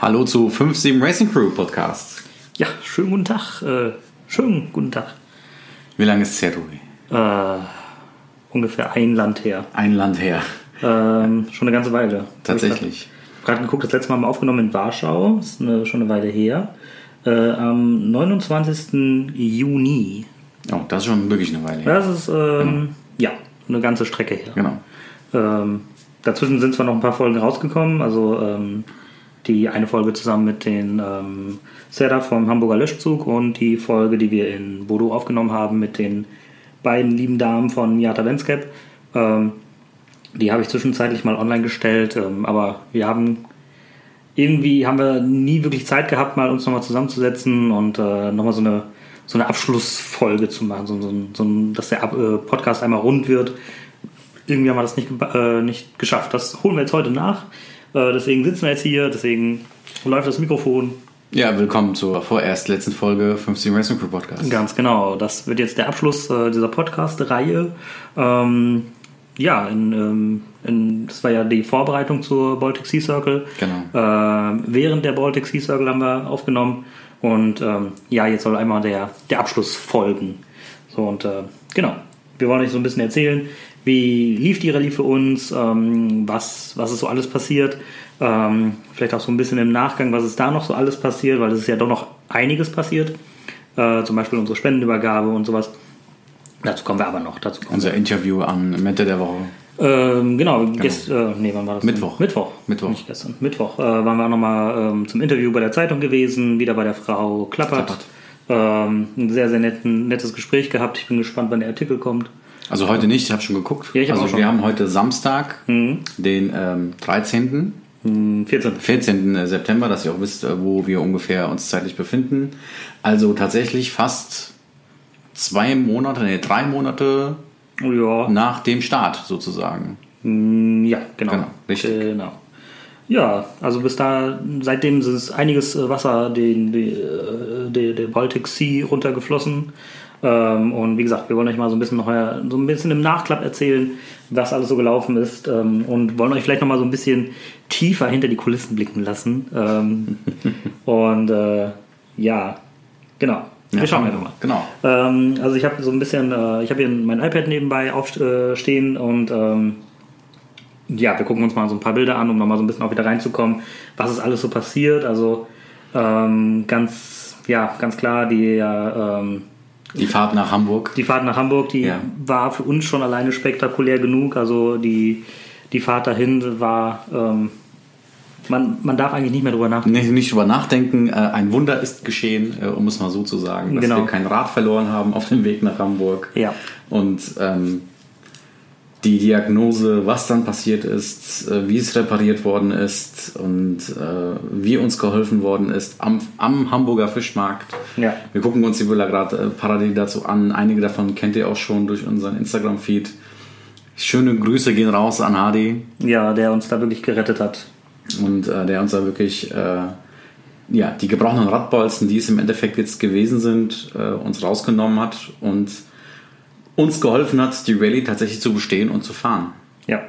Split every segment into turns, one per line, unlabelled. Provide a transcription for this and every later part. Hallo zu 57 Racing Crew Podcast.
Ja, schönen guten Tag. Äh, schönen guten Tag.
Wie lange ist es her, Tobi?
Äh, ungefähr ein Land her.
Ein Land her.
Ähm, schon eine ganze Weile.
Tatsächlich.
Ich gerade geguckt, das letzte Mal haben wir aufgenommen in Warschau. Ist eine, schon eine Weile her. Äh, am 29. Juni.
Oh, das ist schon wirklich eine Weile her.
Das ist, ähm, ja, eine ganze Strecke her.
Genau.
Ähm, dazwischen sind zwar noch ein paar Folgen rausgekommen, also ähm, die eine Folge zusammen mit den ähm, Serda vom Hamburger Löschzug und die Folge, die wir in Bodo aufgenommen haben mit den beiden lieben Damen von Miata Venscap. Ähm, die habe ich zwischenzeitlich mal online gestellt, ähm, aber wir haben irgendwie haben wir nie wirklich Zeit gehabt, mal uns nochmal zusammenzusetzen und äh, nochmal so eine, so eine Abschlussfolge zu machen, so, so, so, ein- dass der Ab- äh, Podcast einmal rund wird. Irgendwie haben wir das nicht, geba- äh, nicht geschafft. Das holen wir jetzt heute nach. Äh, deswegen sitzen wir jetzt hier, deswegen läuft das Mikrofon.
Ja, willkommen zur vorerst letzten Folge 57 Racing Crew Podcast.
Ganz genau. Das wird jetzt der Abschluss äh, dieser Podcast-Reihe. Ähm, ja, in, ähm, in, das war ja die Vorbereitung zur Baltic Sea Circle.
Genau.
Ähm, während der Baltic Sea Circle haben wir aufgenommen. Und ähm, ja, jetzt soll einmal der, der Abschluss folgen. So und äh, genau. Wir wollen euch so ein bisschen erzählen, wie lief die Rallye für uns, ähm, was, was ist so alles passiert. Ähm, vielleicht auch so ein bisschen im Nachgang, was ist da noch so alles passiert, weil es ist ja doch noch einiges passiert. Äh, zum Beispiel unsere Spendenübergabe und sowas. Dazu kommen wir aber noch. Dazu kommen
Unser Interview am Mitte der Woche.
ähm, genau, gest, äh, nee, wann war das? denn?
Mittwoch.
Mittwoch.
Mittwoch.
Nicht gestern. Mittwoch äh, waren wir auch nochmal ähm, zum Interview bei der Zeitung gewesen, wieder bei der Frau Klappert.
Klappert.
Ähm, ein sehr, sehr netten, nettes Gespräch gehabt. Ich bin gespannt, wann der Artikel kommt.
Also heute nicht, ich habe schon geguckt.
Ja, ich hab
also
auch schon. Mhm.
wir haben heute Samstag, den ähm, 13.
Hm, 14.
14. September, dass ihr auch wisst, äh, wo wir ungefähr uns zeitlich befinden. Also tatsächlich fast zwei Monate, nee, drei Monate
Ja,
nach dem Start sozusagen.
hm, ja genau.
Genau, richtig.
Genau. Ja, also bis da, seitdem ist einiges äh, Wasser den, die, äh, der der Baltic Sea runtergeflossen. Ähm, und wie gesagt, wir wollen euch mal so ein bisschen noch äh, so ein bisschen im Nachklapp erzählen, was alles so gelaufen ist. Ähm, und wollen euch vielleicht noch mal so ein bisschen tiefer hinter die Kulissen blicken lassen. Ähm, und äh, ja, genau. Wir schauen einfach mal.
Genau.
Ähm, also ich habe so ein bisschen, äh, ich habe hier mein iPad nebenbei aufstehen äh, stehen und ähm, ja, wir gucken uns mal so ein paar Bilder an, um nochmal so ein bisschen auch wieder reinzukommen, was ist alles so passiert. Also ähm, ganz, ja, ganz klar, die, äh, ähm,
Die Fahrt nach Hamburg.
die Fahrt nach Hamburg, die
Ja.
war für uns schon alleine spektakulär genug. Also die, die Fahrt dahin war, ähm, man, man darf eigentlich nicht mehr drüber nachdenken.
Nicht, nicht drüber nachdenken, äh, ein Wunder ist geschehen, äh, um es mal so zu sagen, dass
Genau.
wir kein Rad verloren haben auf dem Weg nach Hamburg.
Ja.
Und ähm, die Diagnose, was dann passiert ist, äh, wie es repariert worden ist und äh, wie uns geholfen worden ist am, am Hamburger Fischmarkt.
Ja.
Wir gucken uns die Bilder gerade äh, parallel dazu an. Einige davon kennt ihr auch schon durch unseren Instagram-Feed. Schöne Grüße gehen raus an Hadi.
Ja, der uns da wirklich gerettet hat.
und äh, der uns da wirklich äh, ja, die gebrochenen Radbolzen, die es im Endeffekt jetzt gewesen sind, äh, uns rausgenommen hat und uns geholfen hat, die Rallye tatsächlich zu bestehen und zu fahren.
Ja.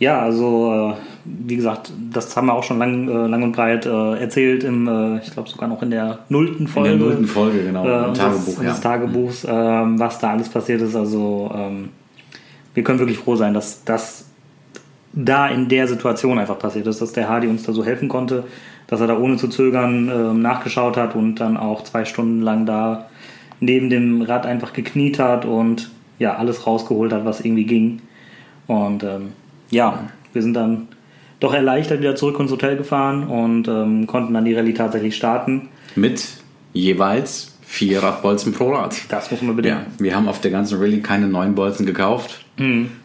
Ja, also äh, wie gesagt, das haben wir auch schon lang, äh, lang und breit äh, erzählt, im, äh, ich glaube sogar noch in der nullten
In
Folge.
der nullten Folge, genau,
äh,
im
unseres,
Tagebuch.
unseres
Ja.
Tagebuchs, ähm, was da alles passiert ist. Also ähm, wir können wirklich froh sein, dass das da in der Situation einfach passiert ist, dass der Hardy uns da so helfen konnte, dass er da ohne zu zögern ähm, nachgeschaut hat und dann auch zwei Stunden lang da neben dem Rad einfach gekniet hat und ja, alles rausgeholt hat, was irgendwie ging. Und ähm, ja, wir sind dann doch erleichtert wieder zurück ins Hotel gefahren und ähm, konnten dann die Rallye tatsächlich starten.
Mit jeweils vier Radbolzen pro Rad.
Das muss man bedenken.
Ja, wir haben auf der ganzen Rallye keine neuen Bolzen gekauft,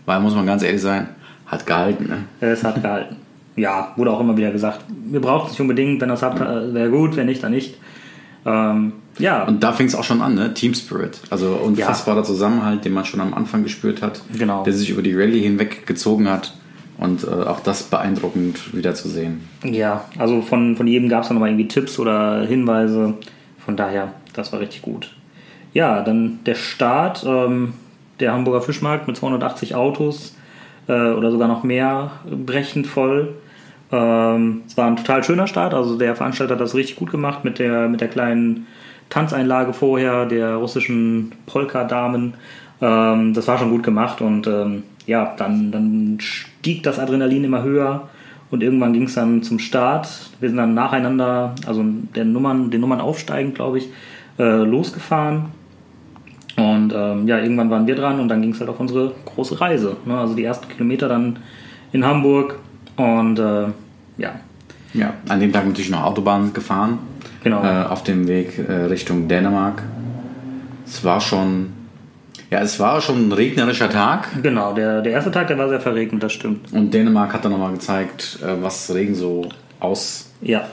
weil, muss man ganz ehrlich sein, hat gehalten. Ne?
Äh, Es hat gehalten. Ja, wurde auch immer wieder gesagt. Wir brauchen es nicht unbedingt. Wenn ihr es habt, äh, wäre gut. Wenn nicht, dann nicht. Ähm, ja,
Und da fing es auch schon an, ne? Team Spirit. Also unfassbarer Zusammenhalt, den man schon am Anfang gespürt hat,
Genau.
der sich über die Rallye hinweg gezogen hat. Und äh, auch das beeindruckend wieder zu sehen.
ja. also von, von jedem gab es dann nochmal irgendwie Tipps oder Hinweise. Von daher, das war richtig gut. Ja, dann der Start, ähm, der Hamburger Fischmarkt mit 280 Autos äh, oder sogar noch mehr, brechend voll. Ähm, es war ein total schöner Start, also der Veranstalter hat das richtig gut gemacht mit der, mit der kleinen Tanzeinlage vorher der russischen Polka-Damen. Ähm, das war schon gut gemacht und ähm, ja, dann, dann stieg das Adrenalin immer höher und irgendwann ging es dann zum Start. Wir sind dann nacheinander, also der Nummern, den Nummern aufsteigend, glaube ich, äh, losgefahren. Und ähm, ja, irgendwann waren wir dran und dann ging es halt auf unsere große Reise. Ne? Also die ersten Kilometer dann in Hamburg und äh, ja,
Ja, an dem Tag natürlich noch Autobahn gefahren.
Genau.
Äh, auf dem Weg äh, Richtung Dänemark. Es war schon. Ja, es war schon ein regnerischer Tag.
genau. Der, der erste Tag, der war sehr verregnet, das stimmt.
Und Dänemark hat dann nochmal gezeigt, äh, was Regen so ausrichten
Ja.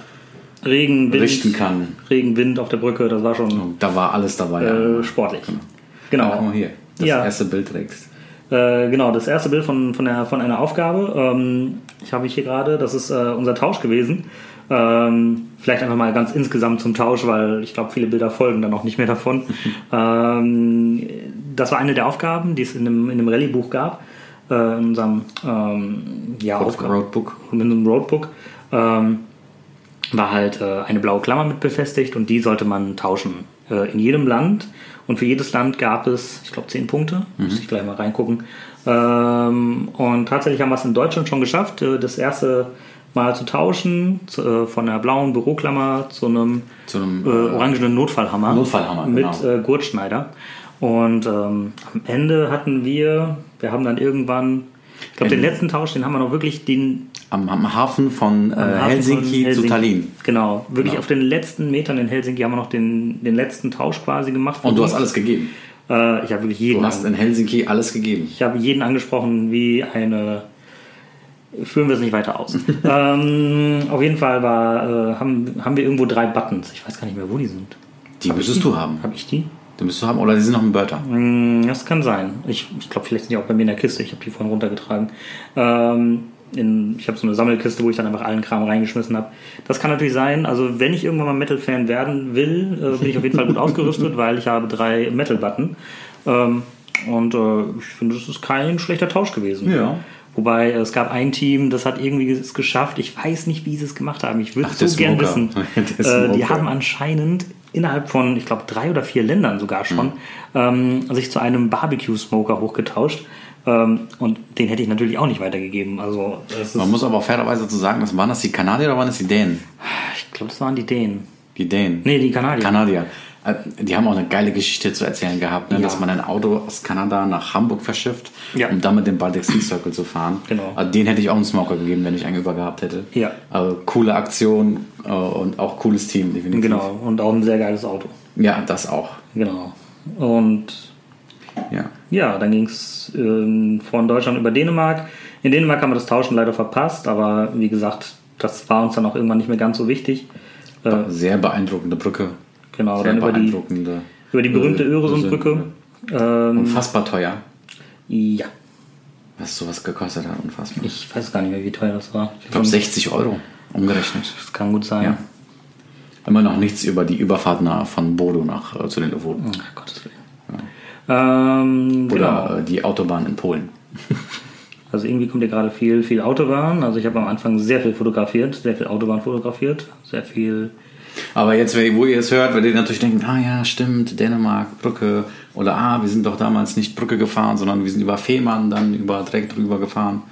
Regen, Wind,
kann.
Regen, Wind auf der Brücke, das war schon
Und da war alles dabei.
äh, sportlich. Genau.
Guck mal hier. Das
Ja.
erste Bild trägst.
Äh, genau, das erste Bild von, von, der, von einer Aufgabe. Ähm, ich habe mich hier gerade, das ist äh, unser Tausch gewesen. Ähm, vielleicht einfach mal ganz insgesamt zum Tausch, weil ich glaube, viele Bilder folgen dann auch nicht mehr davon. ähm, das war eine der Aufgaben, die es in dem, in dem Rallye-Buch gab. Äh, in unserem ähm, ja, Aufgaben
Roadbook.
mit einem Roadbook. Ähm, war halt äh, eine blaue Klammer mit befestigt und die sollte man tauschen. Äh, in jedem Land und für jedes Land gab es, ich glaube, zehn Punkte.
Mhm.
Muss ich gleich mal reingucken. Ähm, und tatsächlich haben wir es in Deutschland schon geschafft, äh, das erste Mal zu tauschen, zu, äh, von einer blauen Büroklammer zu einem
Zu einem
äh, orangenen Notfallhammer.
Notfallhammer,
Mit
genau.
äh, Gurtschneider. Und ähm, am Ende hatten wir, wir haben dann irgendwann, ich glaube, den
Ende.
letzten Tausch, den haben wir noch wirklich den
Am, am Hafen von äh,
Hafen von
Helsinki, zu
Helsinki.
Tallinn.
Genau, wirklich
Genau.
auf den letzten Metern in Helsinki haben wir noch den, den letzten Tausch quasi gemacht.
Und du hast alles gegeben.
Äh, ich habe wirklich jeden,
Du hast
an,
in Helsinki alles gegeben.
ich habe jeden angesprochen wie eine. Führen wir es nicht weiter aus. ähm, auf jeden Fall war, äh, haben, haben wir irgendwo drei Buttons. Ich weiß gar nicht mehr, wo die sind.
Die müsstest du haben.
Habe ich die?
Die müsstest du haben. Oder die sind noch im Börter.
Hm, Das kann sein. Ich, ich glaube, vielleicht sind die auch bei mir in der Kiste. Ich habe die vorhin runtergetragen. Ähm, in, ich habe so eine Sammelkiste, wo ich dann einfach allen Kram reingeschmissen habe. Das kann natürlich sein. Also wenn ich irgendwann mal Metal-Fan werden will, äh, bin ich auf jeden Fall gut ausgerüstet, weil ich habe drei Metal-Button. Ähm, und äh, ich finde, das ist kein schlechter Tausch gewesen.
Ja.
Wobei äh, es gab ein Team, das hat irgendwie es geschafft. Ich weiß nicht, wie sie es gemacht haben. Ich würde
Ach,
es so
der
gern
Smoker.
wissen.
Der Smoker.
Äh, die haben anscheinend innerhalb von, ich glaube, drei oder vier Ländern sogar schon ähm, sich zu einem Barbecue-Smoker hochgetauscht. Ähm, und den hätte ich natürlich auch nicht weitergegeben. Also, das ist,
Man muss aber fairerweise dazu sagen, das waren das die Kanadier oder waren das die Dänen?
ich glaube, das waren die Dänen.
Die Dänen.
Nee, die Kanadier.
Kanadier. Äh, Die haben auch eine geile Geschichte zu erzählen gehabt, ne?
Ja.
dass man ein Auto aus Kanada nach Hamburg verschifft,
Ja.
um dann mit dem Baltic Sea Circle zu fahren.
Genau.
Also den hätte ich auch einen Smoker gegeben, wenn ich einen über gehabt hätte.
Ja.
Also coole Aktion äh, und auch cooles Team, definitiv.
genau, und auch ein sehr geiles Auto.
Ja, das auch.
Genau. Und
Ja.
ja, dann ging es ähm, von Deutschland über Dänemark. In Dänemark haben wir das Tauschen leider verpasst, aber wie gesagt, das war uns dann auch irgendwann nicht mehr ganz so wichtig. Äh,
Sehr beeindruckende Brücke.
genau,
Sehr
dann über die,
beeindruckende.
über die berühmte
Äh,
Öresundbrücke. Ähm,
Unfassbar teuer.
ja,
Was sowas gekostet hat, unfassbar. Ich
ich weiß gar nicht mehr, wie teuer das war. Ich
glaube 60 Euro umgerechnet.
Das kann gut sein.
Ja. Immer noch nichts über die Überfahrt nach, von Bodo nach äh, zu den Lofoten.
Ach, Oh Gottes Willen. Ähm,
Oder
genau.
äh, die Autobahn in Polen.
Also irgendwie kommt ja gerade viel, viel Autobahn. Also ich habe am Anfang sehr viel fotografiert, sehr viel Autobahn fotografiert, sehr viel.
Aber jetzt, wenn- wo ihr es hört, werdet ihr natürlich denken, ah ja, stimmt, Dänemark, Brücke. Oder ah, wir sind doch damals nicht Brücke gefahren, sondern wir sind über Fehmarn dann über direkt drüber gefahren.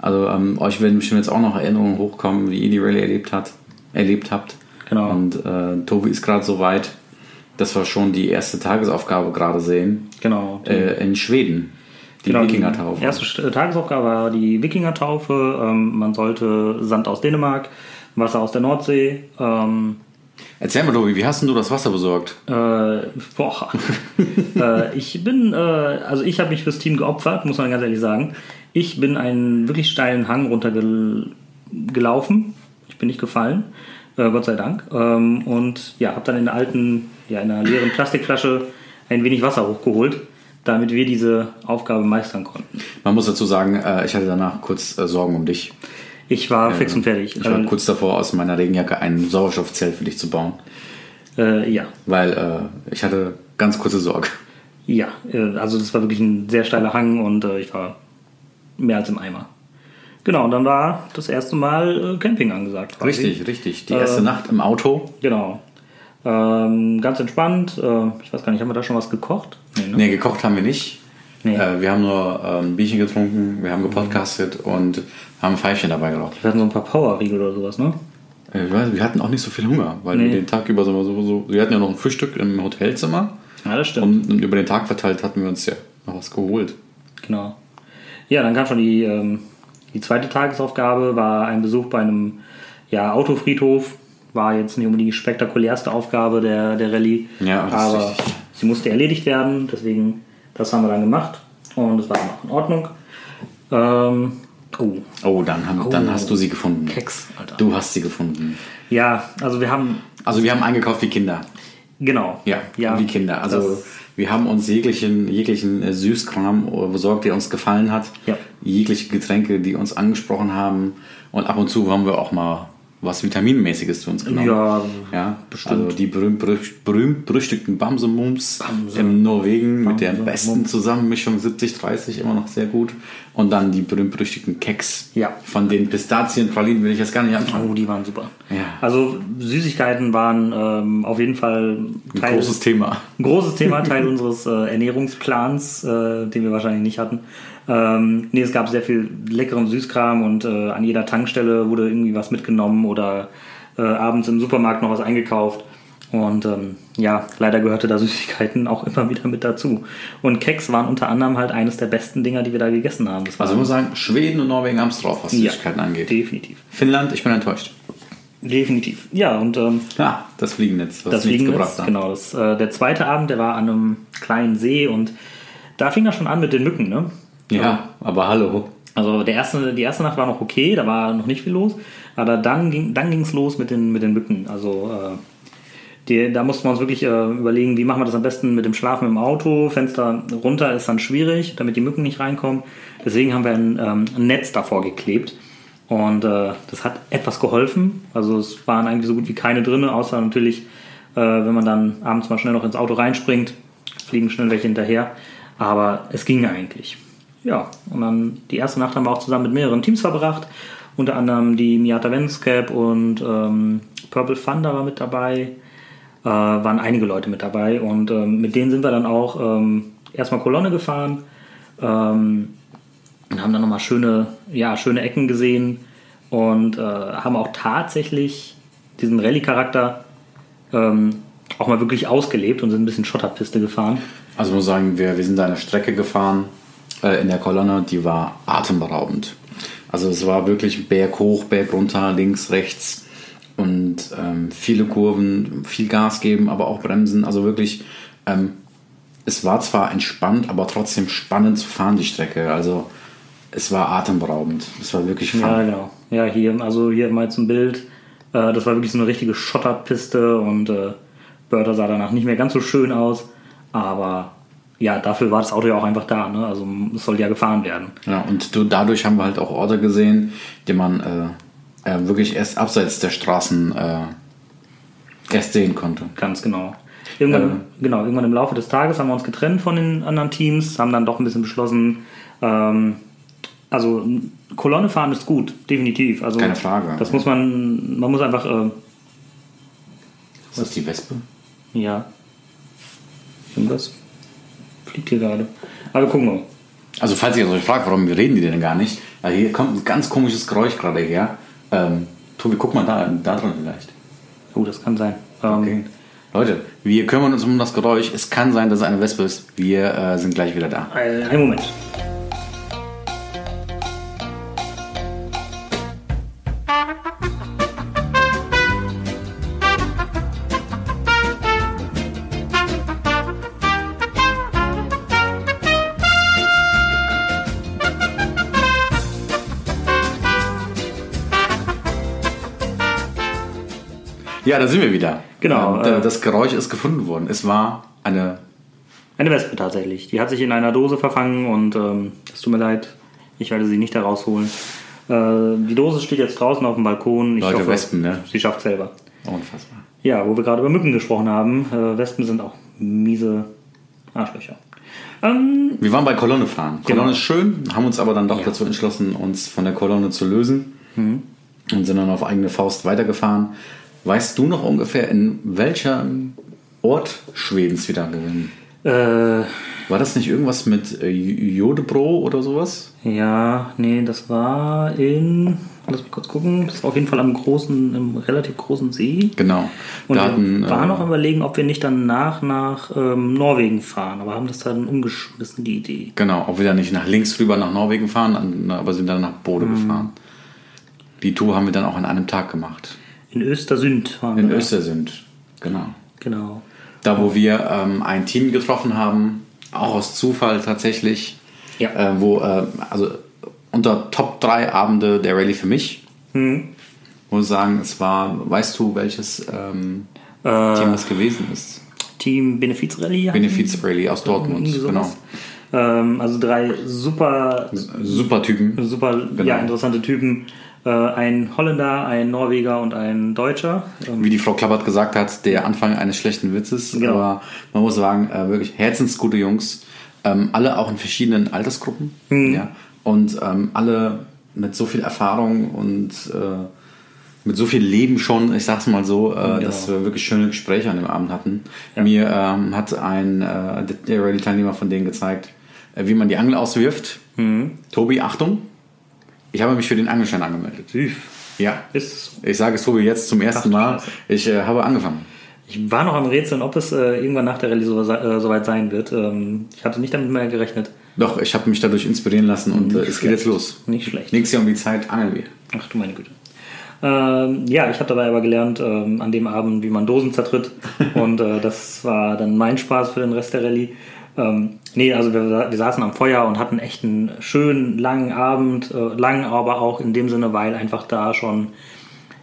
Also ähm, euch werden bestimmt jetzt auch noch Erinnerungen hochkommen, wie ihr die Rallye erlebt, hat, erlebt habt.
Genau.
Und äh, Tobi ist gerade so weit, dass wir schon die erste Tagesaufgabe gerade sehen.
Genau.
Äh, in Schweden. Die
Genau,
Wikingertaufe.
Die erste St- äh, Tagesaufgabe war die Wikingertaufe. Ähm, man sollte Sand aus Dänemark, Wasser aus der Nordsee. Ähm,
Erzähl mal, Tobi, wie hast denn du das Wasser besorgt?
äh, boah. äh, ich bin, äh, also ich habe mich fürs Team geopfert, muss man ganz ehrlich sagen. Ich bin einen wirklich steilen Hang runtergelaufen. Ich bin nicht gefallen, äh, Gott sei Dank. Ähm, und ja, habe dann in der alten, ja, in einer leeren Plastikflasche ein wenig Wasser hochgeholt, damit wir diese Aufgabe meistern konnten.
Man muss dazu sagen, äh, ich hatte danach kurz äh, Sorgen um dich.
Ich war fix und fertig.
Ich war
Äh,
kurz davor, aus meiner Regenjacke ein Sauerstoffzelt für dich zu bauen,
Äh, ja,
weil äh, ich hatte ganz kurze Sorge.
ja. Äh, also das war wirklich ein sehr steiler Hang und äh, ich war mehr als im Eimer. Genau, und dann war das erste Mal äh, Camping angesagt. quasi.
Richtig, richtig.
Ähm.
Die erste Nacht im Auto.
Genau. Ähm, ganz entspannt. Äh, ich weiß gar nicht, haben wir da schon was gekocht? Nee, ne?
Nee, gekocht haben wir nicht.
Nee. Mhm.
Äh, wir haben nur äh, ein Bierchen getrunken, wir haben gepodcastet und haben ein Pfeifchen dabei geraucht.
Wir hatten so ein paar Powerriegel oder sowas, ne?
Äh, ich weiß, wir hatten auch nicht so viel Hunger, weil wir
Nee.
den Tag über so, so, so. Wir hatten ja noch ein Frühstück im Hotelzimmer
Ja, das stimmt.
und, und über den Tag verteilt hatten wir uns ja noch was geholt.
Genau. Ja, dann kam schon die, ähm, die zweite Tagesaufgabe, war ein Besuch bei einem ja, Autofriedhof. War jetzt nicht unbedingt die spektakulärste Aufgabe der, der Rallye.
Ja, das ist
aber
richtig.
sie musste erledigt werden, deswegen das haben wir dann gemacht und es war dann auch in Ordnung. Ähm, oh,
Oh, dann, haben, dann hast du sie gefunden.
Keks, Alter.
Du hast sie gefunden.
ja, also wir haben,
Also wir haben eingekauft wie Kinder.
genau.
Ja,
ja
wie Kinder. Also
das-
wir haben uns jeglichen, jeglichen äh, Süßkram äh, besorgt, der uns gefallen hat.
Ja.
Jegliche Getränke, die uns angesprochen haben. Und ab und zu haben wir auch mal was Vitaminmäßiges zu uns genommen.
Ja,
ja bestimmt. Also die berühmt, berüch- berühmt berüchtigten Bamsemums im Norwegen mit der besten Zusammenmischung 70-30 immer noch sehr gut. Und dann die berühmt berüchtigten Keks.
Ja.
Von den Pistazienpralinen will ich jetzt gar nicht anfangen.
Oh, die waren super.
Ja.
Also Süßigkeiten waren ähm, auf jeden Fall Teil,
Großes Thema.
Ein großes Thema, Teil unseres äh, Ernährungsplans, äh, den wir wahrscheinlich nicht hatten. Ähm, nee, es gab sehr viel leckeren Süßkram und äh, an jeder Tankstelle wurde irgendwie was mitgenommen oder äh, abends im Supermarkt noch was eingekauft. Und ähm, ja, leider gehörte da Süßigkeiten auch immer wieder mit dazu. Und Keks waren unter anderem halt eines der besten Dinger, die wir da gegessen haben. Das war
Also ich muss sagen, Schweden und Norwegen haben es drauf, was Süßigkeiten angeht.
definitiv.
Finnland, ich bin enttäuscht.
Definitiv. Ja, und ähm,
Ja, das Fliegennetz, was
das
nichts
Fliegen
gebracht
jetzt,
hat.
genau. Das, äh, der zweite Abend, der war an einem kleinen See und da fing er schon an mit den Mücken, ne?
Ja, aber hallo.
Also der erste, die erste Nacht war noch okay, da war noch nicht viel los, aber dann ging dann ging's los mit den mit den Mücken. Also äh, die, da mussten wir uns wirklich äh, überlegen, wie machen wir das am besten mit dem Schlafen im Auto. Fenster runter ist dann schwierig, damit die Mücken nicht reinkommen. Deswegen haben wir ein, ähm, ein Netz davor geklebt. Und äh, das hat etwas geholfen. Also es waren eigentlich so gut wie keine drin, außer natürlich, äh, wenn man dann abends mal schnell noch ins Auto reinspringt, fliegen schnell welche hinterher. Aber es ging eigentlich. Ja, und dann die erste Nacht haben wir auch zusammen mit mehreren Teams verbracht. Unter anderem die Miata Ventscap und ähm, Purple Thunder war mit dabei äh, waren einige Leute mit dabei und ähm, mit denen sind wir dann auch ähm, erstmal Kolonne gefahren ähm, und haben dann nochmal schöne, ja, schöne Ecken gesehen und äh, haben auch tatsächlich diesen Rallye-Charakter ähm, auch mal wirklich ausgelebt und sind ein bisschen Schotterpiste gefahren.
Also ich muss sagen, wir, wir sind da eine Strecke gefahren äh, in der Kolonne, die war atemberaubend. Also es war wirklich Berg hoch, Berg runter, links, rechts und ähm, viele Kurven, viel Gas geben, aber auch bremsen. Also wirklich, ähm, es war zwar entspannt, aber trotzdem spannend zu fahren, die Strecke. Also es war atemberaubend. Es war wirklich fun.
Ja, genau. Ja, hier, also hier mal jetzt ein Bild. Äh, das war wirklich so eine richtige Schotterpiste und äh, Börder sah danach nicht mehr ganz so schön aus. Aber ja, dafür war das Auto ja auch einfach da. Ne? Also es soll ja gefahren werden.
Ja, und du, dadurch haben wir halt auch Orte gesehen, die man äh, äh, wirklich erst abseits der Straßen äh, erst sehen konnte.
Ganz genau. Irgendwann,
Ähm.
genau. irgendwann im Laufe des Tages haben wir uns getrennt von den anderen Teams, haben dann doch ein bisschen beschlossen, ähm, also n- Kolonne fahren ist gut, definitiv. Also,
Keine Frage.
Das muss man, man muss einfach, äh,
Ist das die Wespe?
ja. Irgendwas fliegt hier gerade. Aber gucken wir.
Also falls ihr euch fragt, warum reden die denn gar nicht, also hier kommt ein ganz komisches Geräusch gerade her. Ähm, Tobi, guck mal da, da drin vielleicht.
Oh, das kann sein. Ähm,
Leute, wir kümmern uns um das Geräusch. Es kann sein, dass es eine Wespe ist. Wir äh, sind gleich wieder da.
Ein äh, einen Moment.
Ja, da sind wir wieder.
Genau,
Ähm, da-
äh,
das Geräusch ist gefunden worden. Es war eine
Eine Wespe tatsächlich. Die hat sich in einer Dose verfangen und ähm, es tut mir leid, ich werde sie nicht da rausholen. Äh, die Dose steht jetzt draußen auf dem Balkon. Ich
Leute, Wespen, ne?
Sie schafft selber.
Unfassbar.
Ja, wo wir gerade über Mücken gesprochen haben. Äh, Wespen sind auch miese Arschlöcher. Ähm,
Wir waren bei Kolonne fahren. Kolonne
Genau.
ist schön, haben uns aber dann doch
Ja. Mhm.
dazu entschlossen, uns von der Kolonne zu lösen und sind dann auf eigene Faust weitergefahren. Weißt du noch ungefähr, in welchem Ort Schwedens wir da gewesen?
äh,
War das nicht irgendwas mit äh, Jodebro oder sowas?
ja, nee, das war in. Lass mich kurz gucken. Das war auf jeden Fall am großen, im relativ großen See.
Genau.
Und
da hatten,
wir waren
äh,
noch am überlegen, ob wir nicht danach nach ähm, Norwegen fahren, aber haben das dann umgeschmissen, die Idee.
Genau, ob wir da nicht nach links rüber nach Norwegen fahren, an- aber sind dann nach Bode
Mhm.
gefahren. Die Tour haben wir dann auch an einem Tag gemacht.
In Östersund waren
In
wir.
Östersund. Genau.
Genau.
Da, wo wir ähm, ein Team getroffen haben, auch aus Zufall tatsächlich,
Ja.
äh, wo, äh, also unter Top 3 Abende der Rallye für mich,
Hm.
muss ich sagen, es war, weißt du, welches ähm,
Äh,
Team das gewesen ist?
Team Benefiz Rally.
Benefiz Rally aus Dortmund,
Irgendwie
genau.
sowas. Ähm, also drei super,
Super Typen.
super
Genau.
ja, interessante Typen. Äh, ein Holländer, ein Norweger und ein Deutscher. Ähm,
Wie die Frau Klappert gesagt hat, der Anfang eines schlechten Witzes.
Genau.
Aber man muss sagen, äh, wirklich herzensgute Jungs. Ähm, alle auch in verschiedenen Altersgruppen. Ja. Und ähm, alle mit so viel Erfahrung und äh, mit so viel Leben schon, ich sag's mal so, äh, dass wir wirklich schöne Gespräche an dem Abend hatten. Mir ähm, hat ein äh, der Rallye-Teilnehmer von denen gezeigt, äh, wie man die Angel auswirft. Tobi, Achtung! Ich habe mich für den Angelschein angemeldet.
Süß.
Ja.
Ist es so.
Ich sage es Tobi jetzt zum ersten
Ach,
Mal.
Scheiße.
Ich äh, habe angefangen.
Ich war noch am Rätseln, ob es äh, irgendwann nach der Rallye so, äh, soweit sein wird. Ähm, ich hatte nicht damit mehr gerechnet.
Doch, ich habe mich dadurch inspirieren lassen und äh, es geht jetzt los.
Nicht schlecht.
Nächstes Jahr um die Zeit angeln wir.
Ach du meine Güte. Ähm, ja, ich habe dabei aber gelernt ähm, an dem Abend, wie man Dosen zertritt. Und äh, das war dann mein Spaß für den Rest der Rallye. Ähm, nee, also wir, wir saßen am Feuer und hatten echt einen schönen langen Abend. Äh, lang, aber auch in dem Sinne, weil einfach da schon,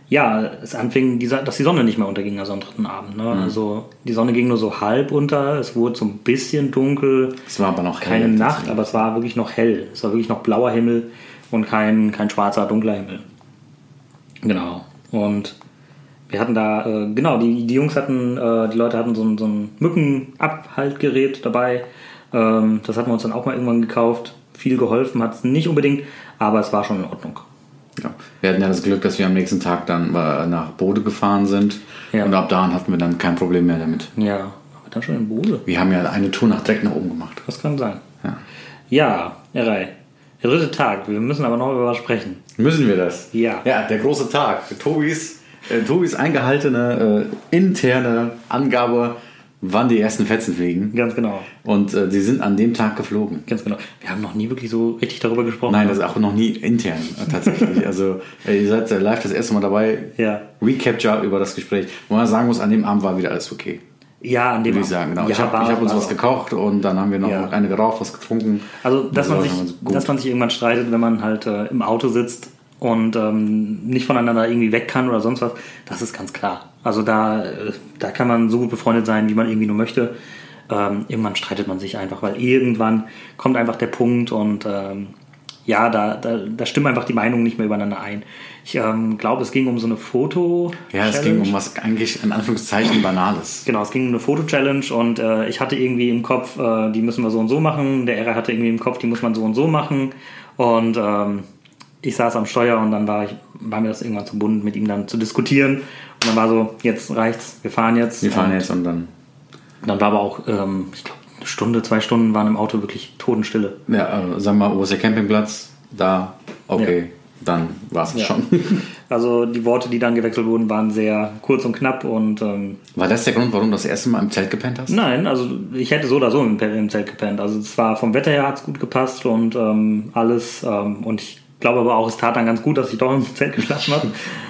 ja, es anfing, die, Sa- dass die Sonne nicht mehr unterging, also am dritten Abend. Ne? Also die Sonne ging nur so halb unter, es wurde so ein bisschen dunkel
Es war aber noch hell.
keine Nacht, aber es war wirklich noch hell. Es war wirklich noch blauer Himmel und kein, kein schwarzer, dunkler Himmel. Genau. Und wir hatten da, äh, genau, die, die Jungs hatten, äh, die Leute hatten so ein, so ein Mückenabhaltgerät dabei. Ähm, das hatten wir uns dann auch mal irgendwann gekauft. Viel geholfen hat es nicht unbedingt, aber es war schon in Ordnung.
Ja. Wir hatten ja das Glück, dass wir am nächsten Tag dann äh, nach Bode gefahren sind.
Ja.
Und ab da hatten wir dann kein Problem mehr damit.
Ja, aber dann schon in Bode.
Wir haben ja eine Tour nach direkt nach oben gemacht.
Das kann sein.
Ja.
Ja, Erei. Der dritte Tag. Wir müssen aber noch über was sprechen.
Müssen wir das?
Ja.
Ja, der große Tag. Tobis, äh, Tobis eingehaltene äh, interne Angabe, wann die ersten Fetzen fliegen.
Ganz genau.
Und äh, die sind an dem Tag geflogen.
Ganz genau. Wir haben noch nie wirklich so richtig darüber gesprochen.
Nein, das ist auch noch nie intern äh, tatsächlich. also äh, ihr seid äh, live das erste Mal dabei.
Ja.
Recapture über das Gespräch. Wo man sagen muss, an dem Abend war wieder alles okay.
Ja, an dem
Würde ich sagen. Genau.
Ja,
ich habe
war-
hab uns
war-
was gekocht und dann haben wir noch
Ja.
eine geraucht, was getrunken.
Also, dass
Das
man,
war
sich,
schon ganz gut.
dass man sich irgendwann streitet, wenn man halt äh, im Auto sitzt und ähm, nicht voneinander irgendwie weg kann oder sonst was, das ist ganz klar. Also da, äh, da kann man so gut befreundet sein, wie man irgendwie nur möchte. Ähm, irgendwann streitet man sich einfach, weil irgendwann kommt einfach der Punkt und ähm, ja, da, da, da stimmen einfach die Meinungen nicht mehr übereinander ein. Ich ähm, glaube, es ging um so eine Foto.
Ja, es ging um was eigentlich in Anführungszeichen Banales.
Genau, es ging um eine Foto-Challenge und äh, ich hatte irgendwie im Kopf, äh, die müssen wir so und so machen. Der Ära hatte irgendwie im Kopf, die muss man so und so machen. Und ähm, ich saß am Steuer und dann war, ich, war mir das irgendwann zu bunt, mit ihm dann zu diskutieren. Und dann war so, jetzt reicht's, wir fahren jetzt.
Wir fahren
und
jetzt und dann.
Dann war aber auch, ähm, ich glaube, eine Stunde, zwei Stunden waren im Auto wirklich Totenstille.
Ja, äh, sagen wir mal, wo ist der Campingplatz? Da, okay,
Ja.
dann war es schon.
Also die Worte, die dann gewechselt wurden, waren sehr kurz und knapp und ähm,
War das der Grund, warum du das erste Mal im Zelt gepennt hast?
Nein, also ich hätte so oder so im, im Zelt gepennt. Also es war vom Wetter her hat's gut gepasst und ähm, alles. Ähm, und ich glaube aber auch, es tat dann ganz gut, dass ich doch im Zelt geschlafen habe.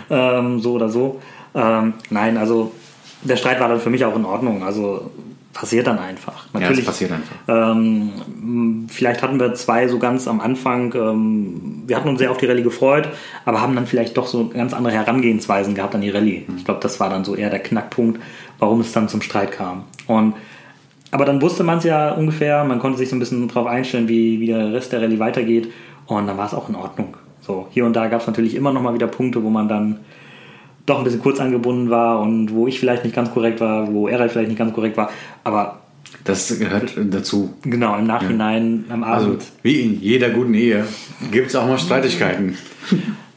ähm, so oder so. Ähm, nein, also der Streit war dann für mich auch in Ordnung. Also passiert dann einfach. ne?
das
Natürlich,
passiert einfach.
ähm, m, vielleicht hatten wir zwei so ganz am Anfang, ähm, wir hatten uns sehr auf die Rallye gefreut, aber haben dann vielleicht doch so ganz andere Herangehensweisen gehabt an die Rallye.
Mhm.
Ich glaube, das war dann so eher der Knackpunkt, warum es dann zum Streit kam. Und aber dann wusste man es ja ungefähr, man konnte sich so ein bisschen darauf einstellen, wie, wie der Rest der Rallye weitergeht und dann war es auch in Ordnung. So, hier und da gab es natürlich immer noch mal wieder Punkte, wo man dann doch ein bisschen kurz angebunden war und wo ich vielleicht nicht ganz korrekt war, wo er vielleicht nicht ganz korrekt war. Aber
Das gehört dazu.
Genau, im Nachhinein, am
Also,
Abend.
wie in jeder guten Ehe gibt es auch mal Streitigkeiten.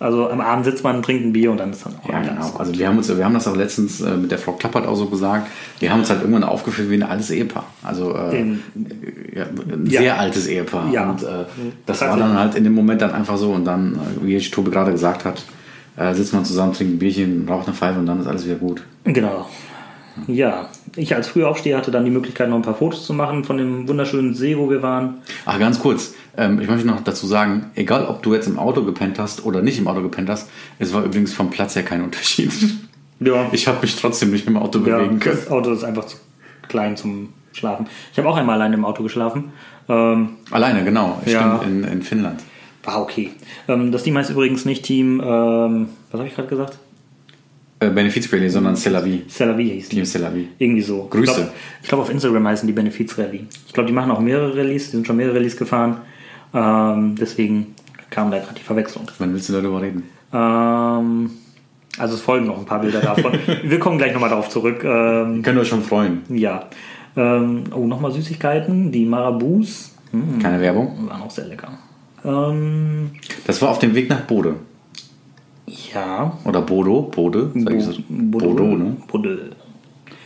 Also, am Abend sitzt man, trinkt ein Bier und dann ist dann auch
Ja,
alles
genau.
gut.
Also wir haben uns, wir haben das auch letztens äh, mit der Frau Klappert auch so gesagt. Wir haben uns halt irgendwann aufgeführt wie ein altes Ehepaar. Also äh,
Ähm,
ja, ein
ja.
sehr altes Ehepaar.
Ja. Mhm.
Und äh, das war
Tatsächlich.
dann halt in dem Moment dann einfach so. Und dann, äh, wie Tobi gerade gesagt hat, äh, sitzt man zusammen, trinkt ein Bierchen, raucht eine Pfeife und dann ist alles wieder gut.
Genau. Ja, ich als Frühaufsteher hatte dann die Möglichkeit, noch ein paar Fotos zu machen von dem wunderschönen See, wo wir waren.
Ach, ganz kurz. Ähm, ich möchte noch dazu sagen, egal ob du jetzt im Auto gepennt hast oder nicht im Auto gepennt hast, es war übrigens vom Platz her kein Unterschied.
Ja,
Ich habe mich trotzdem nicht im Auto
ja
bewegen können.
das Auto ist einfach zu klein zum Schlafen. Ich habe auch einmal alleine im Auto geschlafen. Ähm,
Alleine, genau.
Ja.
Stimmt, in, in Finnland.
war okay. Ähm, das Team heißt übrigens nicht Team, ähm, was habe ich gerade gesagt?
Äh, Benefiz Rally, sondern C'est la vie.
Cellavi hieß die.
Team C'est la vie.
Irgendwie so.
Grüße.
Ich glaube, glaub auf Instagram heißen die Benefits Rally. Ich glaube, die machen auch mehrere Rallyes, die sind schon mehrere Rallyes gefahren. Ähm, deswegen kam da gerade die Verwechslung.
Wann willst du darüber reden?
Ähm, also es folgen noch ein paar Bilder davon. Wir kommen gleich nochmal darauf zurück. Ähm,
Ihr könnt euch schon freuen.
ja. Ähm, oh, nochmal Süßigkeiten. Die Marabous hm,
Keine Werbung.
waren auch sehr lecker. Ähm,
Das war auf dem Weg nach Bode.
ja.
Oder Bodo. Bode. Sag ich so. Bodo, ne?
Bodo.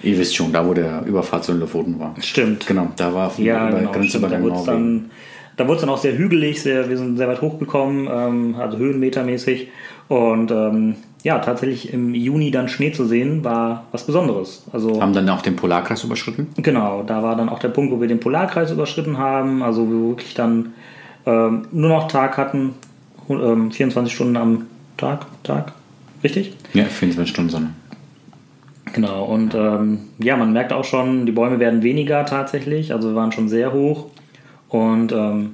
Ihr wisst schon, da wo der Überfahrt zu den Lofoten war.
Stimmt.
Genau, da war auf dem
Ja,
Über-
genau. stimmt. Da
Grenzübergang
wurde es
Norwegen.
dann, da wurd's dann auch sehr hügelig, sehr, wir sind sehr weit hochgekommen, ähm, also höhenmetermäßig. Und ähm, ja, tatsächlich im Juni dann Schnee zu sehen, war was Besonderes. Also
Haben dann auch den Polarkreis überschritten.
Genau, da war dann auch der Punkt, wo wir den Polarkreis überschritten haben, also wir wirklich dann ähm, nur noch Tag hatten, hu- ähm, 24 Stunden am Tag, Tag, richtig?
Ja, 24 Stunden Sonne.
Genau, und ähm, ja, man merkt auch schon, die Bäume werden weniger tatsächlich, also wir waren schon sehr hoch und ähm,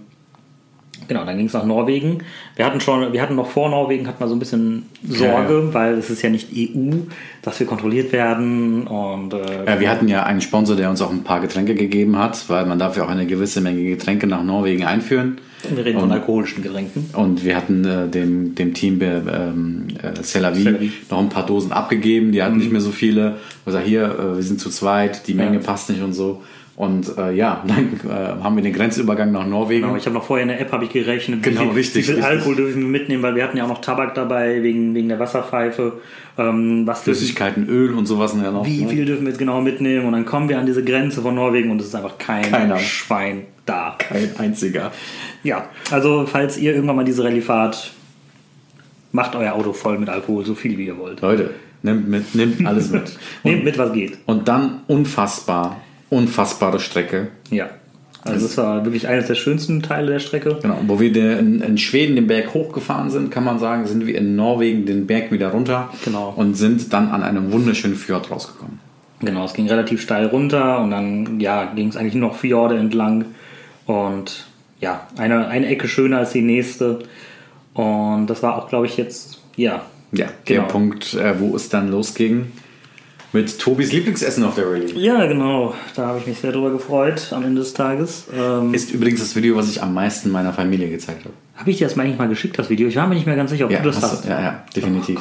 genau, dann ging es nach Norwegen. Wir hatten schon, wir hatten noch vor Norwegen, hatten wir so ein bisschen Sorge, weil es ist ja nicht EU, dass wir kontrolliert werden und äh,
Ja, wir hatten ja einen Sponsor, der uns auch ein paar Getränke gegeben hat, weil man darf ja auch eine gewisse Menge Getränke nach Norwegen einführen.
wir reden von alkoholischen Getränken.
Und wir hatten äh, dem, dem Team ähm, äh, C'est la
C'est la Vie.
vie noch ein paar Dosen abgegeben.
Mhm.
Die hatten nicht mehr so viele. Also hier, äh, wir sind zu zweit, die Menge passt nicht und so. Und äh, ja, dann äh, haben wir den Grenzübergang nach Norwegen.
Genau, ich habe noch vorher in der App habe ich gerechnet,
Genau,
wie viel,
richtig,
wie viel
richtig.
Alkohol dürfen wir mitnehmen, weil wir hatten ja auch noch Tabak dabei wegen, wegen der Wasserpfeife. Ähm, was dürfen,
Flüssigkeiten, Öl und sowas. Ja noch,
wie
ne?
viel dürfen wir jetzt genau mitnehmen? Und dann kommen wir an diese Grenze von Norwegen und es ist einfach kein
Keiner.
Schwein da.
Ein einziger.
Ja, also falls ihr irgendwann mal diese Rallye fahrt, macht euer Auto voll mit Alkohol, so viel wie ihr wollt.
Leute, nimmt mit, nimmt alles mit.
Nehmt mit, was geht.
Und dann unfassbar, unfassbare Strecke.
Ja. Also es war wirklich eines der schönsten Teile der Strecke.
Genau, wo wir den- in, in Schweden den Berg hochgefahren sind, kann man sagen, sind wir in Norwegen den Berg wieder runter
Genau.
und sind dann an einem wunderschönen Fjord rausgekommen.
Genau, es ging relativ steil runter und dann ja, ging es eigentlich nur noch Fjorde entlang. Und ja, eine, eine Ecke schöner als die nächste. Und das war auch, glaube ich, jetzt, ja.
Ja, der
Genau.
Punkt, äh, wo es dann losging mit Tobis Lieblingsessen auf der Rallye.
Ja, genau, da habe ich mich sehr drüber gefreut am Ende des Tages. Ähm,
Ist übrigens das Video, was ich am meisten meiner Familie gezeigt habe.
habe ich dir das mal eigentlich mal geschickt, das Video? Ich war mir nicht mehr ganz sicher, ob du Oh das
hast du-
hast.
ja, ja, definitiv.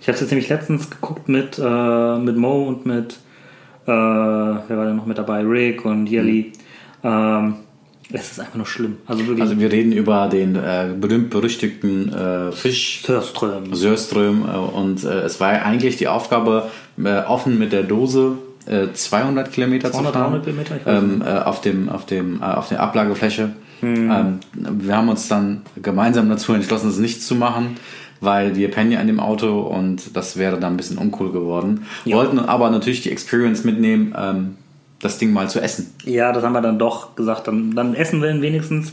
Ich habe es jetzt nämlich letztens geguckt mit, äh, mit Mo und mit, äh, wer war denn noch mit dabei? Rick und Jelly. Ähm, es ist einfach nur schlimm. Also wirklich.
Mhm. also wir reden über den äh, berühmt-berüchtigten äh, Fisch.
Sörström.
Sörström äh, und äh, es war ja eigentlich die Aufgabe, äh, offen mit der Dose äh, 200 Kilometer
200,
zu fahren.
300 Kilometer, ich weiß
ähm, äh, auf, dem, auf, dem, äh, auf der Ablagefläche. Ähm, wir haben uns dann gemeinsam dazu entschlossen, es nicht zu machen, weil wir pennen ja in dem Auto und das wäre dann ein bisschen uncool geworden. Wollten aber natürlich die Experience mitnehmen, ähm, das Ding mal zu essen.
Ja, das haben wir dann doch gesagt. Dann, dann essen wir ihn wenigstens.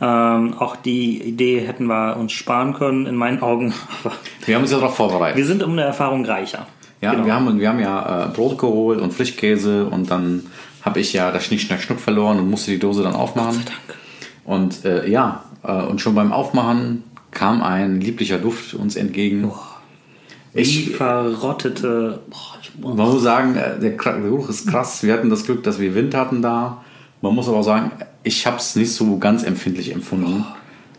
Ähm, auch die Idee hätten wir uns sparen können, in meinen Augen. Aber
Wir haben uns ja darauf vorbereitet.
wir sind um eine Erfahrung reicher.
Ja,
Genau.
wir, haben, wir haben ja äh, Brot geholt und Frischkäse und dann habe ich ja das Schnick, Schnack, Schnuck verloren und musste die Dose dann aufmachen. Und äh, ja, äh, und schon beim Aufmachen kam ein lieblicher Duft uns entgegen.
Die
Ich
verrottete. Boah, ich, boah.
man muss sagen, äh, der, Kra- der Geruch ist krass. Wir hatten das Glück, dass wir Wind hatten da. Man muss aber auch sagen, ich habe es nicht so ganz empfindlich empfunden.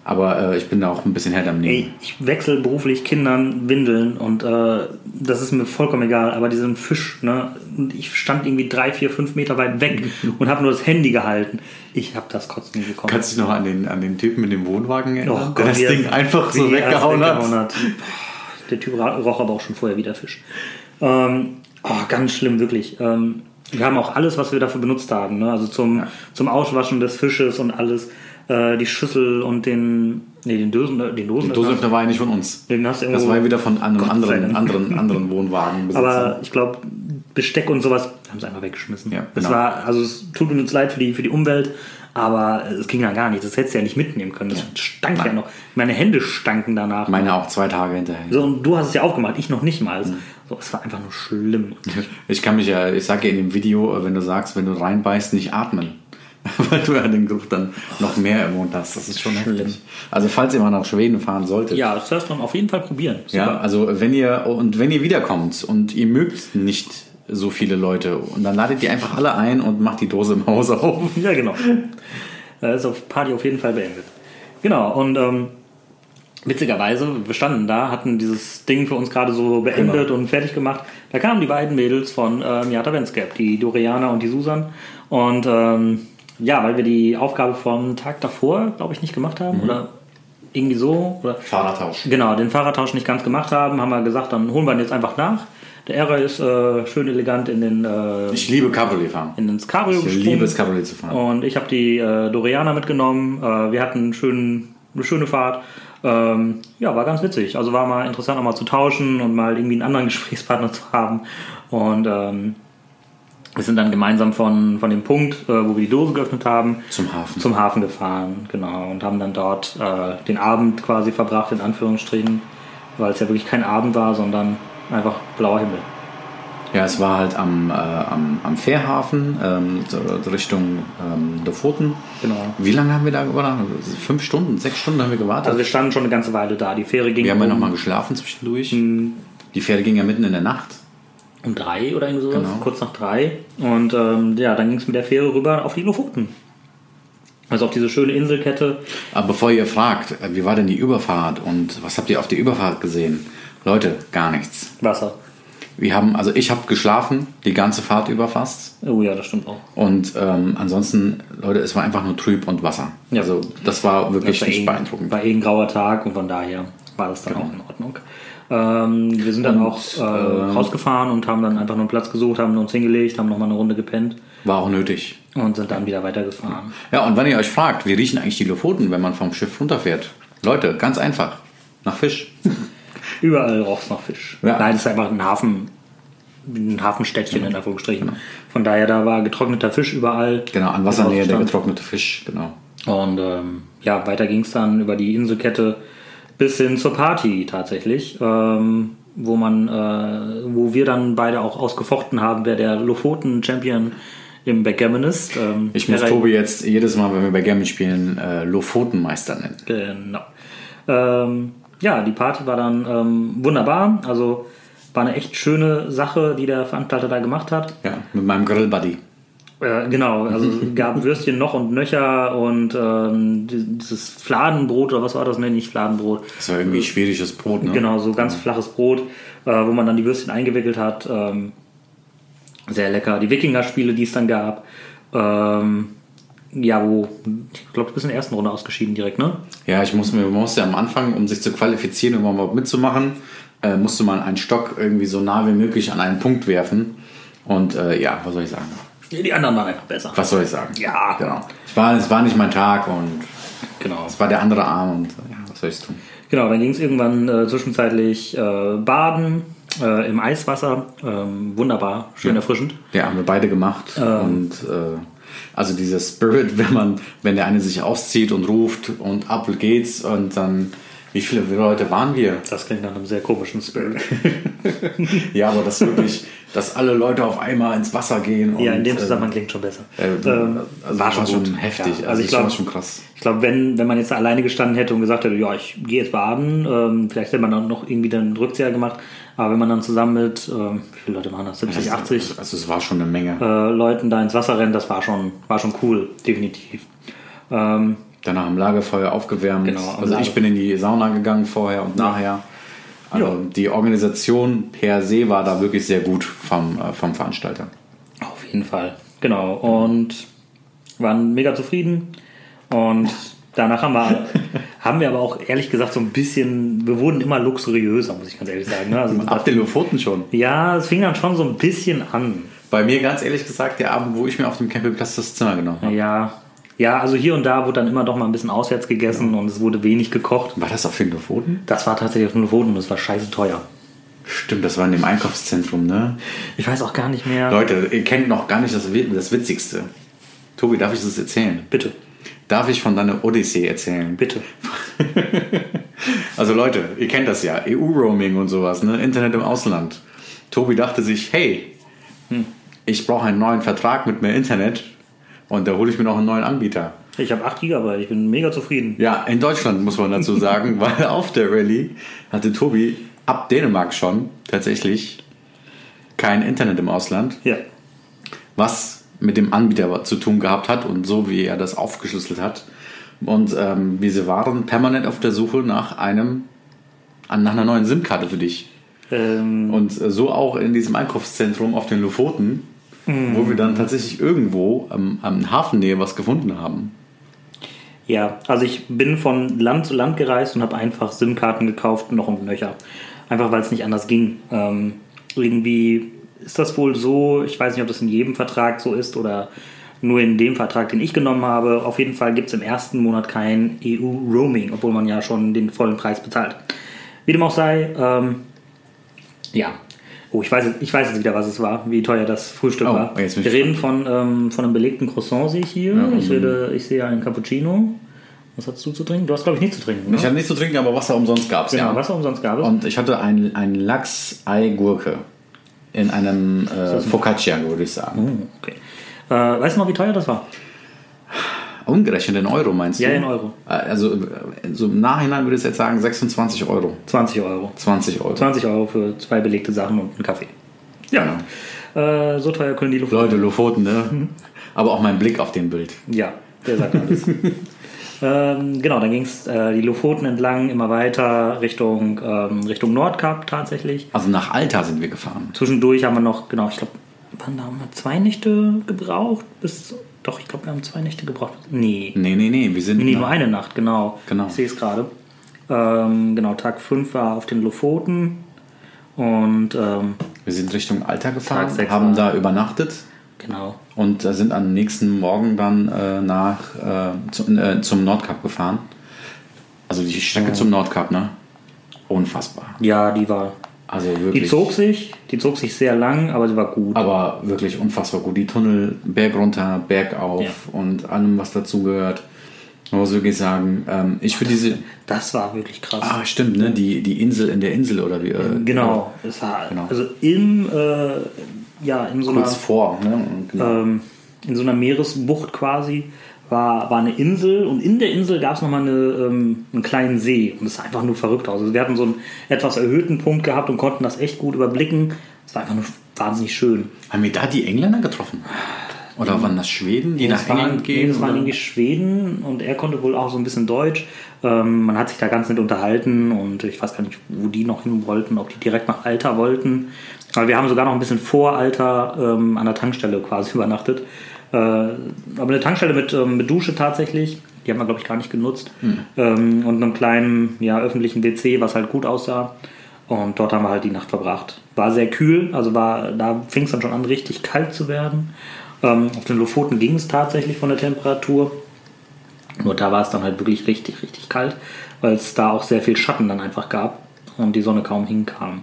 Aber äh, ich bin da auch ein bisschen härter am Nehmen.
Ey, ich wechsle beruflich Kindern Windeln und äh, das ist mir vollkommen egal, aber diesen Fisch, ne, und ich stand irgendwie drei, vier, fünf Meter weit weg und habe nur das Handy gehalten. Ich habe das kotzen nie bekommen.
Kannst du dich noch an den, an den Typen mit dem Wohnwagen erinnern,
Och
der das
Oh wie er-
Ding einfach
wie
so
er es
weggehauen hat?
Der Typ ra- roch aber auch schon vorher wieder Fisch. Ähm, oh, ganz schlimm, wirklich. Ähm, wir haben auch alles, was wir dafür benutzt haben. Ne? Also zum, zum Auswaschen des Fisches und alles. Äh, die Schüssel und den, nee, den Dosen. äh, Den Dosen
Dosenöffner war ja nicht von uns.
Den hast du
Das
irgendwo-
war ja wieder von einem
Gott sei
anderen,
Dank.
anderen, anderen Wohnwagenbesitzer.
aber ich glaube, Besteck und sowas haben sie einfach weggeschmissen.
Ja,
Es
genau.
war, also es tut uns leid für die, für die Umwelt, aber es ging ja gar nicht. Das hättest du ja nicht mitnehmen können. Das stank ja noch. Meine Hände stanken danach.
Meine auch zwei Tage hinterher.
So, und du hast es ja aufgemacht, ich noch nicht
Mhm.
mal. So, es war einfach nur schlimm.
Ich kann mich ja, ich sage ja in dem Video, äh, wenn du sagst, wenn du reinbeißt, nicht atmen. Weil du ja den Geruch dann noch mehr im Mund hast. Das ist schon
Schlimm.
heftig. Also falls ihr mal nach Schweden fahren solltet.
Ja, das sollst du auf jeden Fall probieren.
Ja, also wenn ihr und wenn ihr wiederkommt und ihr mögt nicht so viele Leute und dann ladet ihr einfach alle ein und macht die Dose im Haus auf.
Ja, genau. Das ist auf Party auf jeden Fall beendet. Genau, und ähm, witzigerweise, wir standen da, hatten dieses Ding für uns gerade so beendet
Genau.
und fertig gemacht. Da kamen die beiden Mädels von äh, Miata Venscap, die Doriana und die Susan. Und ähm, ja, weil wir die Aufgabe vom Tag davor, glaube ich, nicht gemacht
Mhm.
haben oder irgendwie so. Oder
Fahrradtausch.
Genau, den Fahrradtausch nicht ganz gemacht haben, haben wir gesagt, dann holen wir ihn jetzt einfach nach. Der Ära ist äh, schön elegant in den äh,
Ich liebe Cabriolet fahren.
in den Cabrio
Ich
gesprungen.
liebe es, Cabriolet zu fahren.
und ich habe die äh, Doriana mitgenommen. Äh, wir hatten einen schönen, eine schöne Fahrt. Ähm, ja, war ganz witzig. Also war mal interessant, auch mal zu tauschen und mal irgendwie einen anderen Gesprächspartner zu haben. Und ähm, wir sind dann gemeinsam von, von dem Punkt, äh, wo wir die Dose geöffnet haben,
Zum Hafen.
zum Hafen gefahren, genau, und haben dann dort äh, den Abend quasi verbracht, in Anführungsstrichen, weil es ja wirklich kein Abend war, sondern einfach blauer Himmel.
Ja, es war halt am, äh, am, am Fährhafen ähm, so Richtung ähm, Lofoten.
Genau.
Wie lange haben wir da gewartet? Fünf Stunden, sechs Stunden haben wir gewartet.
Also wir standen schon eine ganze Weile da. Die Fähre ging
wir haben ja
um,
nochmal geschlafen zwischendurch.
Mhm.
Die Pferde ging ja mitten in der Nacht.
um drei oder irgendwie sowas,
Genau.
kurz nach drei. Und ähm, ja, dann ging es mit der Fähre rüber auf die Lofoten. Also auf diese schöne Inselkette.
Aber bevor ihr fragt, äh, wie war denn die Überfahrt und was habt ihr auf der Überfahrt gesehen? Leute, gar nichts.
Wasser.
Wir haben, also ich habe geschlafen, die ganze Fahrt über fast.
Oh ja, das stimmt auch.
Und ähm, ansonsten, Leute, es war einfach nur trüb und Wasser.
Ja.
Also das war wirklich
war eh-
nicht beeindruckend. Genau.
War eh ein grauer Tag und von daher war das dann auch in Ordnung. Ähm, wir sind dann
Und, ähm,
auch äh, rausgefahren und haben dann einfach nur einen Platz gesucht, haben uns hingelegt, haben nochmal eine Runde gepennt
War auch nötig.
und sind dann wieder weitergefahren.
Ja, und wenn ihr euch fragt, wie riechen eigentlich die Lofoten, wenn man vom Schiff runterfährt? Leute, ganz einfach. Nach Fisch.
Überall roch es nach Fisch.
Ja.
Nein, es ist einfach ein Hafen, ein Hafenstädtchen in Anführungsstrichen. Von daher, da war getrockneter Fisch überall.
Genau, an
der
Wassernähe der
drauf stand.
getrocknete Fisch. Genau.
Und ähm, ja, weiter ging es dann über die Inselkette bis hin zur Party tatsächlich, ähm, wo man, äh, wo wir dann beide auch ausgefochten haben, wer der Lofoten-Champion im Backgammon ist. Ähm,
Ich muss
Ferrer-
Tobi jetzt jedes Mal, wenn wir bei Gammon spielen, äh, Lofotenmeister nennen.
Genau. Ähm, ja, die Party war dann ähm, wunderbar. Also war eine echt schöne Sache, die der Veranstalter da gemacht hat.
Ja, mit meinem Grillbuddy.
Äh, genau, also es gab Würstchen noch und nöcher und ähm, die- dieses Fladenbrot oder was war das? Nee, nicht Fladenbrot.
Das war irgendwie schwieriges Brot, ne?
Genau, so ganz flaches Brot, äh, wo man dann die Würstchen eingewickelt hat. Ähm, sehr lecker. Die Wikinger-Spiele, die es dann gab. Ähm, ja, wo, ich glaube, du bist in der ersten Runde ausgeschieden direkt, ne?
Ja, ich muss mir, man muss ja am Anfang, um sich zu qualifizieren, um überhaupt mitzumachen, äh, musste man einen Stock irgendwie so nah wie möglich an einen Punkt werfen. Und äh, ja, was soll ich sagen?
Die anderen waren einfach besser.
Was soll ich sagen?
Ja.
Genau. Ich war, es war nicht mein Tag und
Genau.
es war der andere Arm und ja, was soll ich tun?
Genau, dann ging es irgendwann äh, zwischenzeitlich äh, baden äh, im Eiswasser. Ähm, wunderbar, schön erfrischend.
Ja, haben wir beide gemacht.
Ähm.
Und äh, also dieser Spirit, wenn man, wenn der eine sich auszieht und ruft und ab geht's und dann, wie viele Leute waren wir?
Das klingt nach einem sehr komischen Spirit.
Ja, aber das wirklich, dass alle Leute auf einmal ins Wasser gehen. Und,
ja, in dem
äh,
Zusammenhang klingt schon besser.
äh,
Ähm,
also war schon, heftig. also
Ja, also
ich
ich
war
glaube,
schon krass.
ich glaube, wenn, wenn man jetzt da alleine gestanden hätte und gesagt hätte, ja, ich gehe jetzt baden, ähm, vielleicht hätte man dann noch irgendwie dann einen Rückzieher gemacht. Aber wenn man dann zusammen mit, ähm, wie viele Leute waren das? 70, 80
Also es war schon eine Menge.
äh, Leuten da ins Wasser rennt, das war schon, war schon cool, definitiv. Ähm,
danach am Lagerfeuer aufgewärmt.
Genau, am
also ich
Lagerfeuer.
bin in die Sauna gegangen vorher und nachher. Also
Ja.
die Organisation per se war da wirklich sehr gut vom, äh, vom Veranstalter.
Auf jeden Fall. Genau. Und waren mega zufrieden. Und danach haben wir, haben wir aber auch ehrlich gesagt so ein bisschen, wir wurden immer luxuriöser, muss ich ganz ehrlich sagen. ne? Also,
Ab den Lofoten schon.
ja, es fing dann schon so ein bisschen an.
Bei mir ganz ehrlich gesagt, der Abend, wo ich mir auf dem Campingplatz das Zimmer genommen habe.
Ja. Ja, also hier und da wurde dann immer doch mal ein bisschen auswärts gegessen und es wurde wenig gekocht.
War das auf den Lofoten?
Das war tatsächlich auf dem Lofoten und das war scheiße teuer.
Stimmt, das war in dem Einkaufszentrum, ne?
Ich weiß auch gar nicht mehr.
Leute, ihr kennt noch gar nicht das, Wi- das Witzigste. Tobi, darf ich das erzählen?
Bitte,
Darf ich von deiner Odyssee erzählen?
bitte.
Also Leute, ihr kennt das ja, EU-Roaming und sowas, ne? Internet im Ausland. Tobi dachte sich, hey, hm, ich brauche einen neuen Vertrag mit mehr Internet und da hole ich mir noch einen neuen Anbieter.
Ich habe 8 Gigabyte, ich bin mega zufrieden.
Ja, in Deutschland muss man dazu sagen, weil auf der Rallye hatte Tobi ab Dänemark schon tatsächlich kein Internet im Ausland,
Ja.
was mit dem Anbieter zu tun gehabt hat und so wie er das aufgeschlüsselt hat. Und ähm, wir waren permanent auf der Suche nach einem, nach einer neuen SIM-Karte für dich.
Ähm,
Und äh, so auch in diesem Einkaufszentrum auf den Lofoten, wo
Mhm.
wir dann tatsächlich irgendwo am, am Hafennähe was gefunden haben.
Ja, also ich bin von Land zu Land gereist und habe einfach SIM-Karten gekauft, noch und nöcher. Einfach weil es nicht anders ging. Ähm, irgendwie ist das wohl so, ich weiß nicht, ob das in jedem Vertrag so ist oder nur in dem Vertrag, den ich genommen habe. Auf jeden Fall gibt es im ersten Monat kein EU-Roaming, obwohl man ja schon den vollen Preis bezahlt. Wie dem auch sei, ähm, ja. Oh, ich weiß, jetzt- ich weiß jetzt wieder, was es war, wie teuer das Frühstück
Oh,
war.
jetzt bin ich also-
Wir reden von, ähm, von einem belegten Croissant, sehe ich hier. ich, rede, ich sehe einen Cappuccino. Was hast du zu trinken? Du hast, glaube ich, nichts zu trinken. Ne?
Ich hatte nichts zu trinken, aber Wasser umsonst gab es.
genau,
ja.
Wasser umsonst gab es.
Und ich hatte ein, ein Lachs-Ei-Gurke in einem äh, Focaccia, würde ich sagen.
Hm, okay. äh, weißt du noch, wie teuer das war?
Umgerechnet in Euro, meinst
Ja,
du?
in Euro.
Äh, Also äh, so im Nachhinein würde ich jetzt sagen 26 Euro.
20 Euro.
20 Euro.
20 Euro für zwei belegte Sachen und einen Kaffee.
Ja.
Äh, so teuer können die Luft.
Genau. Leute, Lofoten,
Mhm.
ne? Aber auch mein Blick auf dem Bild.
Ja, der sagt alles. ähm, genau, dann ging es äh, die Lofoten entlang immer weiter Richtung, ähm, Richtung Nordkap tatsächlich.
Also nach Alta sind wir gefahren.
Zwischendurch haben wir noch, genau, ich glaube, wann da haben wir zwei Nächte gebraucht? Bis, doch, ich glaube, wir haben zwei Nächte gebraucht. Nee,
Nee, nee, nee, wir sind
nee,
nach-
nur eine Nacht, genau.
Genau.
Ich sehe es gerade. Ähm, genau, Tag 5 war auf den Lofoten und ähm,
Wir sind Richtung Alter gefahren,
Tag sechs
haben
war-
da übernachtet
genau,
und äh, sind am nächsten Morgen dann äh, nach, äh, zu, äh, zum Nordkap gefahren. Also die Strecke zum Nordkap, ne? Unfassbar.
ja, die war,
Also
die
wirklich.
zog sich, die zog sich sehr lang, aber sie war gut.
aber wirklich unfassbar gut. Die Tunnel berg runter, bergauf
Ja.
und allem, was dazugehört. Man muss wirklich sagen, ähm, ich würde diese.
Das war wirklich krass.
Ah, stimmt, ne? Die, die Insel in der Insel oder wie. Äh,
genau, es war,
Genau.
also im, äh, ja, in so einer...
Kurz vor, ne? Und Genau.
ähm, in so einer Meeresbucht quasi, war, war eine Insel und in der Insel gab es nochmal eine, ähm, einen kleinen See und es sah einfach nur verrückt aus. Also wir hatten so einen etwas erhöhten Punkt gehabt und konnten das echt gut überblicken. Es war einfach nur wahnsinnig schön.
Haben wir da die Engländer getroffen? Oder waren das Schweden, die nach
Es waren-
England
nee,
gehen?
Das waren
oder?
irgendwie Schweden und er konnte wohl auch so ein bisschen Deutsch. Ähm, man hat sich da ganz nett unterhalten und ich weiß gar nicht, wo die noch hin wollten, ob die direkt nach Alter wollten. Aber wir haben sogar noch ein bisschen vor Alter ähm, an der Tankstelle quasi übernachtet. Äh, aber eine Tankstelle mit, ähm, mit Dusche tatsächlich. Die haben wir, glaube ich, gar nicht genutzt.
Hm.
Ähm, und einem kleinen, ja, öffentlichen WC, was halt gut aussah. Und dort haben wir halt die Nacht verbracht. War sehr kühl, also war, da fing es dann schon an, richtig kalt zu werden. Ähm, auf den Lofoten ging es tatsächlich von der Temperatur. Nur da war es dann halt wirklich richtig, richtig kalt, weil es da auch sehr viel Schatten dann einfach gab und die Sonne kaum hinkam.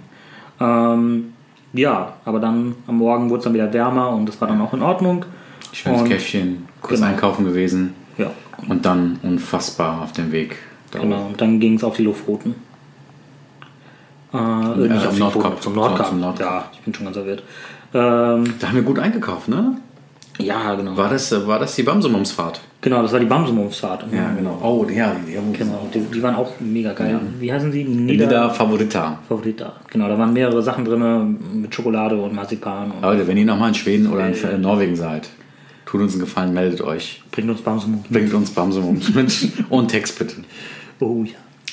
Ähm, ja, aber dann am Morgen wurde es dann wieder wärmer und das war dann auch in Ordnung.
Schönes
Und-
Käffchen, kurz
Genau.
einkaufen gewesen
Ja,
und dann unfassbar auf dem Weg. da hoch.
genau. Und dann ging es auf die Lofoten. Äh, äh,
auf
die
Nordkap.
Lofoten, Zum Nordkap.
Zum Nordkap.
Ja, ich bin schon ganz verwirrt. Ähm,
Da haben wir gut eingekauft, ne?
ja, genau.
War das, äh, war das die Bamsumumsfahrt?
Genau, das war die Bamsumumfahrt.
genau. Oh, ja, ja
Genau, die, die waren auch mega geil. Wie heißen sie?
Lida Favorita.
Favorita. Genau, da waren mehrere Sachen drin mit Schokolade und Marzipan. Und
Leute, wenn ihr nochmal in Schweden oder in äh, Norwegen seid, Tut uns einen Gefallen, meldet euch.
Bringt uns Bamsum.
Bringt uns Bamsumums mit und Text bitte.
Oh ja.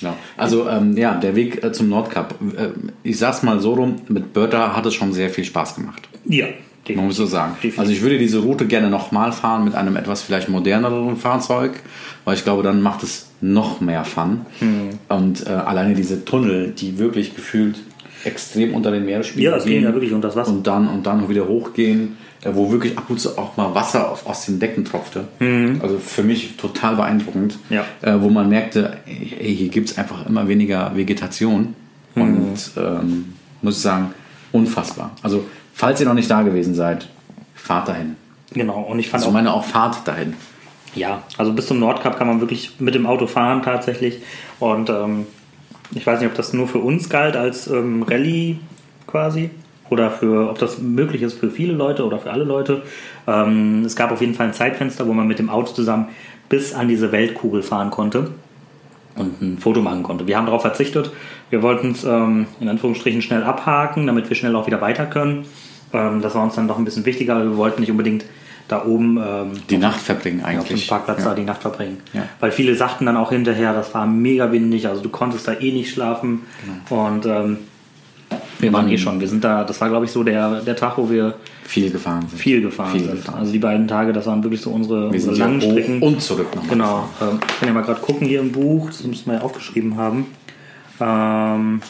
Ja. Also ähm, ja, der Weg äh, zum Nordkap. Äh, ich sag's mal so rum, mit Börda hat es schon sehr viel Spaß gemacht.
Ja,
Man muss so sagen. Also ich würde diese Route gerne nochmal fahren mit einem etwas vielleicht moderneren Fahrzeug, weil ich glaube, dann macht es noch mehr Fun.
Hm.
Und äh, alleine diese Tunnel, die wirklich gefühlt extrem unter den Meeresspiegel
Ja, es ging ja wirklich unter das Wasser.
Und dann, und dann noch wieder hochgehen, äh, wo wirklich ab und zu auch mal Wasser auf, aus den Decken tropfte. Also für mich total beeindruckend,
Mhm. Ja.
äh, wo man merkte, ey, hier gibt es einfach immer weniger Vegetation.
Mhm.
Und ähm, muss ich sagen, unfassbar. Also, falls ihr noch nicht da gewesen seid, fahrt dahin.
Genau. Und ich fand
Also, ich
auch,
meine auch fahrt dahin.
ja, also bis zum Nordkap kann man wirklich mit dem Auto fahren tatsächlich. Und ähm, ich weiß nicht, ob das nur für uns galt als ähm, Rallye quasi oder für, ob das möglich ist für viele Leute oder für alle Leute. Ähm, es gab auf jeden Fall ein Zeitfenster, wo man mit dem Auto zusammen bis an diese Weltkugel fahren konnte und ein Foto machen konnte. Wir haben darauf verzichtet. Wir wollten es ähm, in Anführungsstrichen schnell abhaken, damit wir schnell auch wieder weiter können. Ähm, das war uns dann doch ein bisschen wichtiger. weil Wir wollten nicht unbedingt da oben ähm,
Die Nacht verbringen
auf dem
eigentlich.
Parkplatz halt.
ja.
da die Nacht verbringen.
Ja.
Weil viele sagten dann auch hinterher, das war mega windig, also du konntest da eh nicht schlafen.
Genau.
Und ähm, wir waren eh schon, wir sind da, das war glaube ich so der, der Tag, wo wir
Viel gefahren sind.
viel gefahren
Viel
sind.
gefahren.
Also die beiden Tage, das waren wirklich so unsere,
Wir
unsere
sind ja
langen Strecken.
hoch und zurück nochmal.
Genau. Ähm, ich kann ja mal gerade gucken hier im Buch, das müssen wir ja aufgeschrieben haben. Ähm,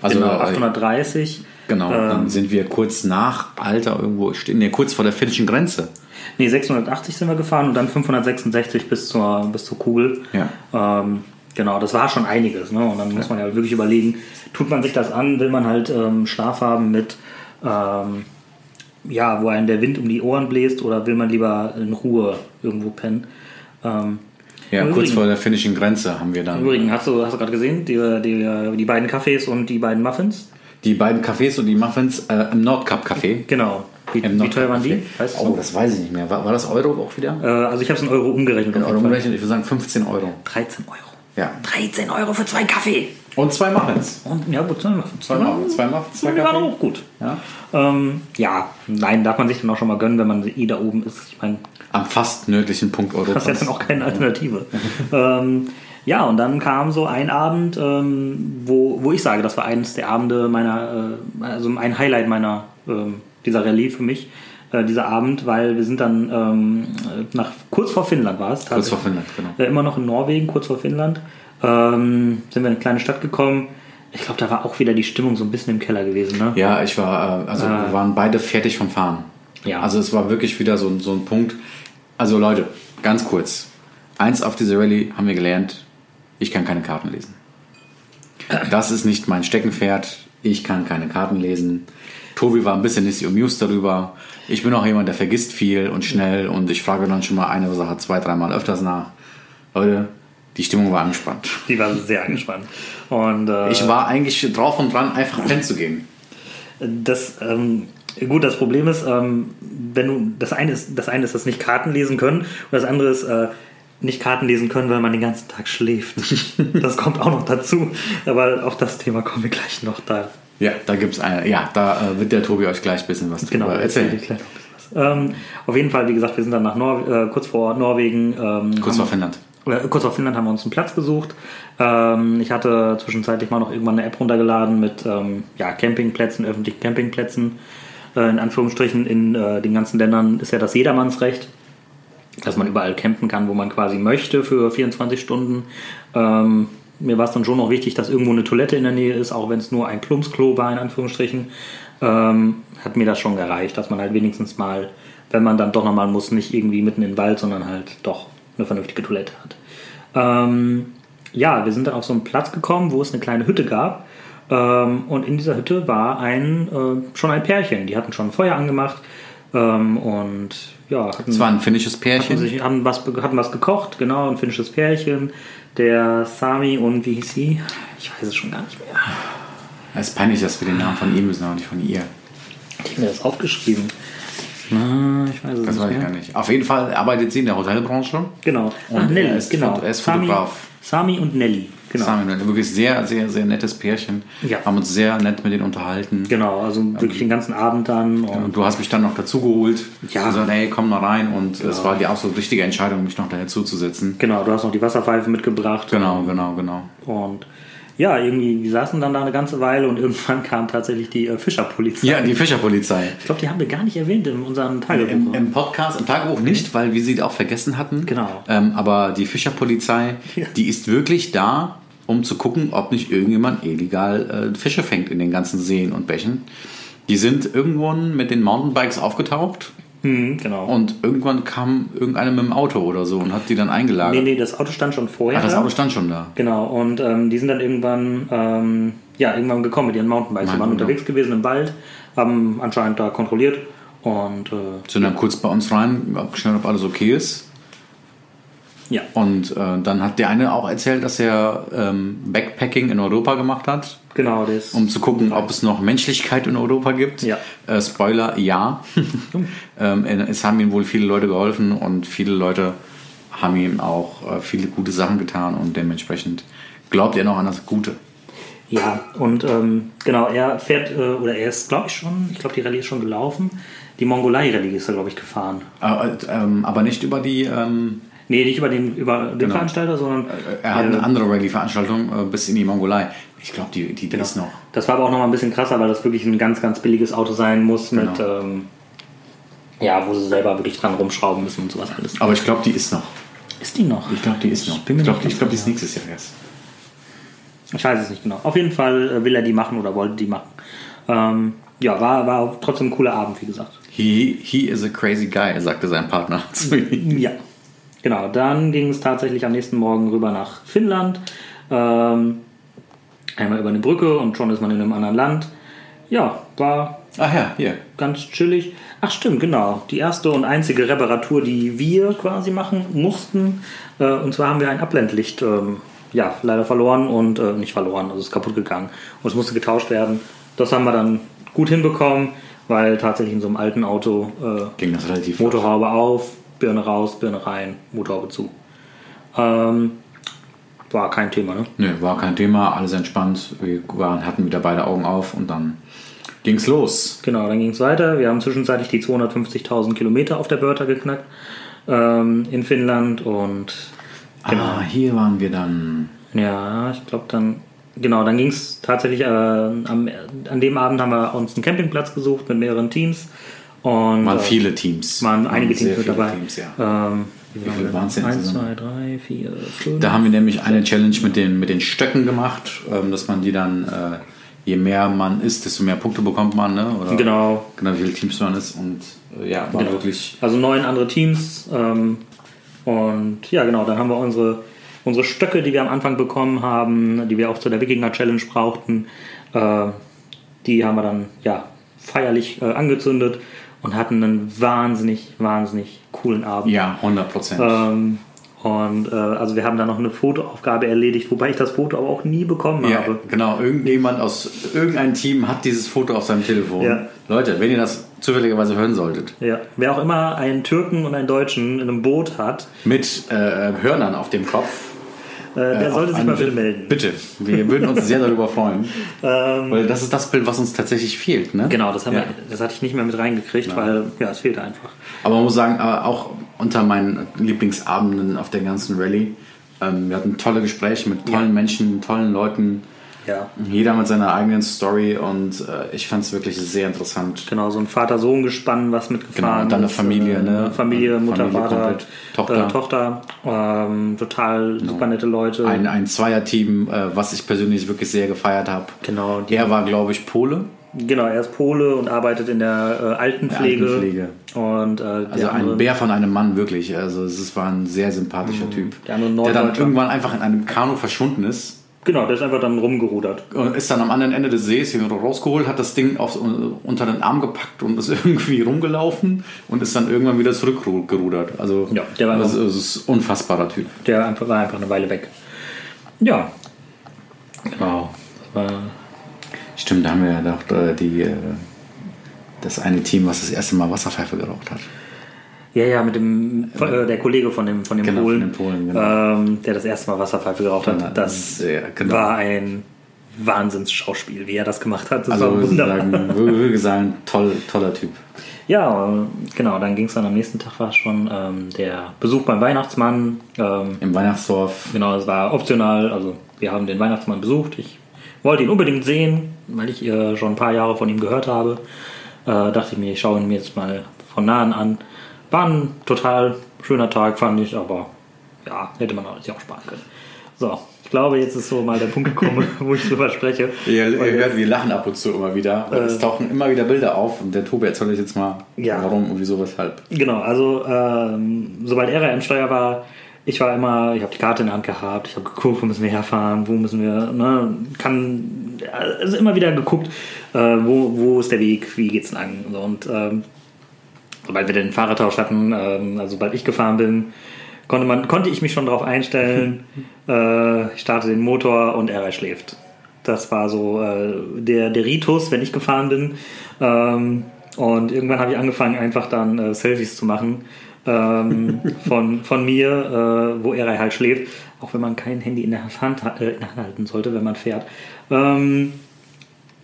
Also,
genau,
äh,
830.
Genau, dann
Ähm,
sind wir kurz nach Alter irgendwo stehen. Nee, kurz vor der finnischen Grenze.
nee, 680 sind wir gefahren und dann 566 bis zur, bis zur Kugel.
Ja.
Ähm, genau, das war schon einiges. Ne? Und dann muss man ja wirklich überlegen, tut man sich das an, will man halt ähm, Schlaf haben mit, ähm, ja, wo einem der Wind um die Ohren bläst oder will man lieber in Ruhe irgendwo pennen? Ähm,
Ja,
im
kurz
Übrigen-
vor der finnischen Grenze haben wir
Im
dann
Übrigen, hast du, hast du gerade gesehen, die, die, die beiden Kaffees und die beiden Muffins?
die beiden Cafés und die Muffins äh, im Nordcup-Café.
Genau. Wie,
Im
wie
Nordcup
teuer waren die?
Café.
Weißt du?
Oh, das weiß ich nicht mehr. War, war das Euro auch wieder?
Äh, also ich habe es in Euro umgerechnet.
In
auf jeden
Euro
Fall.
gerechnet? Ich würde sagen 15 Euro.
13 Euro.
Ja.
13 Euro für zwei Kaffee.
Und zwei Muffins.
Und ja gut, zwei Muffins.
Zwei Muffins, zwei Muffins, zwei
Die waren
Kaffee.
auch gut.
Ja.
Ähm, ja, nein, darf man sich dann auch schon mal gönnen, wenn man eh da oben ist. Ich meine,
Am fast nördlichen Punkt Europas.
das ist ja dann auch keine Alternative. ähm, ja, und dann kam so ein Abend, ähm, wo, wo ich sage, das war eines der Abende meiner, äh, also ein Highlight meiner, ähm, dieser Rallye für mich, äh, dieser Abend, weil wir sind dann ähm, nach, kurz vor Finnland war es.
Kurz vor Finnland, genau.
Äh, immer noch in Norwegen, kurz vor Finnland, ähm, sind wir in eine kleine Stadt gekommen. Ich glaube, da war auch wieder die Stimmung so ein bisschen im Keller gewesen, ne?
Ja, ich war, äh, also wir waren beide fertig vom Fahren.
Ja.
Also es war wirklich wieder so, ein- so ein Punkt. Also Leute, ganz kurz. Eins auf dieser Rallye haben wir gelernt, ich kann keine Karten lesen. Das ist nicht mein Steckenpferd. Ich kann keine Karten lesen. Tobi war ein bisschen nicht amused darüber. Ich bin auch jemand, der vergisst viel und schnell und ich frage dann schon mal eine Sache zwei, dreimal öfters nach. Leute, die Stimmung war angespannt.
Die war sehr angespannt. Und, äh,
Ich war eigentlich drauf und dran, einfach pennen zu gehen.
Das, ähm, gut, das Problem ist, ähm, wenn du, das eine ist, das eine ist, das nicht Karten lesen können und das andere ist, äh, nicht Karten lesen können, weil man den ganzen Tag schläft. Das kommt auch noch dazu, aber auf das Thema kommen wir gleich noch da.
Ja, da gibt's eine. Ja, da äh, wird der Tobi euch gleich ein bisschen was
Genau,
drüber
erzähl
erzählen.
ich gleich noch ein bisschen was. Ähm, auf jeden Fall, wie gesagt, wir sind dann nach Nor äh, kurz vor Norwegen. Ähm,
Kurz
haben-
vor Finnland.
äh, kurz vor Finnland haben wir uns einen Platz gesucht. Ähm, ich hatte zwischenzeitlich mal noch irgendwann eine App runtergeladen mit ähm, ja, Campingplätzen, öffentlichen Campingplätzen. Äh, in Anführungsstrichen in äh, den ganzen Ländern ist ja das Jedermannsrecht, dass man überall campen kann, wo man quasi möchte für 24 Stunden. Ähm, mir war es dann schon noch wichtig, dass irgendwo eine Toilette in der Nähe ist, auch wenn es nur ein Plumpsklo war, in Anführungsstrichen. Ähm, hat mir das schon gereicht, dass man halt wenigstens mal, wenn man dann doch nochmal muss, nicht irgendwie mitten in den Wald, sondern halt doch eine vernünftige Toilette hat. Ähm, ja, wir sind dann auf so einen Platz gekommen, wo es eine kleine Hütte gab. Ähm, und in dieser Hütte war ein, äh, schon ein Pärchen. Die hatten schon ein Feuer angemacht ähm, und ja, hatten
Es war ein finnisches
haben,
Pärchen.
sich, Also haben, was, hatten was gekocht, genau, ein finnisches Pärchen. Der Sami und wie hieß sie? Ich weiß es schon gar nicht mehr.
Es ist peinlich, dass wir den Namen von ihm wissen, aber nicht von ihr.
Ich habe mir das aufgeschrieben. Na, ich weiß es
Das
nicht
weiß ich
mehr.
gar nicht. Auf jeden Fall arbeitet sie in der Hotelbranche.
Genau.
Und er ist Fot- er ist Fotograf.
Sami und Nelly. Genau.
Simon und wirklich sehr, sehr, sehr nettes Pärchen.
Ja.
Haben uns sehr nett mit denen unterhalten.
Genau, also wirklich den ganzen Abend dann.
Und
Und
du hast mich dann noch dazugeholt.
Ja.
Und gesagt, hey, komm mal rein. Und es war die absolut richtige Entscheidung, mich noch dazuzusetzen.
genau, du hast noch die Wasserpfeife mitgebracht.
Genau, genau, genau.
Und ja, irgendwie, die saßen dann da eine ganze Weile und irgendwann kam tatsächlich die äh, Fischerpolizei.
Ja, die Fischerpolizei.
Ich glaube, die haben wir gar nicht erwähnt in unserem Tagebuch.
Im, Im Podcast, im Tagebuch nicht, weil wir sie auch vergessen hatten.
Genau.
Ähm, aber die Fischerpolizei,
Ja.
die ist wirklich da, um zu gucken, ob nicht irgendjemand illegal äh, Fische fängt in den ganzen Seen und Bächen. Die sind irgendwann mit den Mountainbikes aufgetaucht
Mhm, genau.
und irgendwann kam irgendeiner mit dem Auto oder so und hat die dann
nee,
eingelagert.
nee, das Auto stand schon vorher.
Ach, das
da.
Auto stand schon da.
Genau, und ähm, die sind dann irgendwann, ähm, ja, irgendwann gekommen mit ihren Mountainbikes. Die waren
Mountainbike.
unterwegs gewesen im Wald, haben anscheinend da kontrolliert und äh,
Sind dann kurz bei uns rein, abgeschnitten, ob alles okay ist.
ja,
Und äh, dann hat der eine auch erzählt, dass er ähm, Backpacking in Europa gemacht hat.
genau, das.
um zu gucken, ob es noch Menschlichkeit in Europa gibt.
Ja.
Äh, Spoiler, ja. ähm, es haben ihm wohl viele Leute geholfen und viele Leute haben ihm auch äh, viele gute Sachen getan und dementsprechend glaubt er noch an das Gute.
Ja, und ähm, genau, er fährt, äh, oder er ist, glaube ich, schon, ich glaube, die Rallye ist schon gelaufen. Die Mongolei-Rallye ist er, glaube ich, gefahren.
Äh, äh, ähm, aber nicht über die, ähm,
Nee, nicht über den, über den Veranstalter, sondern
Genau. er hat
äh,
eine andere Rallye-Veranstaltung äh, bis in die Mongolei. Ich glaube, die, die, die ist noch.
Das war aber auch nochmal ein bisschen krasser, weil das wirklich ein ganz, ganz billiges Auto sein muss mit,
Genau.
ähm, ja, wo sie selber wirklich dran rumschrauben müssen und sowas alles.
Aber ich glaube, die ist noch.
Ist die noch?
Ich glaube, die ist noch.
bin mir
ich glaube, die,
nicht ganz
ich glaub, die ist nächstes Jahr erst.
Ich weiß es nicht genau. Auf jeden Fall äh, will er die machen oder wollte die machen. Ähm, ja, war, war trotzdem ein cooler Abend, wie gesagt.
He, he is a crazy guy, sagte sein Partner zu ihm.
Ja, genau. Dann ging es tatsächlich am nächsten Morgen rüber nach Finnland. Ähm, einmal über eine Brücke und schon ist man in einem anderen Land. Ja, war
Ach Ah, ja, hier.
ganz chillig. Ach stimmt, genau. Die erste und einzige Reparatur, die wir quasi machen mussten. Äh, und zwar haben wir ein Abblendlicht, ähm, ja, leider verloren und äh, nicht verloren, also ist kaputt gegangen. Und es musste getauscht werden. Das haben wir dann gut hinbekommen, weil tatsächlich in so einem alten Auto äh,
Ging das relativ
Motorhaube auf, Birne raus, Birne rein, Motorhaube zu. Ähm, war kein Thema, ne?
Nö, war kein Thema, alles entspannt. Wir waren, hatten wieder beide Augen auf und dann ging's los.
Genau, dann ging es weiter. Wir haben zwischenzeitlich die 250.000 Kilometer auf der Börter geknackt ähm, in Finnland und genau,
Ah, hier waren wir dann.
ja, ich glaube dann, genau, dann ging es tatsächlich, äh, am, an dem Abend haben wir uns einen Campingplatz gesucht mit mehreren Teams und
Waren
äh,
viele Teams.
waren einige Teams
sehr
mit
viele
dabei.
Teams, ja.
ähm,
Wie viele waren's denn
1,
insgesamt?
2, 3, 4, 5.
Da haben wir nämlich eine Challenge mit den, mit den Stöcken gemacht, ähm, dass man die dann, äh, je mehr man ist, desto mehr Punkte bekommt man, ne? Oder
Genau,
Genau, wie viele Teams man ist und äh, ja, war
Genau.
wirklich.
Also neun andere Teams. Ähm, und ja, genau, dann haben wir unsere, unsere Stöcke, die wir am Anfang bekommen haben, die wir auch zu der Wikinger Challenge brauchten, äh, die haben wir dann ja feierlich äh, angezündet und hatten einen wahnsinnig, wahnsinnig coolen Abend.
Ja, 100 Prozent.
Ähm, und äh, also wir haben dann noch eine Fotoaufgabe erledigt, wobei ich das Foto aber auch nie bekommen
Ja,
habe.
genau. Irgendjemand aus irgendein Team hat dieses Foto auf seinem Telefon.
Ja.
Leute, wenn ihr das zufälligerweise hören solltet,
Ja. Wer auch immer einen Türken und einen Deutschen in einem Boot hat,
mit äh, Hörnern auf dem Kopf.
äh, der sollte sich mal bitte melden.
Bitte, wir würden uns sehr darüber freuen.
Ähm,
Weil das ist das Bild, was uns tatsächlich fehlt. Ne?
Genau, das, haben
ja.
wir, das hatte ich nicht mehr mit reingekriegt, weil ja, es fehlte einfach.
Aber man muss sagen, aber auch unter meinen Lieblingsabenden auf der ganzen Rallye, ähm, wir hatten tolle Gespräche mit tollen Menschen, tollen Leuten.
Ja.
Jeder mit seiner eigenen Story und äh, ich fand es wirklich sehr interessant.
Genau, so ein Vater-Sohn-Gespann, was mitgefahren
Genau, und dann eine
ist,
Familie,
äh,
ne?
Familie, Mutter,
Familie
Vater,
komplett. Tochter. Genau.
Äh, Tochter ähm, total super nette Leute.
Ein, ein Zweierteam, äh, was ich persönlich wirklich sehr gefeiert habe.
Genau, die,
Er war, glaube ich, Pole.
genau, er ist Pole und arbeitet in der äh, Altenpflege.
Altenpflege.
Und äh, der
Also
andere, Mhm.
ein Bär von einem Mann, wirklich. Also es ist- war ein sehr sympathischer Typ.
Der andere
der dann
Norddeutscher.
irgendwann einfach in einem Kanu verschwunden ist.
Genau, der ist einfach dann rumgerudert.
Und ist dann am anderen Ende des Sees hier rausgeholt, hat das Ding aufs, unter den Arm gepackt und ist irgendwie rumgelaufen und ist dann irgendwann wieder zurückgerudert. Also
Ja, der war
das, ist, das ist ein unfassbarer Typ.
Der einfach, war einfach eine Weile weg. Ja,
Wow.
äh,
Stimmt, da haben wir ja doch äh, die, äh, das eine Team, was das erste Mal Wasserpfeife geraucht hat.
Ja, ja, mit dem äh, der Kollege von dem von dem
Genau, von
Polen,
dem Polen, genau.
ähm, der das erste Mal Wasserpfeife geraucht
Ja,
hat. Das
ja, genau.
war ein Wahnsinnsschauspiel, wie er das gemacht hat. Das
Also
war
würde ich
wunderbar.
sagen, würde ich sagen, toll, toller Typ.
Ja, äh, genau. Dann ging es dann am nächsten Tag war schon ähm, der Besuch beim Weihnachtsmann. Ähm,
Im Weihnachtsdorf.
Genau, es war optional. Also wir haben den Weihnachtsmann besucht. Ich wollte ihn unbedingt sehen, weil ich äh, schon ein paar Jahre von ihm gehört habe. Äh, dachte ich mir, ich schaue ihn mir jetzt mal von nahen an. War ein total schöner Tag, fand ich, aber ja, hätte man sich auch sparen können. So, ich glaube, jetzt ist so mal der Punkt gekommen, wo ich drüber spreche.
Ihr, ihr
Weil jetzt-
hört, wir lachen ab und zu immer wieder. Und es tauchen immer wieder Bilder auf. Und der Tobi erzählt euch jetzt mal,
Ja.
warum und wieso, weshalb.
Genau, also ähm, sobald er am Steuer war, ich war immer, ich habe die Karte in der Hand gehabt, ich habe geguckt, wo müssen wir herfahren, wo müssen wir, ne, kann, also immer wieder geguckt, äh, wo, wo ist der Weg, wie geht's lang. So, und ähm, sobald wir den Fahrertausch hatten, ähm, also sobald ich gefahren bin, konnte, man, konnte ich mich schon darauf einstellen, äh, ich starte den Motor und er schläft. Das war so äh, der, der Ritus, wenn ich gefahren bin. Ähm, und irgendwann habe ich angefangen, einfach dann äh, Selfies zu machen ähm, von, von mir, äh, wo er halt schläft. Auch wenn man kein Handy in der Hand, ha- äh, in der Hand halten sollte, wenn man fährt. Ähm,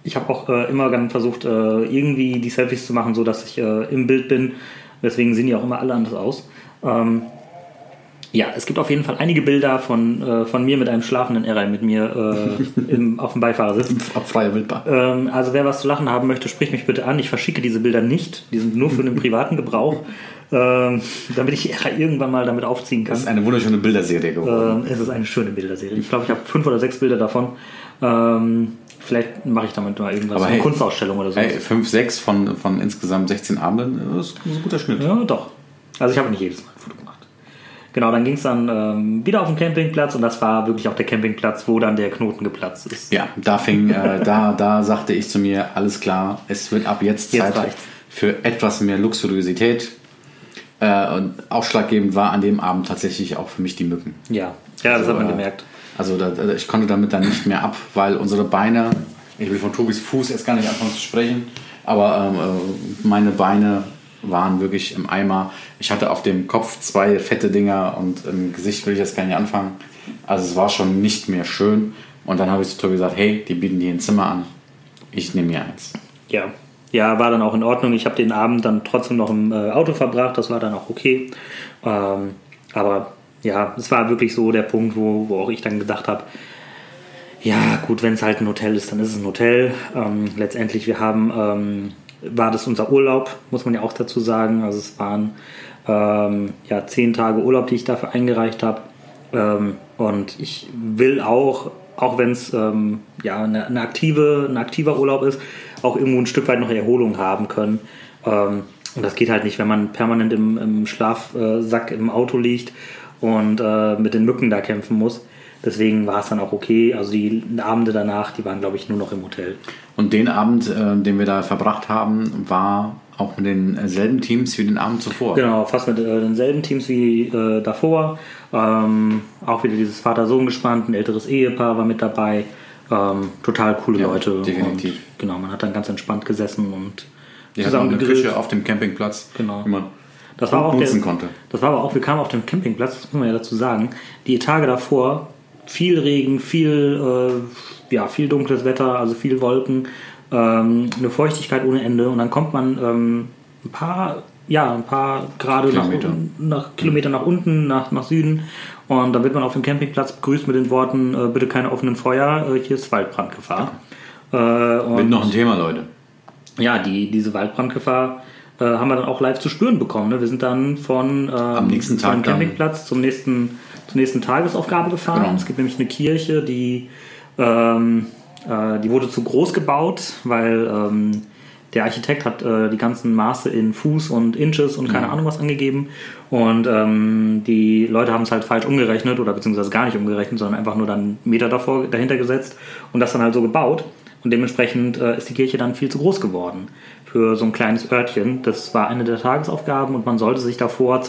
ich habe auch äh, immer dann versucht, äh, irgendwie die Selfies zu machen, so dass ich äh, im Bild bin. Deswegen sehen die auch immer alle anders aus. Ähm, ja, es gibt auf jeden Fall einige Bilder von, äh, von mir mit einem schlafenden Errei mit mir äh, im, auf dem Beifahrersitz.
Ab freier Wildbahn.
Ähm, also wer was zu lachen haben möchte, spricht mich bitte an. Ich verschicke diese Bilder nicht. Die sind nur für den privaten Gebrauch, ähm, damit ich Errei irgendwann mal damit aufziehen kann.
Das ist eine wunderschöne Bilderserie geworden.
Ähm, es ist eine schöne Bilderserie. Ich glaube, ich habe fünf oder sechs Bilder davon. Ähm, vielleicht mache ich damit mal irgendwas.
Aber
eine
hey.
Kunstausstellung oder so.
Hey, 5, 6 von, von insgesamt 16 Abenden, das ist ein guter Schnitt.
Ja, doch. Also ich habe nicht jedes Mal ein Foto gemacht. Genau, dann ging es dann ähm, wieder auf den Campingplatz und das war wirklich auch der Campingplatz, wo dann der Knoten geplatzt ist.
Ja, da fing, äh, da, da sagte ich zu mir, alles klar, es wird ab jetzt
Jetzt
Zeit
reicht's.
für etwas mehr Luxuriosität. Äh, und ausschlaggebend war an dem Abend tatsächlich auch für mich die Mücken.
Ja, ja das hat man
äh,
gemerkt.
Also da, da- ich konnte damit dann nicht mehr ab, weil unsere Beine, ich will von Tobis Fuß erst gar nicht anfangen zu sprechen, aber ähm, äh, meine Beine waren wirklich im Eimer. Ich hatte auf dem Kopf zwei fette Dinger und im Gesicht will ich jetzt gar nicht anfangen. Also es war schon nicht mehr schön. Und dann habe ich zu Tobi gesagt, hey, die bieten dir ein Zimmer an. Ich nehme mir eins.
Ja. Ja, war dann auch in Ordnung. Ich habe den Abend dann trotzdem noch im äh, Auto verbracht. Das war dann auch okay. Ähm, aber ja, es war wirklich so der Punkt, wo, wo auch ich dann gedacht habe, ja gut, wenn es halt ein Hotel ist, dann ist es ein Hotel. Ähm, letztendlich, wir haben, ähm, war das unser Urlaub, muss man ja auch dazu sagen. Also es waren ähm, ja zehn Tage Urlaub, die ich dafür eingereicht habe. Ähm, und ich will auch, auch wenn es ähm, ja eine, eine aktive, ein aktiver Urlaub ist, auch irgendwo ein Stück weit noch Erholung haben können. Ähm, und das geht halt nicht, wenn man permanent im, im Schlafsack äh, im Auto liegt und äh, mit den Mücken da kämpfen muss. Deswegen war es dann auch okay. Also die Abende danach, die waren, glaube ich, nur noch im Hotel.
Und den Abend, äh, den wir da verbracht haben, war auch mit denselben Teams wie den Abend zuvor.
Genau, fast mit äh, denselben Teams wie äh, davor. Ähm, auch wieder dieses Vater-Sohn-Gespann, ein älteres Ehepaar war mit dabei. Ähm, total coole
Ja,
Leute.
definitiv.
Und, genau, man hat dann ganz entspannt gesessen und
Die hatten auch genau, eine
gegrillt.
Küche auf dem Campingplatz,
Genau.
die man
Das war auch der,
nutzen konnte.
Das war aber auch, wir kamen auf dem Campingplatz, das muss man ja dazu sagen. Die Tage davor, viel Regen, viel, äh, ja, viel dunkles Wetter, also viel Wolken, ähm, eine Feuchtigkeit ohne Ende und dann kommt man ähm, ein paar, ja, ein paar Grade
Kilometer.
nach unten, nach Kilometer nach unten, nach, nach Süden und dann wird man auf dem Campingplatz begrüßt mit den Worten, äh, bitte keine offenen Feuer, äh, hier ist Waldbrandgefahr. Äh, und
Wird noch ein Thema, Leute.
ja, die, diese Waldbrandgefahr äh, haben wir dann auch live zu spüren bekommen. Ne? Wir sind dann von, ähm, Am
nächsten Tag
von dem
dann.
Campingplatz zum nächsten, zur nächsten Tagesaufgabe gefahren.
Genau.
Es gibt nämlich eine Kirche, die, ähm, äh, die wurde zu groß gebaut, weil ähm, der Architekt hat äh, die ganzen Maße in Fuß und Inches und keine Ahnung was angegeben. Und ähm, die Leute haben es halt falsch umgerechnet oder beziehungsweise gar nicht umgerechnet, sondern einfach nur dann Meter davor, dahinter gesetzt und das dann halt so gebaut. Und dementsprechend äh, ist die Kirche dann viel zu groß geworden für so ein kleines Örtchen. Das war eine der Tagesaufgaben und man sollte sich davor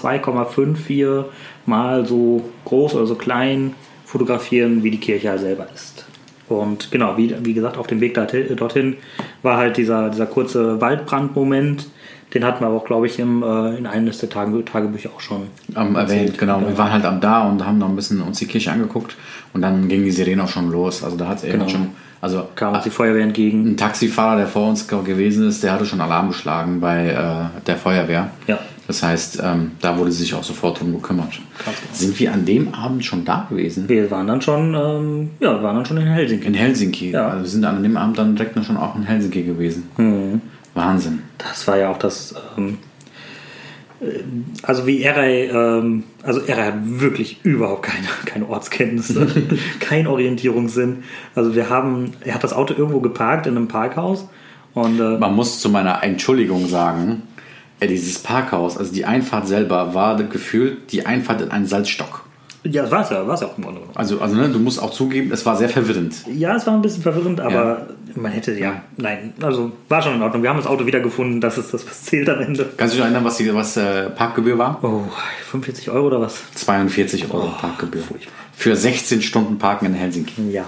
2,54 mal so groß oder so klein fotografieren, wie die Kirche halt selber ist. Und genau, äh, wie, wie gesagt, auf dem Weg dorthin dorthin war halt dieser, dieser kurze Waldbrandmoment, Den hatten wir aber auch, glaube ich, im, äh, in einem der Tage, Tagebücher auch schon.
Am, erwähnt, genau. Wir waren halt am da und haben noch ein bisschen uns die Kirche angeguckt und dann ging die Sirene auch schon los. Also da hat es eben
Genau.
schon, also
Kam uns die Feuerwehr entgegen.
ein Taxifahrer, der vor uns ge- gewesen ist, der hatte schon Alarm geschlagen bei äh, der Feuerwehr.
Ja.
Das heißt, ähm, da wurde sich auch sofort drum gekümmert. Sind wir an dem Abend schon da gewesen?
Wir waren dann schon, ähm, ja, wir waren dann schon in Helsinki.
In Helsinki.
Ja.
Also wir sind an dem Abend dann direkt noch schon auch in Helsinki gewesen. Wahnsinn.
Das war ja auch das. Ähm, äh, also wie Eray, ähm, also Eray hat wirklich überhaupt keine, keine Ortskenntnisse, kein Orientierungssinn. Also wir haben, er hat das Auto irgendwo geparkt in einem Parkhaus und äh,
Man muss zu meiner Entschuldigung sagen, äh, dieses Parkhaus, also die Einfahrt selber, war gefühlt die Einfahrt in einen Salzstock.
ja, das war es ja, war es ja auch im Grunde genommen.
Also, also ne, du musst auch zugeben, es war sehr verwirrend.
Ja, es war ein bisschen verwirrend, aber man hätte ja, nein, also war schon in Ordnung. Wir haben das Auto wiedergefunden, das ist das, was zählt am Ende.
Kannst du dich erinnern, was, die, was äh, Parkgebühr war?
Oh, 45 Euro oder was?
42 Euro Parkgebühr. Für 16 Stunden Parken in Helsinki.
Ja.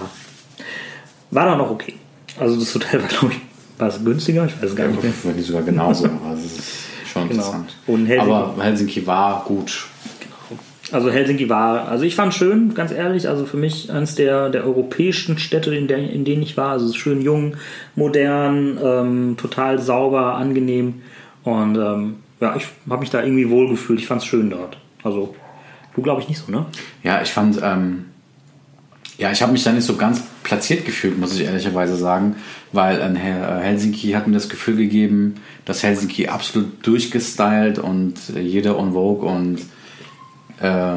War dann noch okay. Also das Hotel war, glaube ich, war es günstiger? Ich weiß es gar nicht mehr.
Wenn die sogar genauso. Also das ist schon
Genau.
interessant.
Und Helsinki-
Aber Helsinki war gut.
Also Helsinki war, also ich fand schön, ganz ehrlich, also für mich eines der, der europäischen Städte, in, der, in denen ich war. Also es ist schön jung, modern, ähm, total sauber, angenehm. Und ähm, ja, ich habe mich da irgendwie wohlgefühlt. Ich fand es schön dort. Also du glaube ich nicht so, ne?
Ja, ich fand, ähm, ja, ich habe mich da nicht so ganz platziert gefühlt, muss ich ehrlicherweise sagen, weil in Hel- äh, Helsinki hat mir das Gefühl gegeben, dass Helsinki absolut durchgestylt und äh, jeder on Vogue und äh,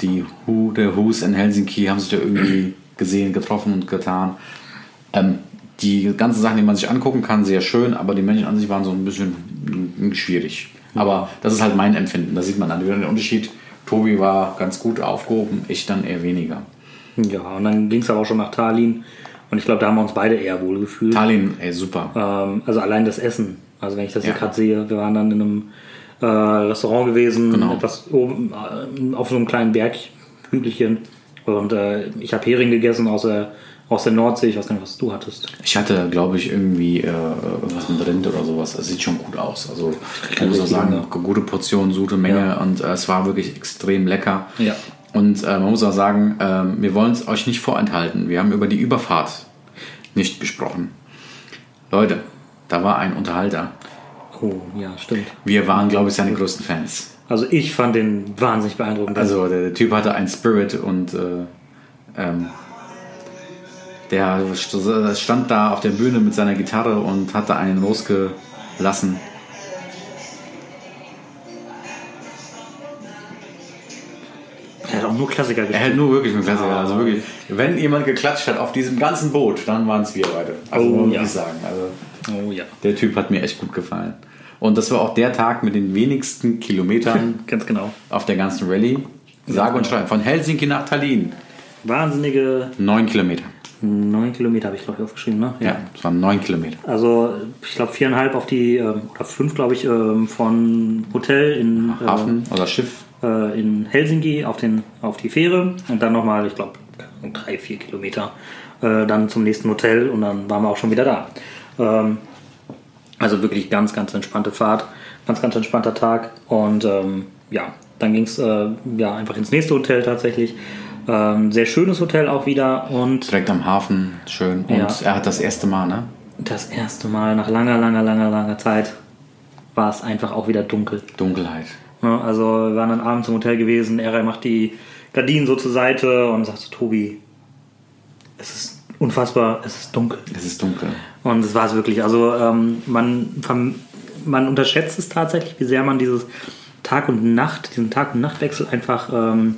die Who der Who's in Helsinki haben sich da irgendwie gesehen, getroffen und getan. Ähm, die ganzen Sachen, die man sich angucken kann, sehr schön, aber die Menschen an sich waren so ein bisschen mm, schwierig. Aber das ist halt mein Empfinden. Da sieht man dann wieder den Unterschied. Tobi war ganz gut aufgehoben, ich dann eher weniger.
Ja, und dann ging es aber auch schon nach Tallinn. Und ich glaube, da haben wir uns beide eher wohlgefühlt.
Tallinn, ey, super.
Ähm, also allein das Essen. Also wenn ich das
Ja.
hier gerade sehe, wir waren dann in einem äh, Restaurant gewesen,
Genau.
etwas oben äh, auf so einem kleinen Berghügelchen. Und äh, ich habe Hering gegessen aus der, aus der Nordsee. Ich weiß gar nicht, was du hattest.
Ich hatte, glaube ich, irgendwie äh, was mit Rind oder sowas. Es sieht schon gut aus. Also, ich muss auch sagen, gute Portion, gute Menge und äh, es war wirklich extrem lecker.
Ja.
Und äh, man muss auch sagen, ähm, wir wollen es euch nicht vorenthalten. Wir haben über die Überfahrt nicht gesprochen. Leute, da war ein Unterhalter.
Oh, ja, stimmt.
Wir waren, glaube ich, seine größten Fans.
Also ich fand den wahnsinnig beeindruckend.
Also der, der Typ hatte einen Spirit und äh, ähm, der st- stand da auf der Bühne mit seiner Gitarre und hatte einen losgelassen.
er hat auch nur Klassiker
Er
gespielt.
hält nur wirklich mit Klassiker. Also wirklich, wenn jemand geklatscht hat auf diesem ganzen Boot, dann waren es wir beide. Also
Oh,
muss
ja.
ich sagen. Also
Oh ja,
der Typ hat mir echt gut gefallen. Und das war auch der Tag mit den wenigsten Kilometern
ganz genau.
auf der ganzen Rallye. Sage und schreibe. Von Helsinki nach Tallinn.
Wahnsinnige
Neun Kilometer.
neun Kilometer habe ich, glaube ich, aufgeschrieben, ne?
Ja, es waren neun Kilometer.
Also ich glaube viereinhalb auf die, ähm, oder fünf glaube ich, ähm, von Hotel in,
Hafen oder Schiff.
äh, in Helsinki auf, den, auf die Fähre und dann nochmal, ich glaube, drei, vier Kilometer äh, dann zum nächsten Hotel und dann waren wir auch schon wieder da. Ähm, also wirklich ganz, ganz entspannte Fahrt, ganz, ganz entspannter Tag und ähm, ja, dann ging es äh, ja, einfach ins nächste Hotel tatsächlich. Ähm, sehr schönes Hotel auch wieder und
Direkt am Hafen, schön. Und
Ja.
er hat das erste Mal, ne?
das erste Mal nach langer, langer, langer, langer Zeit war es einfach auch wieder dunkel.
Dunkelheit.
Ja, Also wir waren dann abends im Hotel gewesen, Eray macht die Gardinen so zur Seite und sagt so, Tobi, es ist unfassbar, es ist dunkel.
Es ist dunkel.
Und es war es wirklich. Also ähm, man, verm- man unterschätzt es tatsächlich, wie sehr man dieses Tag und Nacht, diesen Tag und Nachtwechsel einfach ähm,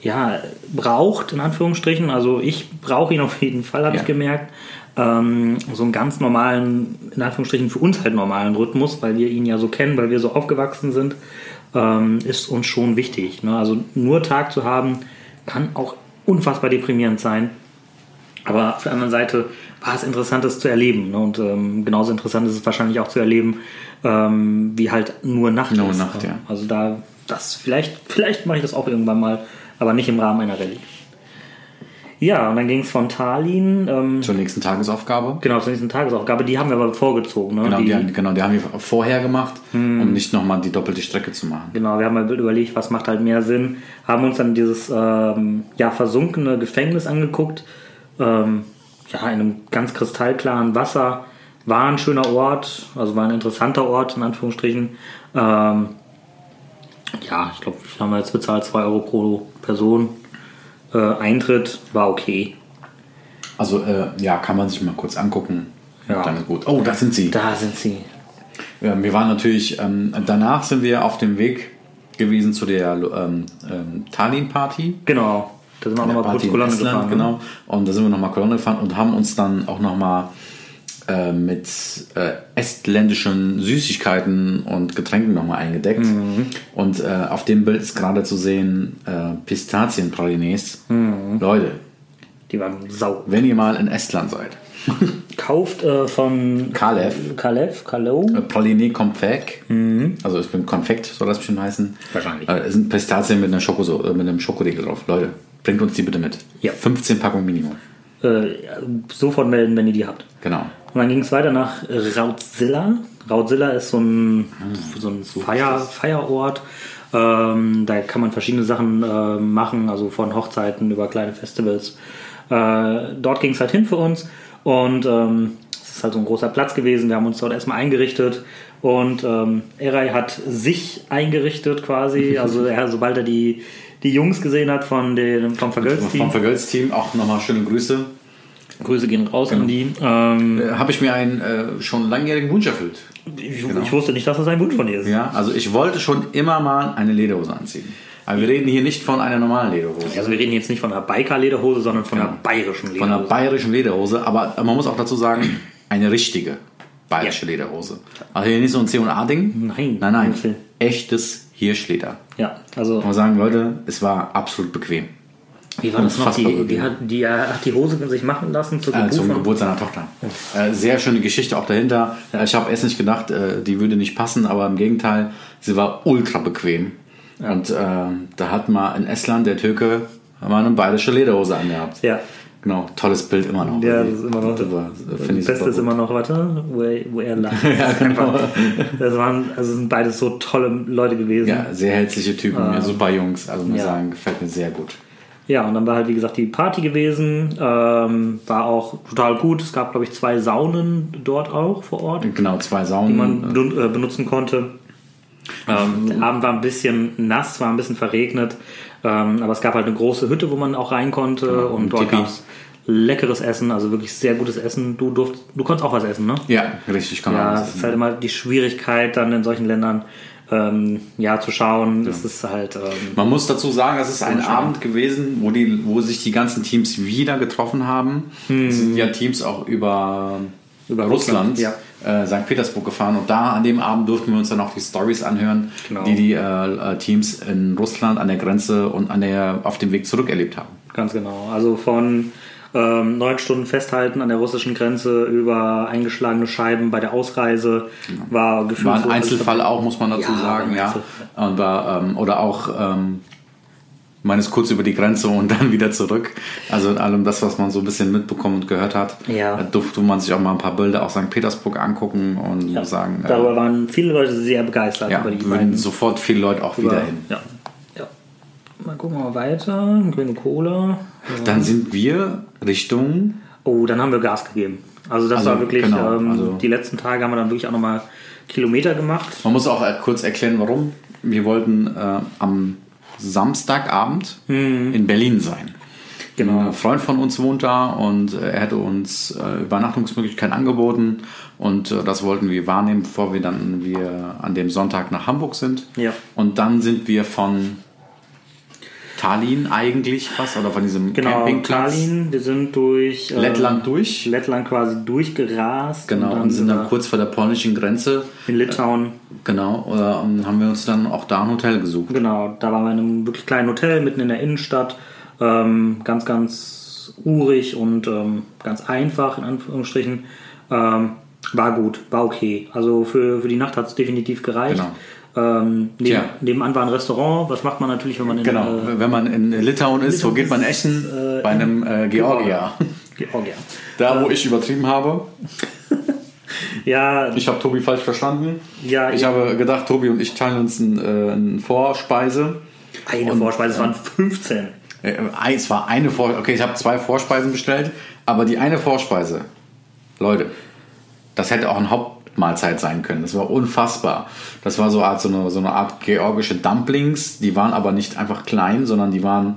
ja, braucht, in Anführungsstrichen. Also ich brauche ihn auf jeden Fall, habe
Ja.
ich gemerkt. Ähm, so einen ganz normalen, in Anführungsstrichen für uns halt normalen Rhythmus, weil wir ihn ja so kennen, weil wir so aufgewachsen sind, ähm, ist uns schon wichtig. Ne? Also nur Tag zu haben, kann auch unfassbar deprimierend sein. Aber auf der anderen Seite war es interessant, das zu erleben. Ne? Und ähm, genauso interessant ist es wahrscheinlich auch zu erleben, ähm, wie halt nur Nacht
Nur
ist.
Nacht, ja.
Also da, das vielleicht, vielleicht mache ich das auch irgendwann mal, aber nicht im Rahmen einer Rallye. Ja, und dann ging es von Tallinn. Ähm,
Zur nächsten Tagesaufgabe.
genau, zur nächsten Tagesaufgabe. Die haben wir aber vorgezogen. Ne?
Genau, die,
die, Hm.
haben- genau, die haben wir vorher gemacht, um nicht nochmal die doppelte Strecke zu machen.
Genau, wir haben halt überlegt, was macht halt mehr Sinn. Haben uns dann dieses ähm, ja, versunkene Gefängnis angeguckt. Ähm, ja, in einem ganz kristallklaren Wasser. War ein schöner Ort, also war ein interessanter Ort, in Anführungsstrichen. Ähm, ja, ich glaube, haben wir jetzt bezahlt 2 Euro pro Person. Äh, Eintritt war okay.
Also, äh, ja, kann man sich mal kurz angucken.
Ja.
Dann ist gut. Oh, da sind sie.
Da sind sie.
Ja, wir waren natürlich, ähm, danach sind wir auf dem Weg gewesen zu der ähm, ähm, Tallinn-Party.
Genau, da sind wir auch
Eine
nochmal kurz
Party in
Kolonne
Estland,
gefahren. ne?
Genau. Und da sind wir nochmal Kolonne gefahren und haben uns dann auch nochmal äh, mit äh, estländischen Süßigkeiten und Getränken nochmal eingedeckt.
Mhm.
Und äh, auf dem Bild ist gerade zu sehen äh, Pistazienpralines.
Mhm.
Leute,
Die waren sau.
wenn ihr mal in Estland seid,
Kauft äh, von
Kalev.
Kalev, Kalo.
Äh, Praline Confect, also ich bin Konfekt, soll das bestimmt heißen.
Mhm. Wahrscheinlich.
Äh, es sind Pistazien mit, einer Schoko, äh, mit einem Schokoriegel drauf. Leute, bringt uns die bitte mit.
Ja.
15 Packungen Minimum.
äh, sofort melden, wenn ihr die habt.
Genau.
Und dann ging es weiter nach Rautzilla. Rautzilla ist so ein, Hm, so ein Feier, Feierort. Ähm, da kann man verschiedene Sachen äh, machen, also von Hochzeiten über kleine Festivals. Äh, dort ging es halt hin für uns und ähm, es ist halt so ein großer Platz gewesen. Wir haben uns dort erstmal eingerichtet und ähm, Eray hat sich eingerichtet quasi. Also er, sobald er die, die Jungs gesehen hat von den, vom
Vom
Vergölz-Team.
Vergölz-Team auch nochmal schöne Grüße.
Grüße gehen raus an die. Ähm,
Äh, Habe ich mir einen äh, schon langjährigen Wunsch erfüllt.
Ich, ich wusste nicht, dass das ein Wunsch von dir ist.
Genau. Ja, also ich wollte schon immer mal eine Lederhose anziehen. Aber wir reden hier nicht von einer normalen Lederhose.
Also wir reden jetzt nicht von einer Biker-Lederhose, sondern von einer
Genau.
bayerischen
Von einer
Lederhose.
bayerischen Lederhose, aber man muss auch dazu sagen, eine richtige bayerische Lederhose. Also hier nicht so ein C&A-Ding.
Nein.
Nein, nein.
Wahnsinn.
Echtes Hirschleder.
ja, also
Ich muss sagen, Leute, es war absolut bequem.
wie war das noch?
unfassbar
Die, die,
bequem.
hat, die äh, hat die Hose sich machen lassen zur
Äh,
Geburt.
zum
von-
Geburt seiner Tochter. Äh, sehr schöne Geschichte auch dahinter. Äh, Ich habe erst nicht gedacht, äh, die würde nicht passen, aber im Gegenteil, sie war ultra bequem. Und äh, da hat mal in Estland der Türke mal eine bayerische Lederhose angehabt.
Ja.
Genau, tolles Bild immer noch.
Ja, das ist immer noch.
Das war-
Das
finde ich
Beste
super
ist
gut.
immer noch, warte, where, where lies.
genau.
Das waren, also sind beides so tolle Leute gewesen.
Ja, sehr herzliche Typen, super Jungs. Also muss
Ja.
sagen, gefällt mir sehr gut.
Ja, und dann war halt, wie gesagt, die Party gewesen. Ähm, war auch total gut. Es gab, glaube ich, zwei Saunen dort auch vor Ort, die
Genau, zwei Saunen.
man benut- äh, benutzen konnte.
ähm,
Der Abend war ein bisschen nass, war ein bisschen verregnet, ähm, aber es gab halt eine große Hütte, wo man auch rein konnte und
ein
dort
Tipi.
gab es leckeres Essen, also wirklich sehr gutes Essen. Du durft, du konntest auch was essen, ne?
ja, richtig, genau. kann man
Ja,
alles
es
essen.
ist halt immer die Schwierigkeit dann in solchen Ländern, ähm, ja, zu schauen. Es ist halt, ähm,
Man muss dazu sagen, es ist ein Abend gewesen, wo, die, wo sich die ganzen Teams wieder getroffen haben.
Hm.
Es sind ja Teams auch über,
Über
über Russland,
Russland,
äh, St. Petersburg gefahren. Und da an dem Abend durften wir uns dann auch die Stories anhören,
Genau.
die die äh, äh, Teams in Russland an der Grenze und an der, auf dem Weg zurück erlebt haben.
ganz genau. Also von ähm, neun Stunden festhalten an der russischen Grenze über eingeschlagene Scheiben bei der Ausreise Genau. war gefühlt
War ein
so alles
Einzelfall auch, muss man dazu
Ja,
sagen,
ein
ja.
Einzelfall.
Und war, ähm, oder auch ähm, man ist kurz über die Grenze und dann wieder zurück. Also in allem das, was man so ein bisschen mitbekommen und gehört hat,
Ja.
da durfte man sich auch mal ein paar Bilder aus St. Petersburg angucken und
dabei.
sagen, äh,
Darüber waren viele Leute sehr begeistert
ja,
über die
würden sofort viele Leute auch wieder hin.
Ja. ja. Mal gucken wir mal weiter. Grüne Cola.
Dann sind wir Richtung
Oh, dann haben wir Gas gegeben. Also das
Also,
war wirklich,
genau,
ähm,
also-
die letzten Tage haben wir dann wirklich auch nochmal Kilometer gemacht.
Man muss auch äh, kurz erklären, warum. Wir wollten äh, am Samstagabend
Mhm.
in Berlin sein.
Genau.
Ein Freund von uns wohnt da und äh, er hätte uns äh, Übernachtungsmöglichkeiten angeboten und äh, das wollten wir wahrnehmen, bevor wir dann wir an dem Sonntag nach Hamburg sind.
Ja.
Und dann sind wir von Tallinn eigentlich was oder von diesem
Genau,
Campingplatz
Tallinn, wir sind durch äh,
Lettland durch.
Lettland quasi durchgerast.
Genau, und,
dann
sind dann
wir
kurz vor der polnischen Grenze.
in Litauen.
Genau, äh, und haben wir uns dann auch da ein Hotel gesucht.
Genau, da waren wir in einem wirklich kleinen Hotel mitten in der Innenstadt. Ähm, ganz, ganz urig und ähm, ganz einfach, in Anführungsstrichen. Ähm, war gut, war okay. Also für, für die Nacht hat es definitiv gereicht. Ähm, neben,
Genau. Tja.
Nebenan war ein Restaurant. Was macht man natürlich, wenn man in
Genau,
äh,
wenn man in Litauen ist, wo
Litauen
geht man
ist,
essen?
äh,
Bei einem äh, Georgier.
Georgia?
Da, wo ich übertrieben habe.
Ja,
Ich habe Tobi falsch verstanden.
Ja,
ich
ja.
habe gedacht, Tobi und ich teilen uns ein, äh, eine Vorspeise.
eine Vorspeise, es waren 15.
Äh, äh, es war eine Vorspeise. Okay, ich habe zwei Vorspeisen bestellt, aber die eine Vorspeise, Leute, das hätte auch eine Hauptmahlzeit sein können. Das war unfassbar. Das war so, eine Art, so, eine, so eine Art georgische Dumplings. Die waren aber nicht einfach klein, sondern die waren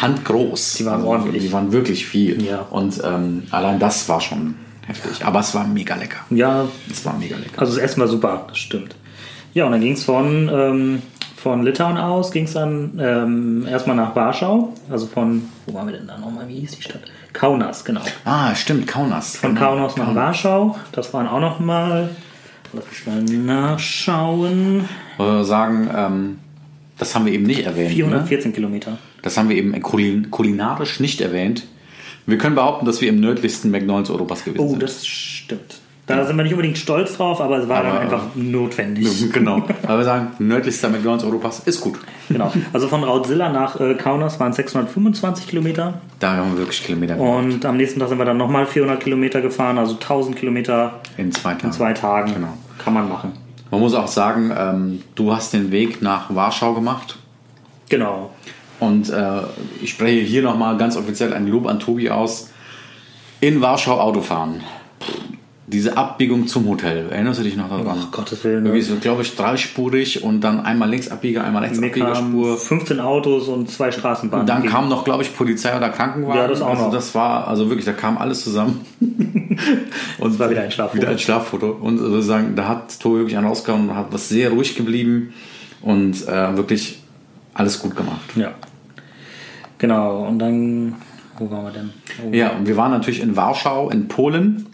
handgroß. Die
waren ordentlich.
Die waren wirklich viel.
Ja.
Und ähm, allein das war schon heftig. Aber es war mega lecker.
Ja,
Es war mega lecker.
also das Essen war super, das stimmt. Ja, und dann ging es von, ähm, von Litauen aus, ging es dann ähm, erstmal nach Warschau. Also von, wo waren wir denn da nochmal? Wie hieß die Stadt? Kaunas, genau.
Ah, stimmt, Kaunas.
Von
Genau.
Kaunas nach Warschau. Das waren auch nochmal. Lass mich mal nachschauen.
Oder sagen, ähm, das haben wir eben nicht erwähnt. Ne?
414 Kilometer.
Das haben wir eben kulin kulinarisch nicht erwähnt. Wir können behaupten, dass wir im nördlichsten McDonalds Europas gewesen
Oh,
sind.
das stimmt. Da sind wir nicht unbedingt stolz drauf, aber es war dann
Aber-
einfach notwendig.
genau. Aber wir sagen, nördlichster McDonalds Europas ist gut.
genau. Also von Rautzilla nach äh, Kaunas waren 625 Kilometer.
Da haben wir wirklich Kilometer
Und am nächsten Tag sind wir dann nochmal 400 Kilometer gefahren, also 1000 Kilometer
in zwei Tagen.
in zwei Tagen.
Genau.
Kann man machen.
Man muss auch sagen, ähm, du hast den Weg nach Warschau gemacht.
Genau.
Und äh, ich spreche hier nochmal ganz offiziell ein Lob an Tobi aus. In Warschau Autofahren. Pff, Diese Abbiegung zum Hotel. Erinnerst du dich noch daran?
Ach, ne? Gottes Willen.
Irgendwie so, glaube ich, dreispurig und dann einmal links abbiege, einmal rechts
Wir
abbiege
kamen
Spur.
15 Autos und zwei Straßenbahnen.
Dann
entgegen.
kam noch, glaube ich, Polizei oder Krankenwagen.
Ja, das auch
also
noch.
das war, also wirklich, da kam alles zusammen. und es
war wieder ein Schlaffoto.
Wieder ein Schlaffoto. Und also sozusagen, da hat Tobi wirklich einen rausgehauen und hat was sehr ruhig geblieben und äh, wirklich alles gut gemacht.
Ja. Genau. Und dann, wo waren wir denn? Oh.
Ja, und wir waren natürlich in Warschau, in Polen.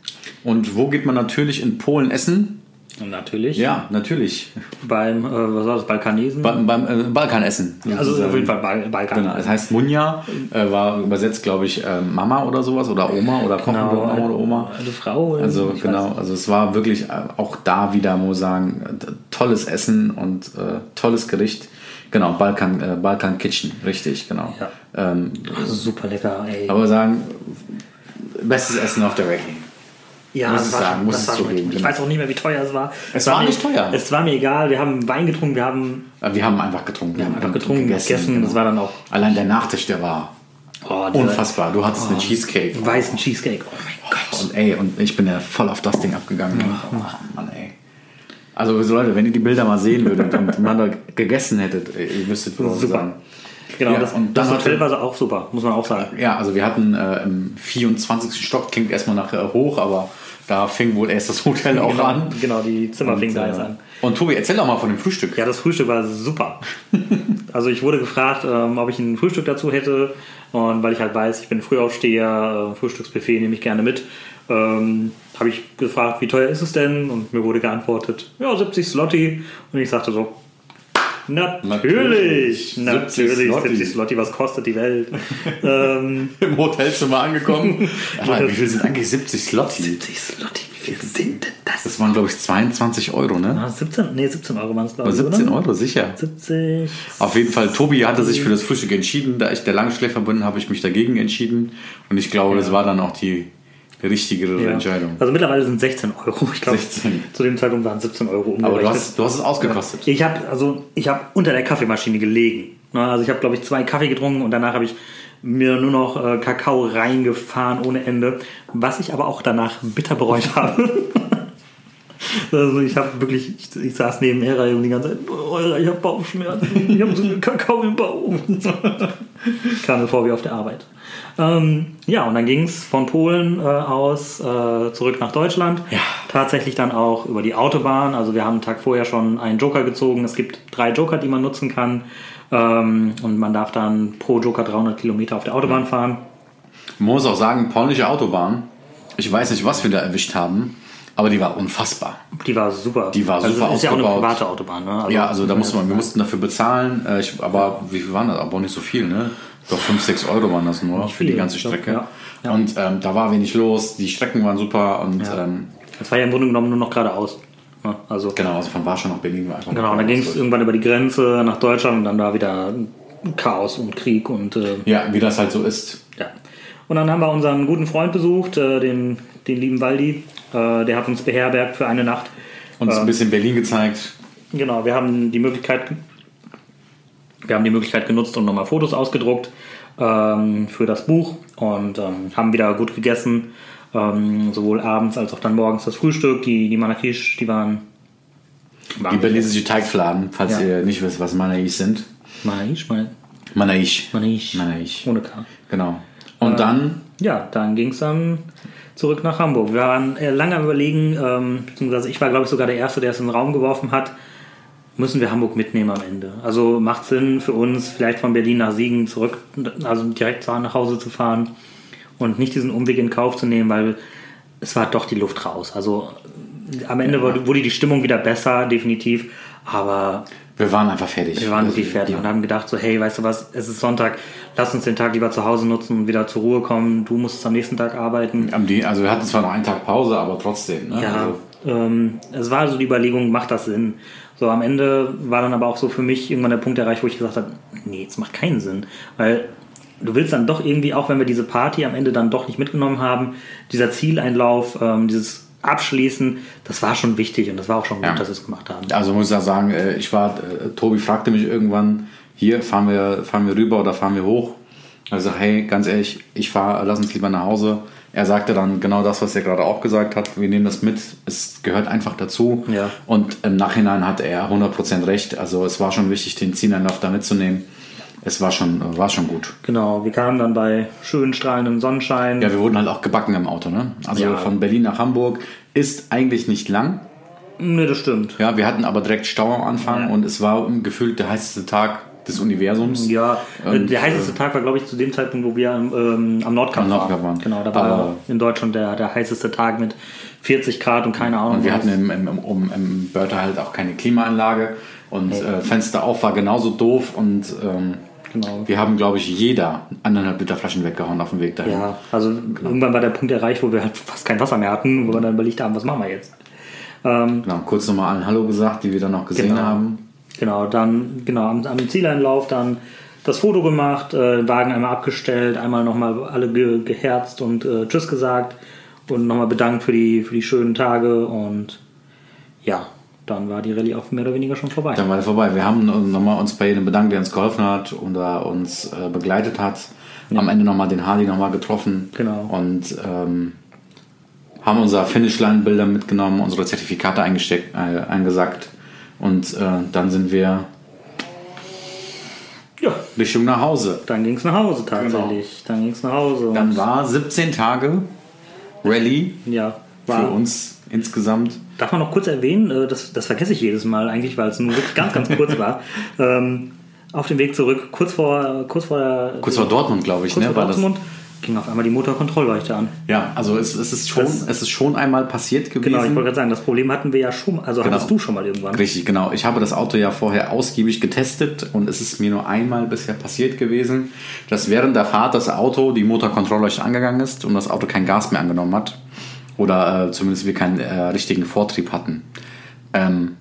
Und wo geht man natürlich in Polen essen?
Und Oh, natürlich
Ja, natürlich.
beim, äh, was war das, Balkanesen?
Ba- Beim äh, Balkan essen.
also auf jeden Fall Bal Balkan.
Genau, es heißt Munja, äh, war übersetzt, glaube ich, äh, Mama oder sowas oder Oma oder Kochen
Genau.
Mama oder Oma.
Eine Frau. oder-
Also
ich
genau,
weiß
also es war wirklich äh, auch da wieder, muss ich sagen, äh, t- tolles Essen und äh, tolles Gericht. Genau, Balkan, äh, Balkan Kitchen, richtig, genau.
Ja.
Ähm,
nicht. Ach, also super lecker, ey.
aber sagen, bestes Essen auf der Welt.
Ja,
Muss
das
ich
war,
sagen,
schon-
muss
das
ich
war schon
zugeben,
richtig. Ich
genau.
weiß auch nicht mehr, wie teuer es war.
Es war
mir-
nicht teuer.
Es war mir egal. Wir haben Wein getrunken, wir haben
Äh, Wir haben einfach getrunken. Wir haben
einfach getrunken, gegessen.
genau.
Das war dann auch
Allein der Nachtisch, der war
oh, dieser
unfassbar. Du hattest einen Cheesecake.
Weißen Cheesecake. Oh mein Gott.
Und ey, und ich bin ja voll auf das Ding abgegangen. Ach, Mann, ey. Also so Leute, wenn ihr die Bilder mal sehen würdet und man da gegessen hättet, ey, ihr wüsstet, was ich
Super.
sagen.
Genau,
Ja,
das,
und
das
dann
Hotel
hatte-
war so auch super, muss man auch sagen.
Ja, also wir hatten äh, im 24. Stock, klingt erstmal nach äh, hoch, aber da fing wohl erst das Hotel auch
genau,
an.
Genau, die Zimmer fingen da
äh,
jetzt an.
und Tobi, erzähl doch mal von dem Frühstück.
Ja, das Frühstück war super. also ich wurde gefragt, ähm, ob ich ein Frühstück dazu hätte. Und weil ich halt weiß, ich bin Frühaufsteher, äh, Frühstücksbuffet nehme ich gerne mit, ähm, habe ich gefragt, wie teuer ist es denn? Und mir wurde geantwortet, ja, 70 Slotti. Und ich sagte so,
Natürlich,
natürlich, natürlich, 70
Zloty.
Slotti, was kostet die Welt? ähm,
Im Hotelzimmer angekommen. ah, wie viel sind eigentlich 70 Slotti?
70 Slotti, wie viel sind denn das?
Das waren, glaube ich, 22 Euro, ne?
Ah, 17, nee, 17 Euro waren es, glaube
Aber
ich,
17
oder?
Euro, sicher.
70.
Auf jeden Fall, Tobi hatte
Mhm.
sich für das Frühstück entschieden. Da ich der Langschläfer bin, habe ich mich dagegen entschieden. Und ich glaube, das war dann auch die richtigere
Ja.
Entscheidung.
Also mittlerweile sind 16 Euro. Ich glaube,
16.
zu dem Zeitpunkt waren 17 Euro umgerechnet.
Aber du hast, du hast es ausgekostet.
ich habe also ich habe unter der Kaffeemaschine gelegen. Na, Also ich habe glaube ich zwei Kaffee getrunken und danach habe ich mir nur noch äh, Kakao reingefahren ohne Ende, was ich aber auch danach bitter bereut habe. Also ich habe wirklich, ich, ich saß neben Eray und die ganze Zeit, oh, Eray, ich habe Bauchschmerzen, ich habe so viel Kakao im Bauch. Kam mir vor wie auf der Arbeit. Ähm, ja, und dann ging es von Polen äh, aus äh, zurück nach Deutschland.
Ja.
Tatsächlich dann auch über die Autobahn. Also wir haben einen Tag vorher schon einen Joker gezogen. Es gibt drei Joker, die man nutzen kann. Ähm, und man darf dann pro Joker 300 Kilometer auf der Autobahn fahren.
Man muss auch sagen, polnische Autobahn. Ich weiß nicht, was wir da erwischt haben, aber die war unfassbar.
Die war super.
Die war super
also, es Ist ja auch eine
ausgebaut.
private Autobahn. Ne? Also,
Ja, also da musste man, wir mussten dafür bezahlen. Äh, Ich, aber wie viel waren das? Aber auch nicht so viel, ne? Doch 5, 6 Euro waren das nur für die
viel,
ganze
ich glaub,
Strecke.
ja.
Und ähm, da war wenig los, die Strecken waren super und ähm,
Das war ja im Grunde genommen nur noch geradeaus. Ne? Also,
Genau, also von Warschau nach Berlin war einfach.
Genau, und dann ging es irgendwann über die Grenze nach Deutschland und dann war wieder Chaos und Krieg und äh,
Ja, wie das halt so ist.
ja. Und dann haben wir unseren guten Freund besucht, äh, den, den lieben Waldi. Äh, der hat uns beherbergt für eine Nacht.
Uns ein bisschen Berlin gezeigt.
Genau, wir haben die Möglichkeit, wir haben die Möglichkeit genutzt und nochmal Fotos ausgedruckt ähm, für das Buch und ähm, haben wieder gut gegessen, ähm, sowohl abends als auch dann morgens das Frühstück. Die, die Manakish, die waren.
Die berlinische Teigfladen, falls
Ja.
ihr nicht wisst, was Manais sind.
Manakish, Mana-
Manais.
Manakish.
Manais.
Ohne K.
Genau. Und dann
Ja, dann ging es dann zurück nach Hamburg. Wir waren äh, lange am Überlegen, ähm, beziehungsweise ich war, glaube ich, sogar der Erste, der es in den Raum geworfen hat. Müssen wir Hamburg mitnehmen am Ende? Also macht Sinn für uns, vielleicht von Berlin nach Siegen zurück, also direkt nach Hause zu fahren und nicht diesen Umweg in Kauf zu nehmen, weil es war doch die Luft raus. Also äh, am Ende wurde, wurde die Stimmung wieder besser, definitiv. Aber
Wir waren einfach fertig.
wir waren
Also,
wirklich fertig
ja.
und haben gedacht so, hey, weißt du was, es ist Sonntag, lass uns den Tag lieber zu Hause nutzen und wieder zur Ruhe kommen. Du musst am nächsten Tag arbeiten.
Am Dien- Also wir hatten zwar noch einen Tag Pause, aber trotzdem. Ne?
Ja,
Also,
ähm, es war also die Überlegung, macht das Sinn? So am Ende war dann aber auch so für mich irgendwann der Punkt erreicht, wo ich gesagt habe, nee, es macht keinen Sinn, weil du willst dann doch irgendwie, auch wenn wir diese Party am Ende dann doch nicht mitgenommen haben, dieser Zieleinlauf, ähm, dieses Abschließen, das war schon wichtig und das war auch schon gut,
Ja.
dass wir es gemacht haben.
also muss ich ja sagen, äh, ich war, äh, Tobi fragte mich irgendwann, hier fahren wir, fahren wir rüber oder fahren wir hoch. Also hey, ganz ehrlich, ich fahre, lass uns lieber nach Hause. Er sagte dann genau das, was er gerade auch gesagt hat. Wir nehmen das mit. Es gehört einfach dazu.
Ja.
Und im Nachhinein hat er 100% recht. Also es war schon wichtig, den Zieleinlauf da mitzunehmen. Es war schon, war schon gut.
Genau, wir kamen dann bei schön strahlendem Sonnenschein.
Ja, wir wurden halt auch gebacken im Auto. Ne? Also
Ja.
von Berlin nach Hamburg ist eigentlich nicht lang.
Nee, das stimmt.
Ja, wir hatten aber direkt Stau am Anfang und es war gefühlt der heißeste Tag des Universums.
Ja, äh,
Und,
der heißeste Tag war, glaube ich, zu dem Zeitpunkt, wo wir am, ähm, am Nordkap
Am Nordkap
waren.
waren.
Genau, da
Aber-
war in Deutschland der, der heißeste Tag mit 40 Grad und keine Ahnung.
Und wir
was.
hatten im, im, im, um- im Börter halt auch keine Klimaanlage und äh, Fenster auf war genauso doof und ähm,
Genau.
wir haben, glaube ich, jeder anderthalb Liter Flaschen weggehauen auf dem Weg dahin.
Ja, also
Genau.
irgendwann war der Punkt erreicht, wo wir halt fast kein Wasser mehr hatten, wo wir dann überlegt haben, was machen wir jetzt? Ähm,
Genau, kurz nochmal allen Hallo gesagt, die wir dann auch gesehen
Genau.
haben.
Genau, dann genau am, am Zieleinlauf dann das Foto gemacht, äh, Wagen einmal abgestellt, einmal nochmal alle ge geherzt und äh, Tschüss gesagt und nochmal bedankt für die, für die schönen Tage und ja, dann war die Rallye auch mehr oder weniger schon vorbei.
Dann war es vorbei. Wir haben nochmal uns bei jedem bedankt, der uns geholfen hat oder uns äh, begleitet hat. Am Ende nochmal den Hardy nochmal getroffen.
Genau.
Und ähm, haben unser Finishline-Bilder mitgenommen, unsere Zertifikate eingesteckt, äh, eingesackt. Und äh, dann sind wir
Ja,
Richtung nach Hause.
dann ging es nach Hause tatsächlich. Dann ging es nach Hause. und-
Genau. Dann war 17 Tage Rallye
ja,
für
war.
uns insgesamt.
Darf man noch kurz erwähnen, äh, das, das vergesse ich jedes Mal eigentlich, weil es nur wirklich ganz, ganz kurz war. Ähm, auf dem Weg zurück, kurz vor, kurz vor der.
Kurz vor Dortmund, glaube ich,
kurz
ne?
vor
War das,
Dortmund ging auf einmal die Motorkontrollleuchte an.
ja, also es, es, ist schon,
Das-
es ist schon einmal passiert gewesen.
Genau, ich wollte gerade sagen, das Problem hatten wir ja schon, also hattest du schon mal irgendwann.
Richtig, genau. Ich habe das Auto ja vorher ausgiebig getestet und es ist mir nur einmal bisher passiert gewesen, dass während der Fahrt das Auto die Motorkontrollleuchte angegangen ist und das Auto kein Gas mehr angenommen hat. Oder äh, zumindest wir keinen äh, richtigen Vortrieb hatten. Ähm,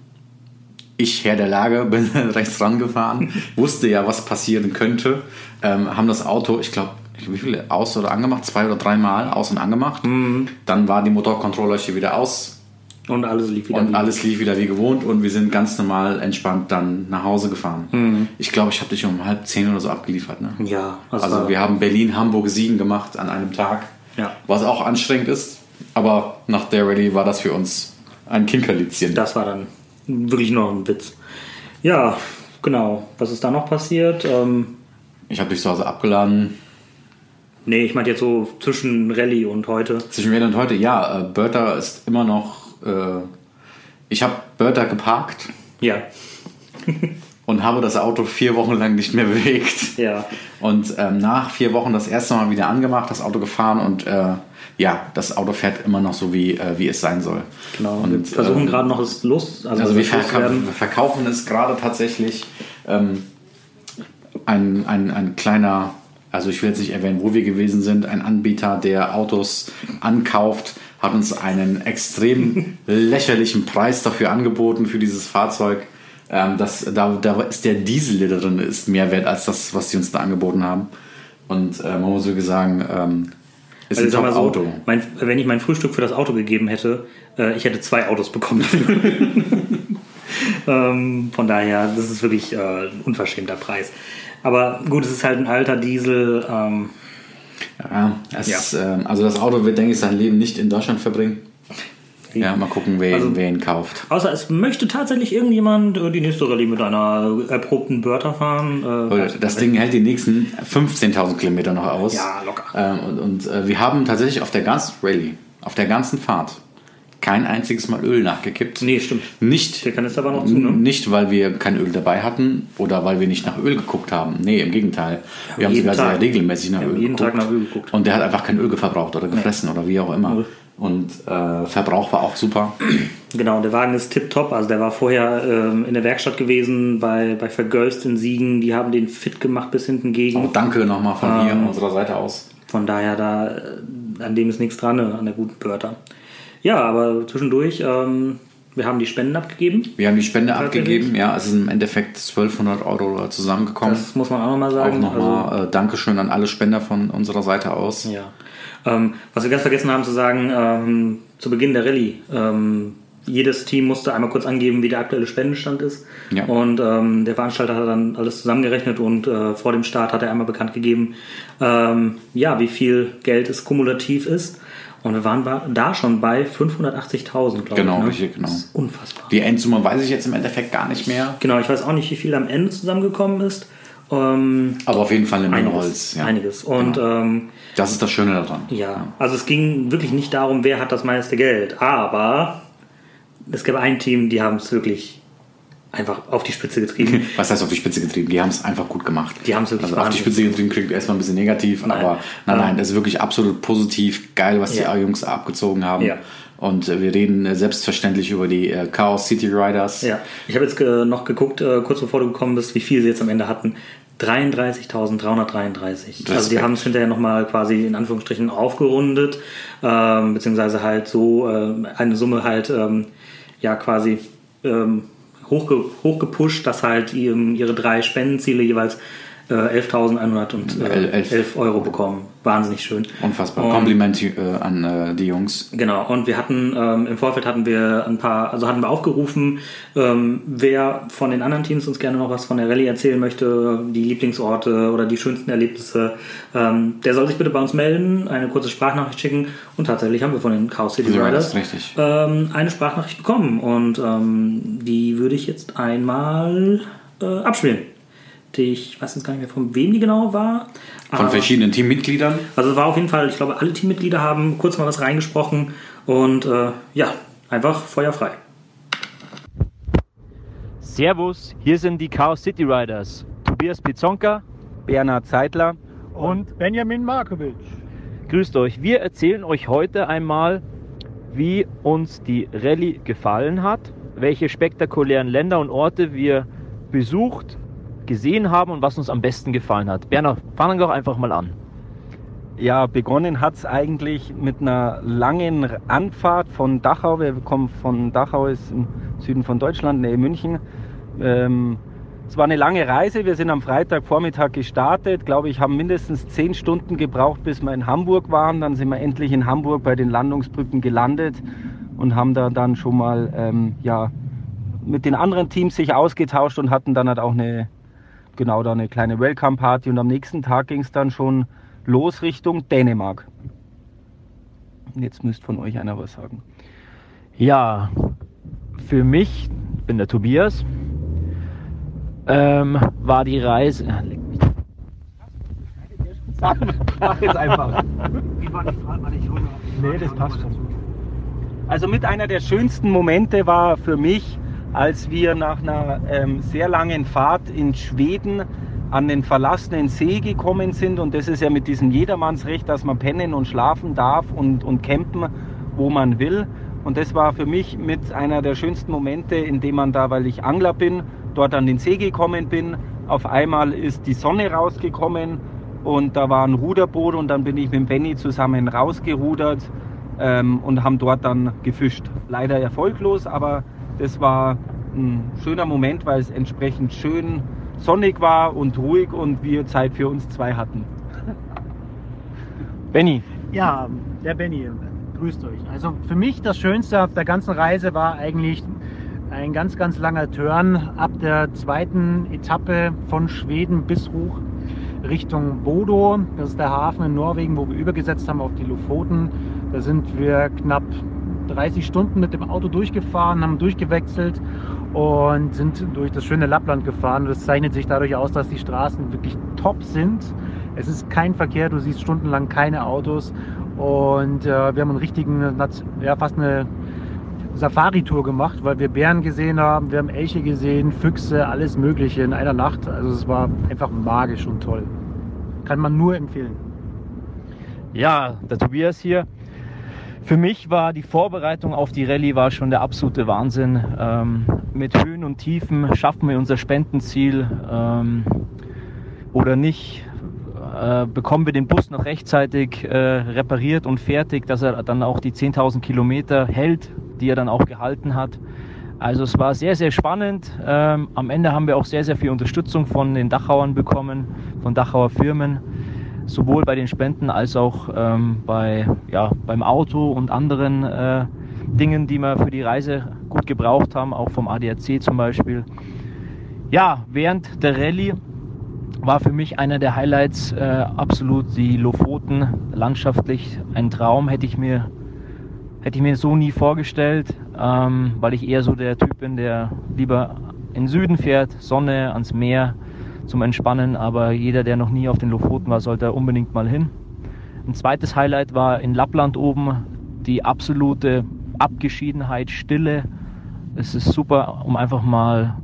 ich, Herr der Lage, bin rechts rangefahren, wusste ja, was passieren könnte. Ähm, haben das Auto, ich glaube, wie viele aus- oder angemacht? Zwei oder dreimal aus- und angemacht. Dann war die Motorkontrollleuchte wieder aus.
Und alles lief wieder.
Und
wie-
alles lief wieder wie gewohnt und wir sind ganz normal entspannt dann nach Hause gefahren. Ich glaube, ich habe dich um halb zehn oder so abgeliefert. Ne?
Mhm. ja, also,
Also wir haben Berlin, Hamburg, Siegen gemacht an einem Tag,
Ja.
was auch anstrengend ist. Aber nach der Rallye war das für uns ein Kinkerlitzchen.
das war dann wirklich noch ein Witz. Ja, genau. Was ist da noch passiert? Ähm,
Ich habe dich zu Hause abgeladen.
nee, ich meinte jetzt so zwischen Rallye und heute.
Zwischen mir und heute, ja, äh, Bertha ist immer noch... Äh, ich habe Bertha geparkt
Ja,
und habe das Auto vier Wochen lang nicht mehr bewegt.
ja.
Und ähm, nach vier Wochen das erste Mal wieder angemacht, das Auto gefahren und äh, ja, das Auto fährt immer noch so, wie, äh, wie es sein soll.
Genau.
Und,
wir versuchen
ähm,
gerade noch es los. Also,
Also wir
das
verkaufen,
loswerden.
wir verkaufen es gerade tatsächlich ähm, ein, ein, ein kleiner, also ich will jetzt nicht erwähnen, wo wir gewesen sind, ein Anbieter, der Autos ankauft, hat uns einen extrem lächerlichen Preis dafür angeboten, für dieses Fahrzeug. Ähm, das, da, da ist der Diesel, der da drin ist, mehr wert als das, was sie uns da angeboten haben. Und äh, man muss wirklich sagen, ähm, ist
Also ich sag
ein
mal so,
Top-Auto.
mein, wenn ich mein Frühstück für das Auto gegeben hätte, äh, ich hätte zwei Autos bekommen. ähm, von daher, das ist wirklich äh, ein unverschämter Preis. Aber gut, es ist halt ein alter Diesel. Ähm,
ja, es Ist, ähm, also das Auto wird, denke ich, sein Leben nicht in Deutschland verbringen. Ja, mal gucken, wer,
Also-
ihn, wer ihn kauft.
außer es möchte tatsächlich irgendjemand äh, die nächste Rallye mit einer erprobten Börter fahren. Äh,
Oh Das Ding hält die nächsten 15.000 Kilometer noch aus.
Ja, locker.
Ähm, und und äh, wir haben tatsächlich auf der ganzen Rallye, auf der ganzen Fahrt, kein einziges Mal Öl nachgekippt.
nee, stimmt.
Nicht,
Der Kanister war noch zu, ne?
nicht, weil wir kein Öl dabei hatten oder weil wir nicht nach Öl geguckt haben. Nee, im Gegenteil. Wir haben
jeden
sogar
Tag.
sehr regelmäßig nach,
Wir haben
Öl
jeden
geguckt.
Tag nach Öl geguckt.
Und der hat einfach kein Öl verbraucht oder gefressen oder wie auch immer. Und äh, Verbrauch war auch super.
Genau, der Wagen ist tipptopp. Also der war vorher ähm, in der Werkstatt gewesen bei, bei Vergölst in Siegen. Die haben den fit gemacht bis hinten gegen.
Auch danke nochmal von
Ah.
hier, unserer Seite aus.
Von daher, da, äh, an dem ist nichts dran, ne, an der guten Börter. Ja, aber zwischendurch, ähm, wir haben die Spenden abgegeben.
Wir haben die Spende
Tatsächlich?
abgegeben. Ja, es ist im Endeffekt 1200 Euro zusammengekommen.
Das muss man auch nochmal sagen. Also
auch nochmal äh, Dankeschön an alle Spender von unserer Seite aus.
Ja. Ähm, was wir ganz vergessen haben zu sagen, ähm, zu Beginn der Rallye, ähm, jedes Team musste einmal kurz angeben, wie der aktuelle Spendenstand ist.
Ja.
Und ähm, der Veranstalter hat dann alles zusammengerechnet und äh, vor dem Start hat er einmal bekannt gegeben, ähm, ja, wie viel Geld es kumulativ ist. Und wir waren ba- da schon bei 580.000, glaube
Genau,
ich. ne?
richtig, genau.
Das ist unfassbar.
Die Endsumme weiß ich jetzt im Endeffekt gar nicht mehr.
Genau, ich weiß auch nicht, wie viel am Ende zusammengekommen ist. Ähm,
Aber auf jeden Fall eine Menge
einiges.
Holz. Ja. Genau.
einiges. Und ähm,
Das ist das Schöne daran.
Ja, also es ging wirklich nicht darum, wer hat das meiste Geld, aber es gab ein Team, die haben es wirklich einfach auf die Spitze getrieben.
Was heißt auf die Spitze getrieben? Die haben es einfach gut gemacht.
Die haben's wirklich
also auf die
wahnsinnig Ähm.
Spitze getrieben klingt erstmal ein bisschen negativ, aber nein, nein, das ist wirklich absolut positiv. Geil, was
Ja.
die Jungs abgezogen haben.
Ja.
Und äh, wir reden äh, selbstverständlich über die äh, Chaos City Riders.
ja, ich habe jetzt äh, noch geguckt, äh, kurz bevor du gekommen bist, wie viel sie jetzt am Ende hatten. 33.333. Also die
Respekt.
haben es hinterher nochmal quasi in Anführungsstrichen aufgerundet, ähm, beziehungsweise halt so ähm, eine Summe halt ähm, ja quasi ähm, hochge hochgepusht, dass halt ihrem- ihre drei Spendenziele jeweils äh, 11.100 und äh,
El- elf.
11 Euro bekommen. Wahnsinnig schön.
Unfassbar.
Und-
Kompliment äh, an äh, die Jungs.
Genau, und wir hatten ähm, im Vorfeld hatten wir ein paar, also hatten wir aufgerufen, ähm, wer von den anderen Teams uns gerne noch was von der Rallye erzählen möchte, die Lieblingsorte oder die schönsten Erlebnisse, ähm, der soll sich bitte bei uns melden, eine kurze Sprachnachricht schicken und tatsächlich haben wir von den Chaos City
Ja, das
Riders
ist richtig.
ähm, eine Sprachnachricht bekommen und ähm, die würde ich jetzt einmal äh, abspielen. Die, ich weiß jetzt gar nicht mehr, von wem die genau war.
Von verschiedenen Teammitgliedern.
Also es war auf jeden Fall, ich glaube, alle Teammitglieder haben kurz mal was reingesprochen und äh, ja, einfach feuerfrei.
Servus, hier sind die Chaos City Riders. Tobias Pizonka, Bernhard Zeitler und
Benjamin Markovic.
grüßt euch. Wir erzählen euch heute einmal, wie uns die Rallye gefallen hat, welche spektakulären Länder und Orte wir besucht, gesehen haben und was uns am besten gefallen hat. Bernhard, fangen wir doch einfach mal an.
Ja, begonnen hat es eigentlich mit einer langen Anfahrt von Dachau. Wir kommen von Dachau, ist im Süden von Deutschland, nähe München. Ähm, es war eine lange Reise. Wir sind am Freitagvormittag gestartet. Glaube ich, haben mindestens zehn Stunden gebraucht, bis wir in Hamburg waren. Dann sind wir endlich in Hamburg bei den Landungsbrücken gelandet und haben da dann schon mal ähm, ja, mit den anderen Teams sich ausgetauscht und hatten dann halt auch eine genau da eine kleine Welcome-Party und am nächsten Tag ging es dann schon los Richtung Dänemark. Jetzt müsst von euch einer was sagen.
Ja, für mich, ich bin der Tobias, ähm, war die Reise. Ah, leck mich.
Mach jetzt einfach. nee, das passt schon. Also mit einer der schönsten Momente war für mich, als wir nach einer ähm, sehr langen Fahrt in Schweden an den verlassenen See gekommen sind. Und das ist ja mit diesem Jedermannsrecht, dass man pennen und schlafen darf und, und campen, wo man will. Und das war für mich mit einer der schönsten Momente, in dem man da, weil ich Angler bin, dort an den See gekommen bin. Auf einmal ist die Sonne rausgekommen und da war ein Ruderboot und dann bin ich mit Benny zusammen rausgerudert ähm, und haben dort dann gefischt. Leider erfolglos, aber das war ein schöner Moment, weil es entsprechend schön sonnig war und ruhig und wir Zeit für uns zwei hatten.
Benny,
Ja, der Benny, grüßt euch. Also für mich das Schönste auf der ganzen Reise war eigentlich ein ganz, ganz langer Turn ab der zweiten Etappe von Schweden bis hoch Richtung Bodo. Das ist der Hafen in Norwegen, wo wir übergesetzt haben auf die Lofoten. Da sind wir knapp 30 Stunden mit dem Auto durchgefahren, haben durchgewechselt und sind durch das schöne Lappland gefahren. Das zeichnet sich dadurch aus, dass die Straßen wirklich top sind. Es ist kein Verkehr, du siehst stundenlang keine Autos und äh, wir haben einen richtigen, Nat- ja fast eine Safari-Tour gemacht, weil wir Bären gesehen haben, wir haben Elche gesehen, Füchse, alles Mögliche in einer Nacht. Also es war einfach magisch und toll. Kann man nur empfehlen.
Ja, der Tobias hier. Für mich war die Vorbereitung auf die Rallye war schon der absolute Wahnsinn. Ähm, mit Höhen und Tiefen schaffen wir unser Spendenziel ähm, oder nicht. Äh, bekommen wir den Bus noch rechtzeitig äh, repariert und fertig, dass er dann auch die 10.000 Kilometer hält, die er dann auch gehalten hat. Also es war sehr, sehr spannend. Ähm, am Ende haben wir auch sehr, sehr viel Unterstützung von den Dachauern bekommen, von Dachauer Firmen sowohl bei den Spenden als auch ähm, bei, ja, beim Auto und anderen äh, Dingen, die wir für die Reise gut gebraucht haben, auch vom ADAC zum Beispiel. Ja, während der Rallye war für mich einer der Highlights äh, absolut die Lofoten, landschaftlich ein Traum, hätte ich mir, hätte ich mir so nie vorgestellt, ähm, weil ich eher so der Typ bin, der lieber in den Süden fährt, Sonne, ans Meer, zum Entspannen, aber jeder, der noch nie auf den Lofoten war, sollte unbedingt mal hin. Ein zweites Highlight war in Lappland oben die absolute Abgeschiedenheit, Stille. Es ist super, um einfach mal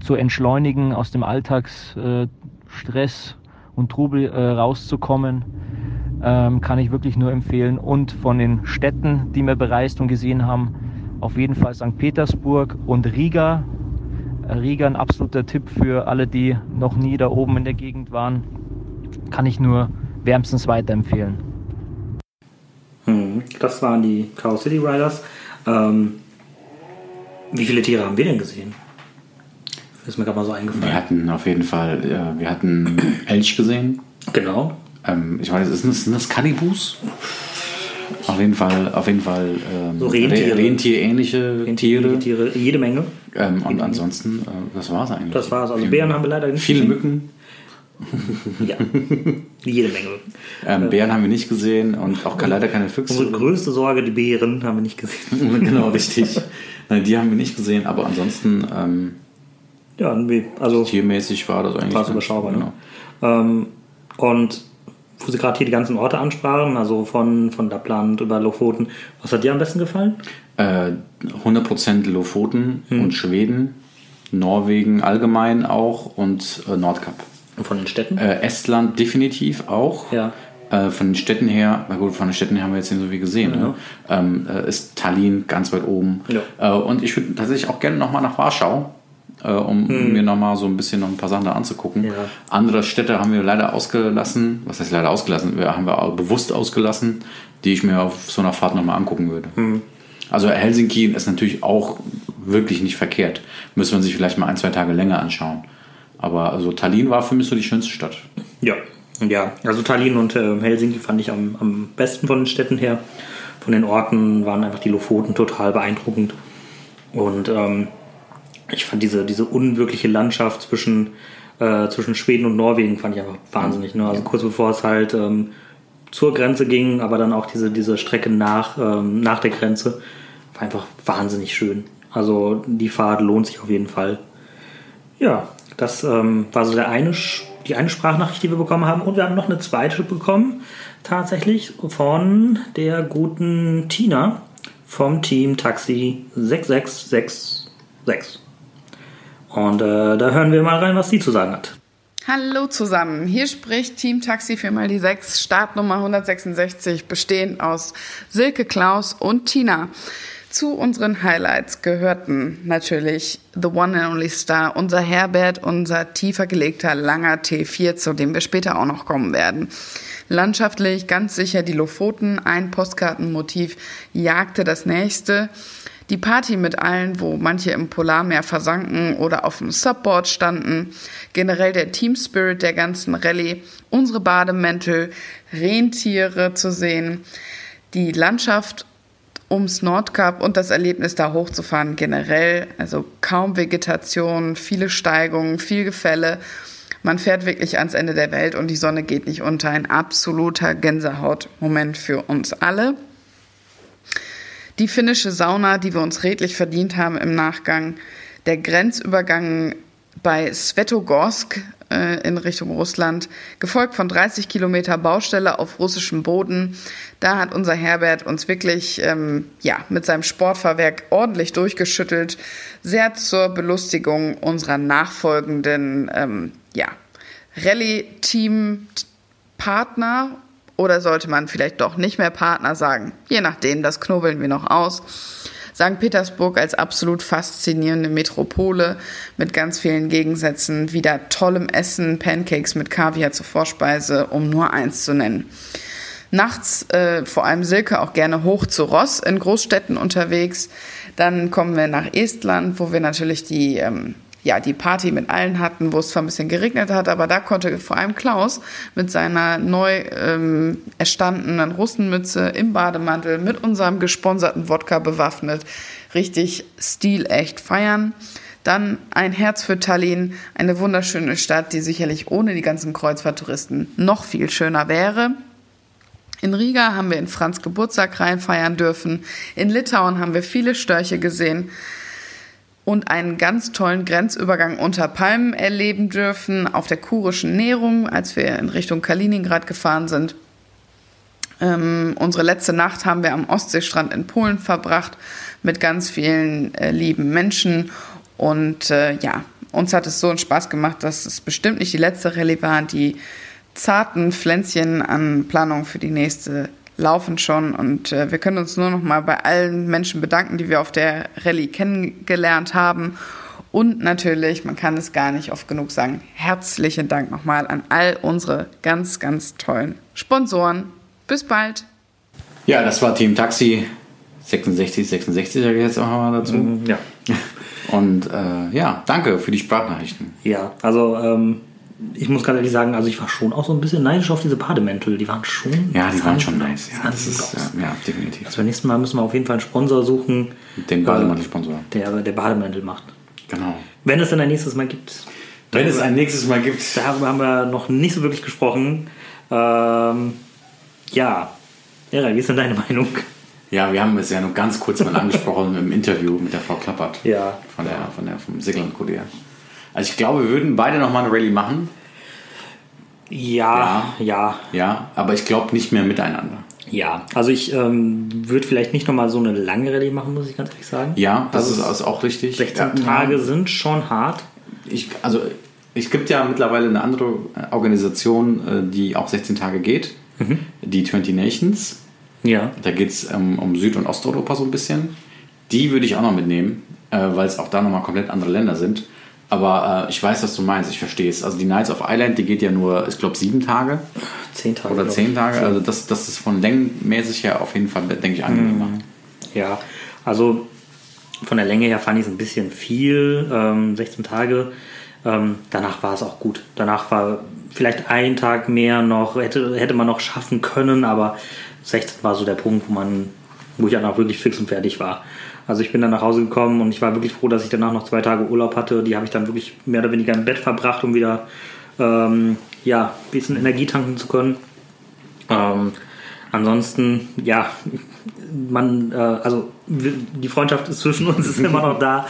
zu entschleunigen, aus dem Alltagsstress äh, Stress und Trubel äh, rauszukommen. Ähm, kann ich wirklich nur empfehlen. Und von den Städten, die wir bereist und gesehen haben, auf jeden Fall St. Petersburg und Riga, Äh, Riga ein absoluter Tipp für alle, die noch nie da oben in der Gegend waren. Kann ich nur wärmstens weiterempfehlen.
Mhm.
Hm, das waren die Cow City Riders. Ähm, wie viele Tiere haben wir denn gesehen? Ist mir gerade mal so
Wir
eingefallen.
hatten auf jeden Fall, äh, wir hatten Elch gesehen.
Genau.
Ähm, ich meine, sind das, sind das Kannibus? Auf jeden Fall, auf jeden Fall ähm,
So Rentiere.
Re- Rentierähnliche Tiere.
Tiere. Tiere, jede Menge.
Ähm, und ansonsten, äh, das war's eigentlich.
Das war's. Also
Viel-
Bären haben wir leider nicht
Viele
gesehen.
Mücken.
Ja, jede Menge.
Ähm, Bären haben wir nicht gesehen und auch leider keine
Unsere
Füchse.
größte Sorge, die Bären, haben wir nicht gesehen.
genau, richtig. Nein, die haben wir nicht gesehen, aber ansonsten ähm,
Ja, nee, also
tiermäßig war das eigentlich.
war es
ganz-
überschaubar.
Genau.
Ne? Ähm, und wo Sie gerade hier die ganzen Orte ansprachen, also von, von Lappland über Lofoten, was hat dir am besten gefallen?
Äh, 100% Lofoten
Hm.
und Schweden, Norwegen allgemein auch und äh, Nordkap.
Und von den Städten?
Äh, Estland definitiv auch.
Ja.
Äh, von den Städten her, na gut, von den Städten her haben wir jetzt nicht so viel gesehen.
Mhm.
Ne? Ähm, äh, ist Tallinn ganz weit oben.
Ja.
Äh, und ich würde tatsächlich auch gerne nochmal nach Warschau, äh, um mir nochmal so ein bisschen noch ein paar Sachen da anzugucken.
Mhm. Ja.
Andere Städte haben wir leider ausgelassen, was heißt leider ausgelassen, wir haben wir auch bewusst ausgelassen, die ich mir auf so einer Fahrt nochmal angucken würde.
Mhm.
Also Helsinki ist natürlich auch wirklich nicht verkehrt. Müsste man sich vielleicht mal ein, zwei Tage länger anschauen. Aber also Tallinn war für mich so die schönste Stadt.
Ja, ja. Also Tallinn und ähm, Helsinki fand ich am, am besten von den Städten her. Von den Orten waren einfach die Lofoten total beeindruckend. Und ähm, ich fand diese, diese unwirkliche Landschaft zwischen, äh, zwischen Schweden und Norwegen fand ich einfach wahnsinnig. Ne? Also kurz bevor es halt ähm, zur Grenze ging, aber dann auch diese, diese Strecke nach, ähm, nach der Grenze, war einfach wahnsinnig schön. Also die Fahrt lohnt sich auf jeden Fall. Ja, das ähm, war so der eine, Sch- die eine Sprachnachricht, die wir bekommen haben. Und wir haben noch eine zweite bekommen, tatsächlich von der guten Tina vom Team Taxi 6666. Und äh, da hören wir mal rein, was sie zu sagen hat.
Hallo zusammen, hier spricht Team Taxi 4x6, Startnummer 166, bestehend aus Silke, Klaus und Tina. Zu unseren Highlights gehörten natürlich The One and Only Star, unser Herbert, unser tiefer gelegter langer T4, zu dem wir später auch noch kommen werden. Landschaftlich ganz sicher die Lofoten, ein Postkartenmotiv jagte das nächste. Die Party mit allen, wo manche im Polarmeer versanken oder auf dem Subboard standen. Generell der Team Spirit der ganzen Rallye. Unsere Bademäntel, Rentiere zu sehen. Die Landschaft ums Nordkap und das Erlebnis da hochzufahren generell. Also kaum Vegetation, viele Steigungen, viel Gefälle. Man fährt wirklich ans Ende der Welt und die Sonne geht nicht unter. Ein absoluter Gänsehautmoment für uns alle. Die finnische Sauna, die wir uns redlich verdient haben im Nachgang. Der Grenzübergang bei Svetogorsk äh, in Richtung Russland, gefolgt von 30 Kilometer Baustelle auf russischem Boden. Da hat unser Herbert uns wirklich ähm, ja, mit seinem Sportfahrwerk ordentlich durchgeschüttelt, sehr zur Belustigung unserer nachfolgenden ähm, ja, Rallye-Team-Partner oder sollte man vielleicht doch nicht mehr Partner sagen? Je nachdem, das knobeln wir noch aus. St. Petersburg als absolut faszinierende Metropole mit ganz vielen Gegensätzen, wieder tollem Essen, Pancakes mit Kaviar zur Vorspeise, um nur eins zu nennen. Nachts, äh, vor allem Silke, auch gerne hoch zu Ross in Großstädten unterwegs. Dann kommen wir nach Estland, wo wir natürlich die ähm, ja, die Party mit allen hatten, wo es zwar ein bisschen geregnet hat, aber da konnte vor allem Klaus mit seiner neu ähm, erstandenen Russenmütze im Bademantel mit unserem gesponserten Wodka bewaffnet richtig stilecht feiern. Dann ein Herz für Tallinn, eine wunderschöne Stadt, die sicherlich ohne die ganzen Kreuzfahrttouristen noch viel schöner wäre. In Riga haben wir in Franz Geburtstag reinfeiern dürfen. In Litauen haben wir viele Störche gesehen und einen ganz tollen Grenzübergang unter Palmen erleben dürfen auf der kurischen Nährung, als wir in Richtung Kaliningrad gefahren sind. Ähm, unsere letzte Nacht haben wir am Ostseestrand in Polen verbracht mit ganz vielen äh, lieben Menschen und äh, ja, uns hat es so einen Spaß gemacht, dass es bestimmt nicht die letzte Rallye war. Die zarten Pflänzchen an Planung für die nächste laufen schon und äh, wir können uns nur noch mal bei allen Menschen bedanken, die wir auf der Rallye kennengelernt haben. Und natürlich, man kann es gar nicht oft genug sagen, herzlichen Dank nochmal an all unsere ganz, ganz tollen Sponsoren. Bis bald.
Ja, das war Team Taxi 66, 66 sage ich jetzt auch mal dazu.
Ja,
Und äh, ja, danke für die Sprachnachrichten.
ja. also ähm, ich muss ganz ehrlich sagen, also ich war schon auch so ein bisschen neidisch auf diese Bademäntel. Die waren schon.
Ja, die waren schon
sahen-
nice. Ja,
sahen
das
gut
ist,
aus.
ja, ja definitiv.
Also beim nächsten Mal müssen wir auf jeden Fall einen Sponsor suchen, äh,
Den Bademantel-Sponsor.
der, der Bademäntel macht.
Also, Genau.
Wenn es dann ein nächstes Mal gibt.
Wenn es ein nächstes Mal gibt.
Darüber haben wir noch nicht so wirklich gesprochen. Ähm, ja, Era, wie ist denn deine Meinung?
Ja, wir haben es ja nur ganz kurz mal angesprochen im Interview mit der Frau Klappert.
Ja.
Von der, von der vom Sigland Kurier. Also ich glaube, wir würden beide nochmal eine Rallye machen.
Ja, ja,
Ja, aber ich glaube nicht mehr miteinander.
ja. Also ich ähm, würde vielleicht nicht nochmal so eine lange Rallye machen, muss ich ganz ehrlich sagen.
Ja, das
Also
ist also auch richtig.
16
ja,
Tage sind schon hart.
Ich, also es gibt ja mittlerweile eine andere Organisation, äh, die auch 16 Tage geht.
Mhm.
Die 20 Nations.
Ja.
Da geht es ähm, um Süd- und Osteuropa so ein bisschen. Die würde ich auch noch mitnehmen, äh, weil es auch da nochmal komplett andere Länder sind. Aber äh, ich weiß, was du meinst, ich verstehe es. Also die Knights of Island, die geht ja nur, ich glaube, sieben Tage
Zehn Tage.
oder
glaub
zehn
ich.
Tage. Also das, das ist von längenmäßig her auf jeden Fall, denke
Mhm.
ich, angenehmer.
Ja, also von der Länge her fand ich es ein bisschen viel, ähm, 16 Tage. Ähm, danach war es auch gut. Danach war vielleicht ein Tag mehr noch, hätte, hätte man noch schaffen können, aber 16 war so der Punkt, wo man, wo ich danach wirklich fix und fertig war. Also ich bin dann nach Hause gekommen und ich war wirklich froh, dass ich danach noch zwei Tage Urlaub hatte. Die habe ich dann wirklich mehr oder weniger im Bett verbracht, um wieder ähm, ja, ein bisschen Energie tanken zu können. Ähm, ansonsten, ja, man, äh, also wir, die Freundschaft ist zwischen uns, ist immer noch da.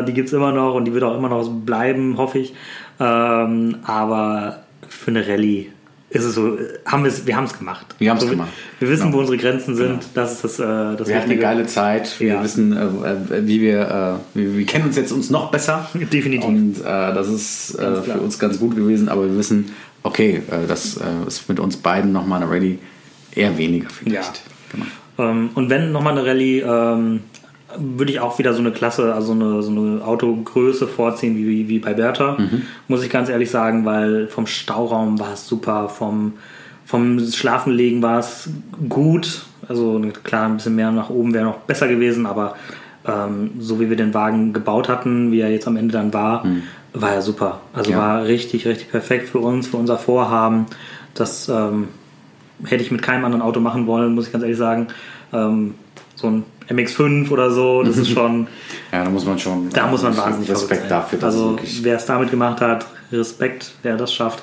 Äh, die gibt es immer noch und die wird auch immer noch so bleiben, hoffe ich. Ähm, aber für eine Rallye ist es so, äh, haben wir's, wir haben es gemacht.
Wir haben's
Also,
gemacht.
Wir, wir wissen,
Genau.
wo unsere Grenzen sind. Das ist das, äh, das
Wir hatten eine
Wichtige.
geile Zeit. Wir
Ja.
wissen, äh, äh, wie wir, äh, wir, wir kennen uns jetzt uns noch besser.
Definitiv.
Und äh, das ist äh,
klar.
für uns ganz gut gewesen. Aber wir wissen, okay, äh, das äh, ist mit uns beiden nochmal eine Rallye eher weniger vielleicht.
Ja. Ähm, und wenn nochmal eine Rallye, ähm, würde ich auch wieder so eine Klasse, also eine, so eine Autogröße vorziehen wie, wie, wie bei Bertha, muss ich ganz ehrlich sagen, weil vom Stauraum war es super, vom, Vom Schlafenlegen war es gut. Also klar, ein bisschen mehr nach oben wäre noch besser gewesen, aber ähm, so wie wir den Wagen gebaut hatten, wie er jetzt am Ende dann war, war er super. Also
Ja.
war richtig, richtig perfekt für uns, für unser Vorhaben. Das ähm, hätte ich mit keinem anderen Auto machen wollen, muss ich ganz ehrlich sagen. Ähm, so ein MX5 oder so, das ist schon,
Ja, da muss man schon. äh,
da muss man wahnsinnig verrückt
Respekt
sein.
dafür, dass
Also
wirklich.
wer es damit gemacht hat, Respekt, wer das schafft.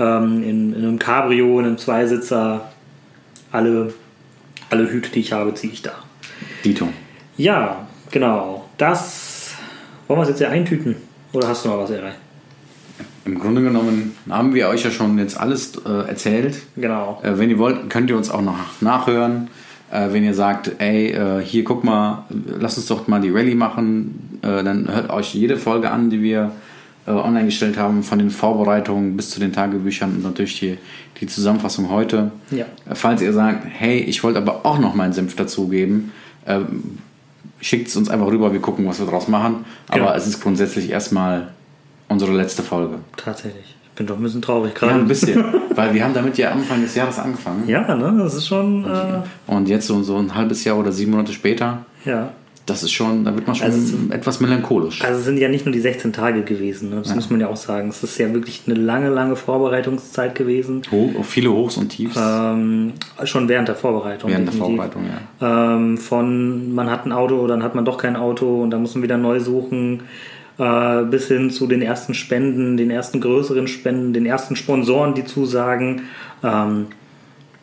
Ähm, in, in einem Cabrio, in einem Zweisitzer, alle, alle Hüte, die ich habe, ziehe ich da.
Dito.
Ja, genau. Das wollen wir es jetzt hier eintüten. Oder hast du noch was, Erei?
Im Grunde genommen haben wir euch ja schon jetzt alles äh, erzählt.
Genau.
Äh, wenn ihr wollt, könnt ihr uns auch noch nachhören. Äh, wenn ihr sagt, ey, äh, hier guck mal, lasst uns doch mal die Rallye machen, äh, dann hört euch jede Folge an, die wir äh, online gestellt haben, von den Vorbereitungen bis zu den Tagebüchern und natürlich die, die Zusammenfassung heute.
Ja.
Äh, falls ihr sagt, hey, ich wollte aber auch noch meinen Senf dazugeben, äh, schickt es uns einfach rüber, wir gucken, was wir draus machen.
Genau.
Aber es ist grundsätzlich erstmal unsere letzte Folge.
Tatsächlich. Ich bin doch ein bisschen traurig
Ja,
gerade.
ein bisschen, weil wir haben damit ja Anfang des Jahres angefangen.
Ja, ne? Das ist schon. Äh,
Und jetzt so, so ein halbes Jahr oder sieben Monate später,
ja.
das ist schon, da wird man schon etwas melancholisch.
Also es sind ja nicht nur die 16 Tage gewesen, ne? das muss man ja auch sagen. Es ist ja wirklich eine lange, lange Vorbereitungszeit gewesen.
Ho viele Hochs und Tiefs
Ähm, schon während der Vorbereitung.
während der
definitiv.
Vorbereitung, ja.
Ähm, von man hat ein Auto, dann hat man doch kein Auto und dann muss man wieder neu suchen, äh, bis hin zu den ersten Spenden, den ersten größeren Spenden, den ersten Sponsoren, die zusagen. Ähm,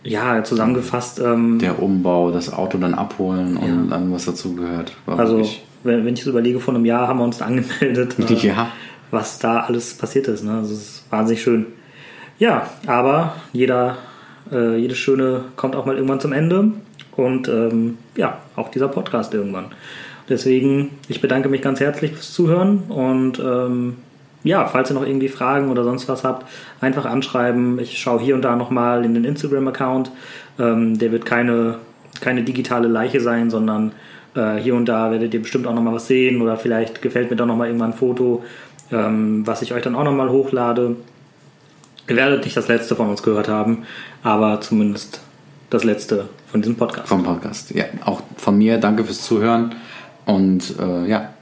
ja, zusammengefasst, ähm,
Der Umbau, das Auto dann abholen und dann was dazugehört. War
also
wirklich-
wenn, wenn ich das überlege, vor einem Jahr haben wir uns da angemeldet, äh,
Ja.
was da alles passiert ist. Ne? Also es ist wahnsinnig schön. Ja, aber jeder, äh, jedes Schöne kommt auch mal irgendwann zum Ende. Und ähm, ja, auch dieser Podcast irgendwann. Deswegen, ich bedanke mich ganz herzlich fürs Zuhören und ähm, ja, falls ihr noch irgendwie Fragen oder sonst was habt, einfach anschreiben. Ich schaue hier und da nochmal in den Instagram-Account. Ähm, der wird keine, keine digitale Leiche sein, sondern äh, hier und da werdet ihr bestimmt auch nochmal was sehen oder vielleicht gefällt mir doch nochmal irgendwann ein Foto, ähm, was ich euch dann auch nochmal hochlade. Ihr werdet nicht das letzte von uns gehört haben, aber zumindest das letzte von diesem Podcast.
vom Podcast. Ja, auch von mir, danke fürs Zuhören. Und äh, ja,